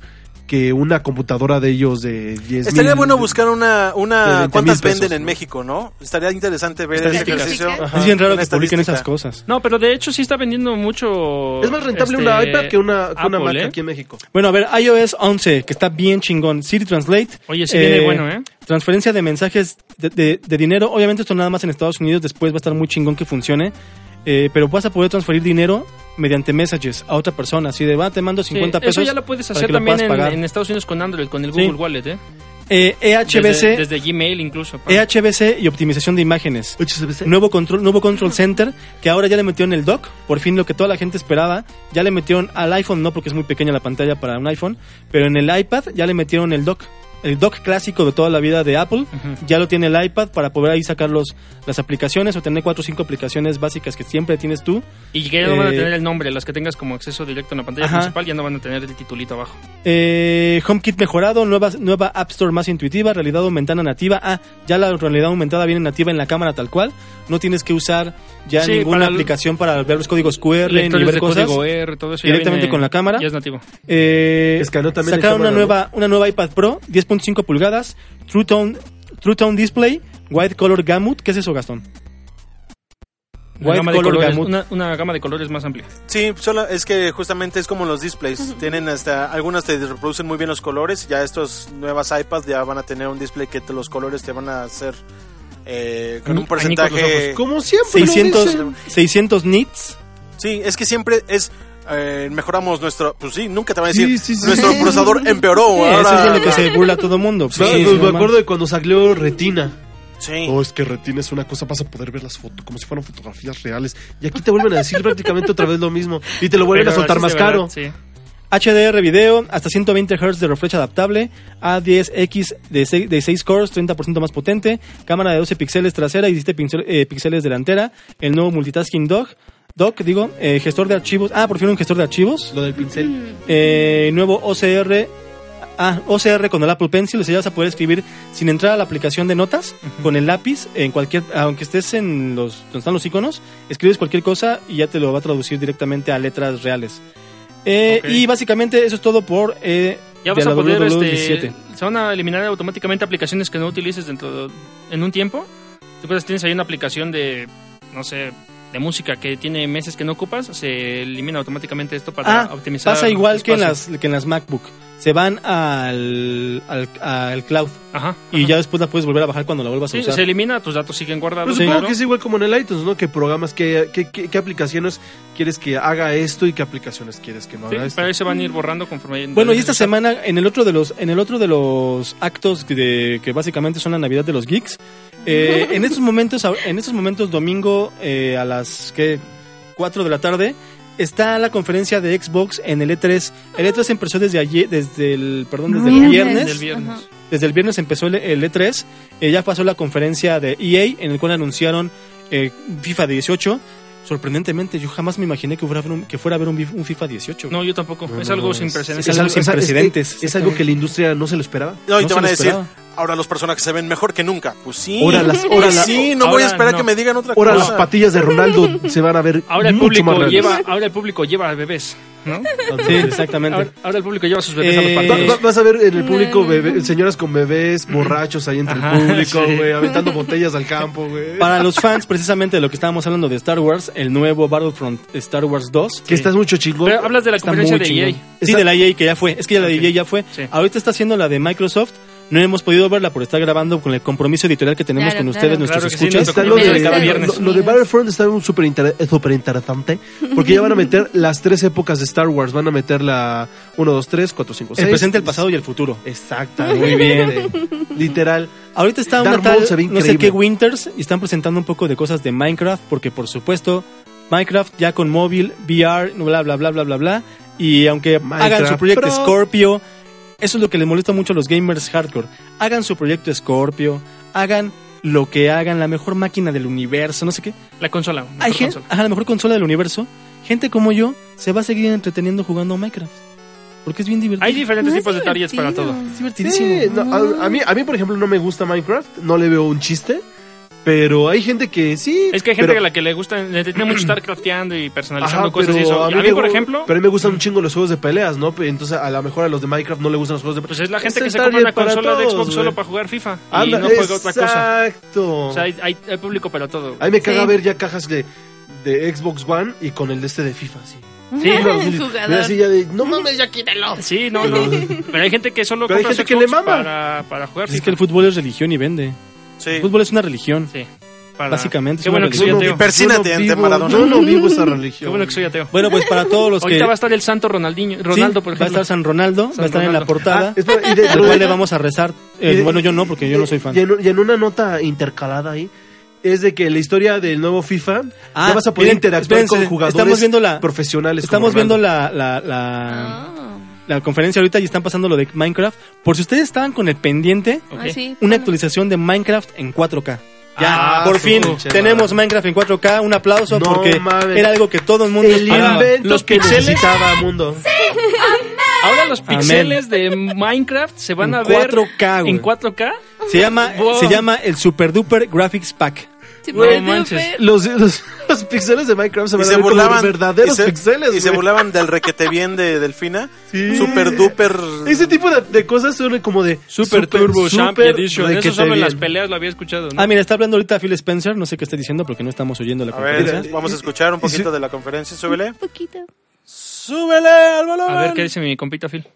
Speaker 4: que una computadora de ellos de 10
Speaker 5: Estaría bueno buscar una,
Speaker 4: de
Speaker 5: una
Speaker 4: 20,000
Speaker 5: cuántas
Speaker 4: pesos,
Speaker 5: venden en
Speaker 4: ¿no?
Speaker 5: México, ¿no? Estaría interesante ver ese
Speaker 3: Estadísticas.
Speaker 5: ejercicio.
Speaker 2: Estadística.
Speaker 1: Es bien raro
Speaker 5: Una
Speaker 1: que publiquen esas
Speaker 5: estadística.
Speaker 1: cosas.
Speaker 3: No, pero de hecho sí está vendiendo mucho.
Speaker 4: Es más rentable
Speaker 3: este,
Speaker 4: una iPad que una, que una
Speaker 3: Apple,
Speaker 4: Mac
Speaker 3: ¿eh?
Speaker 4: aquí en México.
Speaker 1: Bueno, a ver, iOS 11, que está bien chingón. Siri Translate.
Speaker 3: Oye, sí viene bueno, ¿eh?
Speaker 1: Transferencia de mensajes de, de- de dinero. Obviamente esto nada más en Estados Unidos. Después va a estar muy chingón que funcione. Eh, pero vas a poder transferir dinero mediante messages a otra persona. Así de, va, te mando
Speaker 3: Sí,
Speaker 1: 50 pesos.
Speaker 3: Eso ya lo puedes
Speaker 1: para
Speaker 3: hacer
Speaker 1: que lo
Speaker 3: también
Speaker 1: puedas
Speaker 3: en,
Speaker 1: pagar.
Speaker 3: en Estados Unidos con Android, con el
Speaker 1: Sí.
Speaker 3: Google Wallet, ¿eh?
Speaker 1: Eh, EHBC,
Speaker 3: Desde, desde Gmail incluso.
Speaker 1: E
Speaker 3: pa.
Speaker 1: EHBC y optimización de imágenes. Nuevo control, nuevo control center que ahora ya le metieron el dock. Por fin lo que toda la gente esperaba. Ya le metieron al iPhone, no porque es muy pequeña la pantalla para un iPhone, pero en el iPad ya le metieron el dock. El dock clásico de toda la vida de Apple.
Speaker 3: Ujú.
Speaker 1: Ya lo tiene el iPad para poder ahí sacar los, las aplicaciones o tener cuatro o cinco aplicaciones básicas que siempre tienes tú.
Speaker 3: Y que ya no van a
Speaker 1: Eh,
Speaker 3: tener el nombre, las que tengas como acceso directo en la pantalla
Speaker 1: Ajá.
Speaker 3: principal ya no van a tener el titulito abajo.
Speaker 1: Eh, HomeKit mejorado, nueva, nueva App Store más intuitiva, realidad aumentada nativa. Ah, ya la realidad aumentada viene nativa en la cámara tal cual. No tienes que usar ya
Speaker 3: Sí,
Speaker 1: ninguna
Speaker 3: para el-
Speaker 1: aplicación para ver los códigos QR ni
Speaker 3: Lectores
Speaker 1: ver
Speaker 3: de
Speaker 1: cosas.
Speaker 3: código eh. R, todo eso. ya
Speaker 1: directamente
Speaker 3: viene-
Speaker 1: con la cámara.
Speaker 3: Ya es nativo.
Speaker 1: Eh,
Speaker 4: Escaneó también en
Speaker 1: sacaron una
Speaker 4: cámara,
Speaker 1: nueva, una nueva iPad Pro, 10.5 pulgadas, True Tone, True Tone Display, White Color Gamut. ¿Qué es eso, Gastón?
Speaker 3: Una
Speaker 1: White
Speaker 3: gama, de
Speaker 1: color
Speaker 3: colores,
Speaker 1: gamut.
Speaker 3: una, una gama de colores más amplia.
Speaker 5: Sí, solo es que justamente es como los displays. Tienen hasta algunas te reproducen muy bien los colores. Ya estos nuevas iPads ya van a tener un display que te- los colores te van a hacer eh, con un
Speaker 3: Añi- añicos los
Speaker 5: porcentaje.
Speaker 4: Como siempre. lo
Speaker 1: 600,
Speaker 4: dicen.
Speaker 1: 600 nits.
Speaker 5: Sí, es que siempre es eh, mejoramos nuestro. Pues sí, nunca te van a decir
Speaker 4: Sí, sí, sí.
Speaker 5: nuestro procesador empeoró.
Speaker 1: Eso es de lo
Speaker 5: ahora.
Speaker 1: que se burla todo mundo.
Speaker 4: Claro,
Speaker 1: Sí,
Speaker 4: pues,
Speaker 1: sí,
Speaker 4: me
Speaker 1: mamá.
Speaker 4: acuerdo de cuando salió Retina.
Speaker 5: Sí.
Speaker 4: Oh, es que Retina es una cosa, vas a poder ver las fotos como si fueran fotografías reales. Y aquí te vuelven a decir prácticamente otra vez lo mismo. Y te lo vuelven a
Speaker 3: Pero
Speaker 4: soltar
Speaker 3: sí,
Speaker 4: más
Speaker 3: de verdad,
Speaker 4: caro.
Speaker 3: sí.
Speaker 1: HDR video, hasta 120 Hz de refresh adaptable, A10X de 6, de seis cores, 30% más potente, cámara de 12 píxeles trasera y 17 pincel- eh, píxeles delantera, el nuevo multitasking dock, dock digo, eh, gestor de archivos, ah, por fin un gestor de archivos,
Speaker 4: Lo del pincel.
Speaker 1: eh, nuevo OCR, ah, OCR con el Apple Pencil, o sea, ya vas a poder escribir sin entrar a la aplicación de notas, con el lápiz, en cualquier, aunque estés en los, donde están los iconos, escribes cualquier cosa y ya te lo va a traducir directamente a letras reales. Eh,
Speaker 3: Ok.
Speaker 1: Y básicamente eso es todo por... Eh,
Speaker 3: Ya
Speaker 1: de
Speaker 3: vas a
Speaker 1: la
Speaker 3: poder,
Speaker 1: WW17.
Speaker 3: este, se van a eliminar automáticamente aplicaciones que no utilices dentro de- en un tiempo. Tú puedes, tienes ahí una aplicación de, no sé, de música que tiene meses que no ocupas, se elimina automáticamente esto para
Speaker 1: Ah,
Speaker 3: optimizar.
Speaker 1: Pasa igual que en,
Speaker 3: espacio.
Speaker 1: las, que en las MacBook. Se van al, al, al cloud
Speaker 3: Ajá.
Speaker 1: y
Speaker 3: ajá.
Speaker 1: ya después la puedes volver a bajar cuando la vuelvas a
Speaker 3: Sí,
Speaker 1: usar. Pues
Speaker 3: se elimina, tus datos siguen
Speaker 4: Pero
Speaker 3: guardados.
Speaker 4: supongo
Speaker 3: claro.
Speaker 4: que es igual como en el iTunes, ¿no? Que programas, qué, qué, qué- qué aplicaciones quieres que haga esto y qué aplicaciones quieres que no
Speaker 3: Sí,
Speaker 4: haga esto.
Speaker 3: pero ahí se van a ir borrando conforme.
Speaker 1: Bueno, y esta semana en el otro de los en el otro de los actos de que básicamente son la Navidad de los geeks. eh, en estos momentos ahor- en estos momentos domingo eh, a las que 4 de la tarde está la conferencia de Xbox en el E3. El E3 empezó desde ayer desde el perdón, Ah, desde el
Speaker 2: Viernes.
Speaker 1: viernes.
Speaker 3: Del viernes.
Speaker 1: Desde el viernes empezó el, el E3, eh, ya pasó la conferencia de EA en el cual anunciaron eh, FIFA 18. Sorprendentemente, yo jamás me imaginé que fuera, a ver un- que fuera a haber un, vi- un FIFA 18.
Speaker 3: No, yo tampoco.
Speaker 4: No,
Speaker 3: es
Speaker 4: no,
Speaker 3: algo
Speaker 4: no,
Speaker 3: sin
Speaker 4: es-
Speaker 3: precedentes.
Speaker 1: es algo sin precedentes,
Speaker 4: Es, es algo que la industria no se lo esperaba.
Speaker 5: No, y
Speaker 1: No
Speaker 5: te
Speaker 1: se
Speaker 5: van
Speaker 1: lo
Speaker 5: a decir,
Speaker 1: esperaba.
Speaker 5: ahora los personajes se ven mejor que nunca. Pues sí.
Speaker 4: Ahora las- ahora
Speaker 5: Pues
Speaker 4: la-
Speaker 5: sí, no voy a
Speaker 3: ahora
Speaker 5: esperar
Speaker 3: no.
Speaker 5: que me digan otra
Speaker 4: Ahora las
Speaker 5: cosa.
Speaker 4: patillas de Ronaldo se van a ver
Speaker 3: Ahora el
Speaker 4: mucho más
Speaker 3: público
Speaker 4: reales.
Speaker 3: lleva, ahora el público lleva a bebés. ¿no?
Speaker 1: Sí,
Speaker 4: Entonces,
Speaker 1: exactamente.
Speaker 3: Ahora, ahora el público lleva sus bebés a los
Speaker 1: Eh,
Speaker 4: va- va-
Speaker 3: partidos.
Speaker 4: vas a ver en el público bebé- señoras con bebés borrachos ahí entre
Speaker 3: Ajá,
Speaker 4: el público,
Speaker 3: sí.
Speaker 4: güey, aventando botellas al campo, güey.
Speaker 1: Para los fans, precisamente de lo que estábamos hablando de Star Wars, el nuevo Battlefront Star Wars 2.
Speaker 4: Que estás mucho chingón.
Speaker 3: Pero hablas de la
Speaker 1: Está
Speaker 3: conferencia
Speaker 1: muy
Speaker 3: de E
Speaker 1: chingón.
Speaker 3: EA.
Speaker 1: Sí,
Speaker 4: Está-
Speaker 1: de la EA que ya fue. Es que ya la de EA ya fue.
Speaker 3: Sí.
Speaker 1: Ahorita está haciendo la de Microsoft. No hemos podido verla por estar grabando con el compromiso editorial que tenemos
Speaker 2: Claro,
Speaker 1: con
Speaker 2: claro.
Speaker 1: ustedes, nuestros
Speaker 3: Claro que sí,
Speaker 1: escuchas.
Speaker 3: nos
Speaker 4: Está lo,
Speaker 3: Primero
Speaker 4: de,
Speaker 3: de cada viernes.
Speaker 4: lo- lo de Battlefront está un súper inter- súper interesante porque ya van a meter las tres épocas de Star Wars. Van a meter la 1, 2, 3, 4, 5, 6.
Speaker 1: el presente, el pasado y el futuro.
Speaker 4: Exacta. Muy bien. Este, Literal.
Speaker 1: Ahorita está una
Speaker 4: Darth
Speaker 1: tal,
Speaker 4: Maul se ve
Speaker 1: no sé
Speaker 4: increíble.
Speaker 1: qué Winters, y están presentando un poco de cosas de Minecraft, porque por supuesto, Minecraft ya con móvil, VR, bla, bla, bla, bla, bla, bla. Y aunque
Speaker 4: Minecraft
Speaker 1: hagan su proyecto
Speaker 4: Pro.
Speaker 1: Scorpio, eso es lo que les molesta mucho a los gamers hardcore. Hagan su proyecto Scorpio, hagan lo que hagan, la mejor máquina del universo, no sé qué.
Speaker 3: La consola.
Speaker 1: Hay
Speaker 3: mejor
Speaker 1: gente,
Speaker 3: consola.
Speaker 1: ajá, la mejor consola del universo. Gente como yo se va a seguir entreteniendo jugando Minecraft. Porque es bien divertido.
Speaker 3: Hay diferentes
Speaker 2: No es
Speaker 3: tipos de targets para
Speaker 2: divertido.
Speaker 3: todo.
Speaker 1: es
Speaker 4: Sí,
Speaker 1: divertidísimo.
Speaker 4: no, a, a mí, a mí, por ejemplo, no me gusta Minecraft. No le veo un chiste. Pero hay gente que sí.
Speaker 3: Es que hay gente
Speaker 4: pero-
Speaker 3: a la que le gusta, le tiene mucho estar crafteando y personalizando
Speaker 4: Ajá,
Speaker 3: cosas y
Speaker 4: pero
Speaker 3: eso. A mí,
Speaker 4: me
Speaker 3: por
Speaker 4: gu-
Speaker 3: ejemplo,
Speaker 4: Pero a mí me gustan un chingo los juegos de peleas, ¿no? Pe- Entonces, a lo mejor a los de Minecraft no le gustan los juegos de
Speaker 3: pues
Speaker 4: peleas.
Speaker 3: es la gente
Speaker 4: el
Speaker 3: que se compra
Speaker 4: target
Speaker 3: una
Speaker 4: para
Speaker 3: consola de
Speaker 4: todos,
Speaker 3: Xbox solo
Speaker 4: güey.
Speaker 3: para jugar FIFA
Speaker 4: Anda,
Speaker 3: y no juega otra cosa.
Speaker 4: Exacto.
Speaker 3: O sea, hay, hay- hay público para todo.
Speaker 4: A mí me caga
Speaker 2: Sí.
Speaker 4: ver ya cajas de, de Xbox One y con el de este de FIFA, sí.
Speaker 3: Sí,
Speaker 4: Una-
Speaker 2: jugador.
Speaker 4: ve así ya de, no mames, ya quítalo.
Speaker 3: Sí, no, no. Pero hay gente que solo
Speaker 4: Pero hay
Speaker 3: compra
Speaker 4: gente
Speaker 3: su
Speaker 4: que le
Speaker 3: Xbox
Speaker 4: mama.
Speaker 3: Para, para jugar
Speaker 1: Pues es
Speaker 3: FIFA.
Speaker 1: que el fútbol es religión y vende.
Speaker 5: Sí.
Speaker 4: pues
Speaker 1: El fútbol es una religión.
Speaker 3: Sí, para-
Speaker 1: Básicamente, es
Speaker 3: Qué
Speaker 1: una
Speaker 3: bueno que soy
Speaker 4: religión.
Speaker 3: ateo.
Speaker 4: Yo
Speaker 5: Persínate
Speaker 4: no
Speaker 5: ante
Speaker 4: vivo-
Speaker 5: Maradona.
Speaker 4: Yo no vivo esa
Speaker 3: Qué
Speaker 4: religión.
Speaker 3: bueno que soy ateo.
Speaker 1: Bueno, pues para todos los que.
Speaker 3: Ahorita va a estar el santo Ronaldinho,
Speaker 1: Sí,
Speaker 3: Ronaldo,
Speaker 1: Va a
Speaker 3: por ejemplo.
Speaker 1: estar San Ronaldo,
Speaker 3: San
Speaker 1: va a estar en la
Speaker 3: Ronaldo.
Speaker 1: portada.
Speaker 4: Ah, espera, y
Speaker 1: al
Speaker 4: dentro
Speaker 1: cual
Speaker 4: de-
Speaker 1: le vamos a rezar. Eh,
Speaker 4: y de-
Speaker 1: bueno, yo no, porque yo no soy fan.
Speaker 4: Y en, y en una nota intercalada ahí, es de que la historia del nuevo FIFA
Speaker 1: Ah,
Speaker 4: ya vas a poder
Speaker 1: miren,
Speaker 4: interactuar
Speaker 1: espérense,
Speaker 4: con jugadores
Speaker 1: estamos viendo la-
Speaker 4: profesionales.
Speaker 1: Estamos
Speaker 4: como Ronaldo.
Speaker 1: viendo la, la, la,
Speaker 2: Ah,
Speaker 1: la conferencia ahorita y están pasando lo de Minecraft. Por si ustedes estaban con el pendiente,
Speaker 3: Ok.
Speaker 2: ah, sí,
Speaker 1: una
Speaker 2: ponlo.
Speaker 1: actualización de Minecraft en 4K. Ya,
Speaker 4: Ah,
Speaker 1: por
Speaker 4: su
Speaker 1: fin
Speaker 4: pinche
Speaker 1: tenemos Minecraft en 4K. Un aplauso
Speaker 4: No
Speaker 1: porque
Speaker 4: mames.
Speaker 1: era algo que todo el mundo
Speaker 4: el
Speaker 1: esperaba.
Speaker 4: invento
Speaker 3: Los
Speaker 4: que
Speaker 3: pixeles.
Speaker 4: necesitaba mundo.
Speaker 3: Ahora los
Speaker 1: Amén.
Speaker 3: pixeles de Minecraft se van
Speaker 1: En
Speaker 3: a ver
Speaker 1: 4K, güey.
Speaker 3: en 4K.
Speaker 1: Se llama,
Speaker 3: Wow.
Speaker 1: se llama el Super Duper Graphics Pack.
Speaker 2: Sí,
Speaker 3: Güey,
Speaker 2: pero
Speaker 3: no manches.
Speaker 4: Los, los, los pixeles de Minecraft se
Speaker 5: Y
Speaker 4: van a
Speaker 5: se
Speaker 4: ver
Speaker 5: burlaban.
Speaker 4: como verdaderos
Speaker 5: y se,
Speaker 4: pixeles.
Speaker 5: y se
Speaker 4: güey.
Speaker 5: burlaban del requete bien de Delfina.
Speaker 4: Sí.
Speaker 5: Super duper.
Speaker 4: Ese tipo de, de cosas son como de
Speaker 3: Super, Turbo Champ
Speaker 4: super
Speaker 3: Edition. Eso
Speaker 4: requete
Speaker 3: solo en
Speaker 4: bien.
Speaker 3: las peleas lo había escuchado, ¿no?
Speaker 1: Ah, mira, está hablando ahorita Phil Spencer. No sé qué está diciendo porque no estamos oyendo la
Speaker 5: A
Speaker 1: conferencia.
Speaker 5: ver, vamos a escuchar un
Speaker 4: Y si-
Speaker 5: poquito de la conferencia. Súbele.
Speaker 2: poquito.
Speaker 5: Súbele al volumen.
Speaker 3: a ver qué dice mi compita Phil.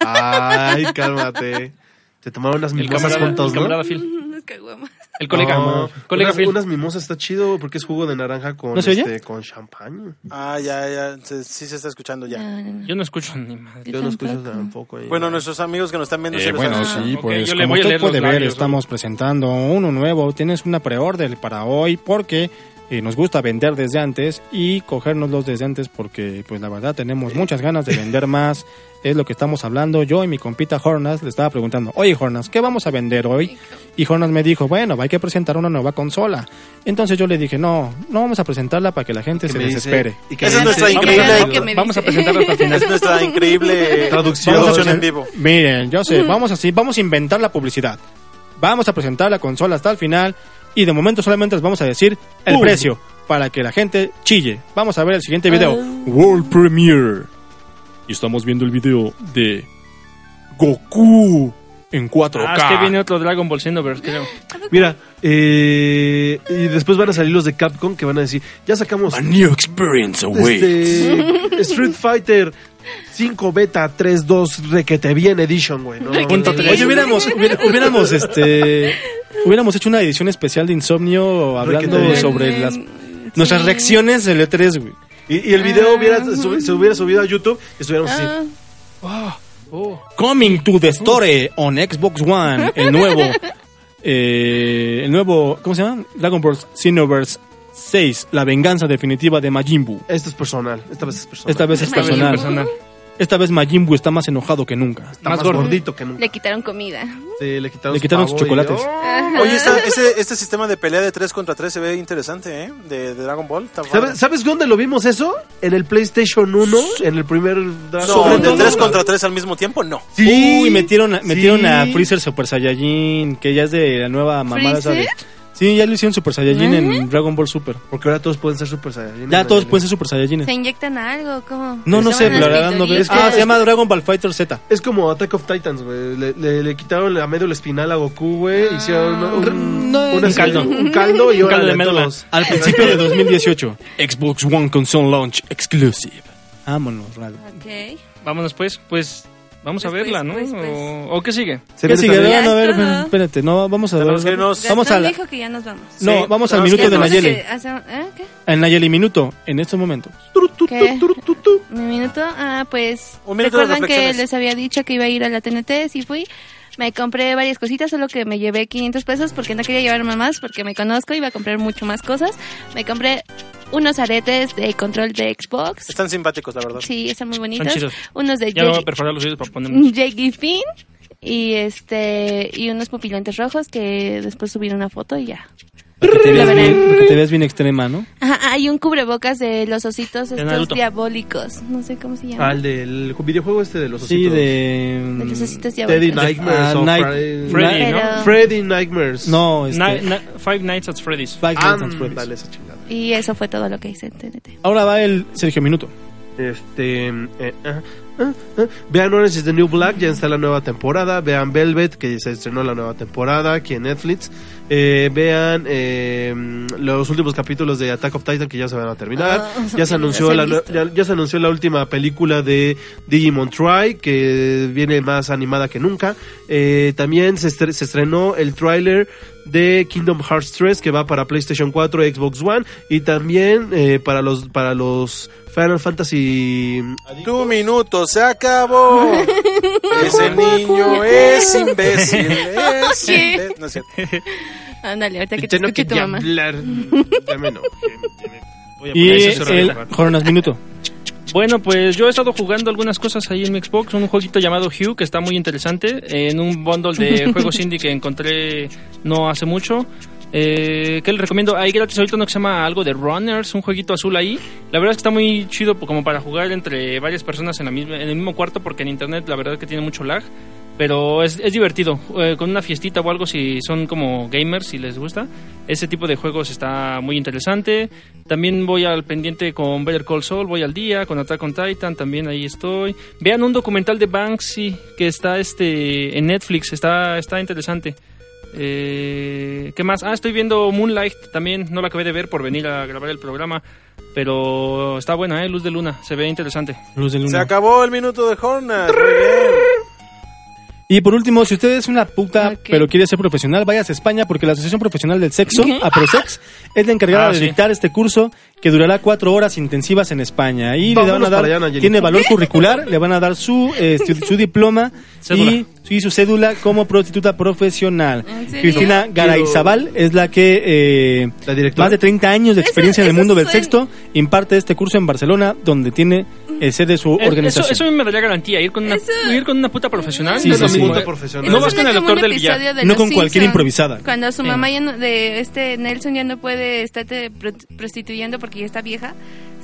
Speaker 4: Ay, cálmate. Te tomaron unas
Speaker 3: El
Speaker 4: mimosas
Speaker 3: camarada,
Speaker 4: juntos,
Speaker 3: el
Speaker 4: ¿no?
Speaker 3: camarada Phil.
Speaker 2: Unas caguamas.
Speaker 3: El colega.
Speaker 4: No,
Speaker 3: Colega
Speaker 4: unas,
Speaker 3: Phil.
Speaker 4: unas mimosas está chido porque es jugo de naranja con,
Speaker 1: ¿No se oye?
Speaker 4: este, con champaña.
Speaker 5: Ah, ya, ya. se- sí se está escuchando ya.
Speaker 2: No, no, no.
Speaker 3: Yo no escucho ni madre.
Speaker 4: Yo no escucho
Speaker 2: tampoco.
Speaker 4: tampoco. ahí.
Speaker 5: Bueno, nuestros amigos que nos están
Speaker 3: Eh,
Speaker 1: Eh,
Speaker 5: viendo. se los han-
Speaker 2: sí,
Speaker 3: ok, pues, yo le como voy a usted leer los puede ver, labios, ¿no? estamos
Speaker 1: presentando uno nuevo. Tienes una preorden para hoy porque eh, nos gusta vender desde antes y cogernoslos desde antes porque, pues la verdad, tenemos muchas ganas de vender más. Es lo que estamos hablando. Yo y mi compita Hornas le estaba preguntando, oye Hornas, ¿qué vamos a vender hoy? Y Jonas me dijo, bueno, hay que presentar una nueva consola. Entonces yo le dije, no, no vamos a presentarla para que la gente
Speaker 4: Que
Speaker 1: se
Speaker 4: me dice-
Speaker 1: desespere.
Speaker 4: y que
Speaker 5: Esa
Speaker 4: me
Speaker 5: es
Speaker 4: dice-
Speaker 5: nuestra
Speaker 3: Vamos,
Speaker 5: increíble-
Speaker 1: ¿eh?
Speaker 3: vamos,
Speaker 2: que me
Speaker 3: Vamos a
Speaker 2: dice.
Speaker 3: presentarlo hasta el final.
Speaker 5: Es nuestra increíble eh.
Speaker 4: Traducción.
Speaker 5: en vivo.
Speaker 1: Miren, yo sé, vamos así, vamos a inventar la publicidad. Vamos a presentar la consola hasta el final y de momento solamente les vamos a decir el
Speaker 4: ¡Pum!
Speaker 1: precio para que la gente chille. Vamos a ver el siguiente video. World Premiere. Y estamos viendo el video de Goku en 4K.
Speaker 3: Ah, es que viene otro Dragon Ball Xenoverse, creo.
Speaker 4: Mira, eh, y después van a salir los de Capcom que van a decir, ya sacamos
Speaker 1: A new experience awaits.
Speaker 4: este, Street Fighter 5 Beta 3.2 Requete Bien Edition, güey. ¿no?
Speaker 2: Punto tres.
Speaker 1: Oye, hubiéramos, hubiera- hubiéramos, este, hubiéramos hecho una edición especial de Insomnio hablando
Speaker 4: Requete.
Speaker 1: sobre las
Speaker 2: Sí.
Speaker 1: nuestras reacciones del E3, güey.
Speaker 4: Y, y el video hubiera, sub- se hubiera subido a YouTube y estuviéramos así.
Speaker 2: Ah,
Speaker 1: Coming to the Store eh, on Xbox One, el nuevo, eh, el nuevo, ¿cómo se llama? Dragon Ball Xenoverse 6, la venganza definitiva de Majin Buu.
Speaker 4: Esto es personal, esta vez es personal.
Speaker 1: Esta vez es
Speaker 2: Majin
Speaker 1: personal.
Speaker 2: Buu. Personal.
Speaker 1: Esta vez Majin Buu está más enojado que nunca.
Speaker 4: Está
Speaker 3: más
Speaker 4: más,
Speaker 3: gordo.
Speaker 4: gordito que nunca.
Speaker 2: le quitaron comida.
Speaker 4: Sí, le quitaron,
Speaker 1: Le
Speaker 4: su
Speaker 1: quitaron sus
Speaker 4: pavo y- Oh.
Speaker 1: chocolates.
Speaker 2: Ajá.
Speaker 5: Oye, esta- este, este sistema de pelea de 3 contra 3 se ve interesante, ¿eh? De, de Dragon Ball. Está padre.
Speaker 4: ¿Sabes, ¿Sabes dónde lo vimos eso? En el PlayStation 1, en el primer...
Speaker 5: No,
Speaker 4: sobre
Speaker 5: de
Speaker 4: todo-
Speaker 5: 3 contra 3 al mismo tiempo, no.
Speaker 4: Sí,
Speaker 1: Uy, metieron, a-
Speaker 4: sí.
Speaker 1: metieron a Freezer Super Saiyajin, que ya es de la nueva mamada, ¿sabes?
Speaker 2: ¿Freezer?
Speaker 1: Sí, ya lo hicieron Super Saiyajin en Dragon Ball Super.
Speaker 4: Porque ahora todos pueden ser Super Saiyajin.
Speaker 1: Ya todos pueden ser Super Saiyajin.
Speaker 2: ¿Se inyectan algo? ¿Cómo?
Speaker 1: No, no
Speaker 2: ¿Se
Speaker 1: sé,
Speaker 2: van a
Speaker 1: la
Speaker 2: las
Speaker 1: verdad no veo.
Speaker 2: pinturillas?
Speaker 4: que-
Speaker 1: Ah, se llama Dragon Ball Fighter Z.
Speaker 4: Es como Attack of Titans, güey. Le, le- le quitaron la médula espinal a Goku, güey. Hicieron un,
Speaker 1: no,
Speaker 4: una-
Speaker 1: un caldo.
Speaker 4: Un caldo y
Speaker 3: Un caldo
Speaker 4: órale
Speaker 3: de
Speaker 4: a
Speaker 3: médula.
Speaker 4: todos.
Speaker 1: Al principio de 2018, Xbox One Console Launch Exclusive. Vámonos, Rado.
Speaker 2: Ok.
Speaker 3: Vámonos pues, pues vamos a
Speaker 2: Pues,
Speaker 3: verla, ¿no?
Speaker 2: pues, pues.
Speaker 3: O, ¿o qué sigue?
Speaker 4: Se
Speaker 1: ¿Qué
Speaker 4: viene
Speaker 1: sigue?
Speaker 4: también-
Speaker 2: Ya
Speaker 1: Bueno, a ver,
Speaker 2: es todo.
Speaker 1: espérate, no, vamos a
Speaker 5: Tenemos que
Speaker 1: ver.
Speaker 5: irnos.
Speaker 1: Vamos a
Speaker 2: Gastón
Speaker 1: la,
Speaker 2: dijo que ya nos vamos.
Speaker 1: no,
Speaker 5: Sí,
Speaker 1: vamos al
Speaker 5: tenemos que
Speaker 1: minuto de
Speaker 5: irnos.
Speaker 1: Nayeli.
Speaker 2: ¿Eh? ¿Qué?
Speaker 1: En Nayeli, minuto, en estos momentos.
Speaker 2: ¿Qué? ¿Mi minuto? Ah, pues.
Speaker 5: Un minuto de
Speaker 2: ¿Recuerdan que
Speaker 5: reflexiones.
Speaker 2: les había dicho que iba a ir a la TNT? Sí fui. Me compré varias cositas, solo que me llevé 500 pesos porque no quería llevarme más, porque me conozco, iba a comprar mucho más cosas. Me compré unos aretes de control de Xbox.
Speaker 5: Están simpáticos, la verdad.
Speaker 2: Sí, están muy bonitos.
Speaker 3: chidos.
Speaker 2: Unos de
Speaker 3: Ya me voy a
Speaker 2: Jackie-
Speaker 3: perforar los oídos para ponerme.
Speaker 2: Jackie Finn y este y unos pupilantes rojos que después subiré una foto y ya.
Speaker 1: Para que te veas
Speaker 2: verán.
Speaker 1: bien- para que te veas bien extrema, ¿no?
Speaker 2: Ajá, hay un cubrebocas de los ositos estos
Speaker 3: Naruto.
Speaker 2: diabólicos, no sé cómo se llama.
Speaker 4: Ah, el del videojuego este de los
Speaker 1: Sí,
Speaker 4: ositos.
Speaker 1: de.
Speaker 2: De los ositos
Speaker 4: Teddy
Speaker 2: diabólicos.
Speaker 4: Nightmares.
Speaker 1: Ah,
Speaker 4: o
Speaker 1: Night-
Speaker 4: Freddy-
Speaker 3: Freddy, ¿no?
Speaker 2: Pero-
Speaker 4: Freddy Nightmares.
Speaker 1: No, este.
Speaker 3: Ni- ni- Five Nights at Freddy's.
Speaker 1: Five Nights at Freddy's.
Speaker 4: Ándale esa chingada.
Speaker 2: Y eso fue todo lo que hice en TNT.
Speaker 1: Ahora va el Sergio Minuto.
Speaker 4: Este. eh, ah, ah, ah. Vean Orange is the New Black, ya está la nueva temporada. Vean Velvet, que se estrenó la nueva temporada aquí en Netflix. Eh, vean eh, los últimos capítulos de Attack of Titan, que ya se van a terminar.
Speaker 2: Ah,
Speaker 4: ya, se
Speaker 2: ya
Speaker 4: anunció
Speaker 2: se han
Speaker 4: la, nue-
Speaker 2: visto.
Speaker 4: ya, ya se anunció la última película de Digimon Try, que viene más animada que nunca. Eh, también se, estre- se estrenó el tráiler de Kingdom Hearts 3 que va para PlayStation 4, Xbox One y también eh, para los para los Final Fantasy
Speaker 5: Tu minuto se acabó. Ese niño es imbécil. Es imbécil. No es cierto.
Speaker 2: Ándale, ahorita que te escuche tu mamá.
Speaker 4: hablar. Dame no.
Speaker 1: Y
Speaker 3: Eso es
Speaker 1: el
Speaker 3: horrible.
Speaker 1: Jonas Minuto.
Speaker 3: Bueno, pues yo he estado jugando algunas cosas ahí en mi Xbox, un jueguito llamado Hue que está muy interesante, en un bundle de juegos indie que encontré no hace mucho. Eh, ¿Qué les recomiendo? Hay gratis ahorita uno que se llama algo de Runners, un jueguito azul ahí. La verdad es que está muy chido como para jugar entre varias personas en, la misma, en el mismo cuarto porque en internet la verdad es que tiene mucho lag. Pero es, es divertido, eh, con una fiestita o algo si son como gamers, si les gusta. Ese tipo de juegos está muy interesante. También voy al pendiente con Better Call Saul, voy al día, con Attack on Titan, también ahí estoy. Vean un documental de Banksy que está este en Netflix, está, está interesante. Eh, ¿Qué más? Ah, estoy viendo Moonlight también, no la acabé de ver por venir a grabar el programa, pero está buena, ¿eh? Luz de Luna, se ve interesante.
Speaker 1: Luz del
Speaker 5: Se
Speaker 1: Luna.
Speaker 5: acabó el minuto de Horner. Muy bien.
Speaker 1: Y por último, si usted es una puta,
Speaker 2: Ok.
Speaker 1: pero quiere ser profesional, váyase a España porque la Asociación Profesional del Sexo, APROSEX, es la encargada
Speaker 3: Ah,
Speaker 1: de
Speaker 3: sí.
Speaker 1: dictar este curso que durará cuatro horas intensivas en España. Y le van
Speaker 4: Vámonos
Speaker 1: a dar,
Speaker 4: para allá, Nayeli.
Speaker 1: tiene valor curricular, le van a dar su, eh, su, su diploma y,
Speaker 3: Cédula.
Speaker 1: y su cédula como prostituta profesional.
Speaker 2: Ah, ¿En serio?
Speaker 1: Cristina Garaizabal es la que... eh,
Speaker 4: La directora.
Speaker 1: más de 30 años de
Speaker 2: Eso-
Speaker 1: experiencia en el
Speaker 2: eso
Speaker 1: mundo del
Speaker 2: suena-
Speaker 1: sexto imparte este curso en Barcelona, donde tiene eh, sede su
Speaker 3: Eh,
Speaker 1: organización.
Speaker 3: Eso, eso a mí me daría garantía, ir con una, ir con una puta profesional.
Speaker 1: Sí,
Speaker 3: no
Speaker 1: sí,
Speaker 3: es lo
Speaker 1: sí.
Speaker 3: mismo,
Speaker 4: Puta
Speaker 3: ¿eh?
Speaker 4: profesional.
Speaker 3: No
Speaker 2: Eso
Speaker 3: vas con
Speaker 2: suena
Speaker 3: el
Speaker 2: como un
Speaker 3: actor del billar.
Speaker 2: episodio de
Speaker 1: No
Speaker 2: Los
Speaker 1: con cualquier
Speaker 2: Simpson.
Speaker 1: improvisada.
Speaker 2: Cuando su
Speaker 3: Sí,
Speaker 2: mamá
Speaker 3: no.
Speaker 2: ya no- de este Nelson ya no puede estar prostituyendo porque ya está vieja,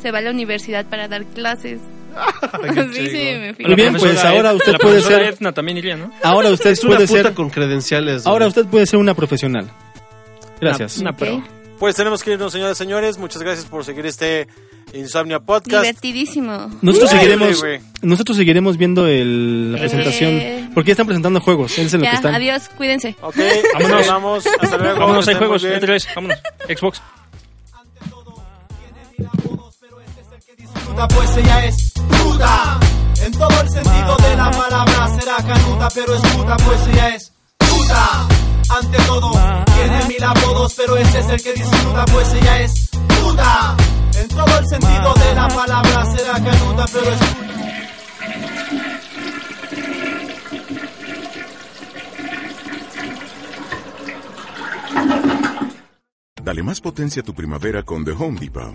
Speaker 2: se va a la universidad para dar clases. sí, sí, me fijo.
Speaker 1: Muy bien,
Speaker 3: La
Speaker 1: pues
Speaker 3: profesora
Speaker 1: ahora
Speaker 3: Ed-
Speaker 1: usted
Speaker 3: la
Speaker 1: puede
Speaker 3: profesora
Speaker 1: ser-
Speaker 3: Edna también iría, ¿no?
Speaker 1: Ahora usted
Speaker 4: Es una
Speaker 1: puede
Speaker 4: puta
Speaker 1: ser,
Speaker 4: con credenciales.
Speaker 1: ahora
Speaker 4: güey.
Speaker 1: usted puede ser una profesional. Gracias.
Speaker 3: Una, una
Speaker 2: Ok.
Speaker 3: pro.
Speaker 5: Pues tenemos que irnos, señoras y señores. Muchas gracias por seguir este Insomnia Podcast.
Speaker 2: Divertidísimo.
Speaker 1: Nosotros
Speaker 5: Híjole,
Speaker 1: seguiremos,
Speaker 5: güey.
Speaker 1: nosotros seguiremos viendo el- la presentación.
Speaker 2: Eh.
Speaker 1: Porque ya están presentando juegos, es en lo
Speaker 2: Ya,
Speaker 1: que están.
Speaker 2: adiós, cuídense.
Speaker 5: Ok,
Speaker 3: Vámonos.
Speaker 5: vámonos. Vamos, hasta luego.
Speaker 3: Vámonos,
Speaker 5: que
Speaker 3: hay
Speaker 5: estén muy
Speaker 3: juegos.
Speaker 5: bien.
Speaker 3: Entre vámonos. Xbox.
Speaker 7: La poesía pues, es puta. En todo el sentido de la palabra será canuta, pero es puta. Poesía es puta. Ante todo, tiene mil apodos, pero ese es el que disfruta. Poesía es puta. En todo el sentido de la palabra será canuta, pero es puta.
Speaker 8: Dale más potencia a tu primavera con The Home Depot.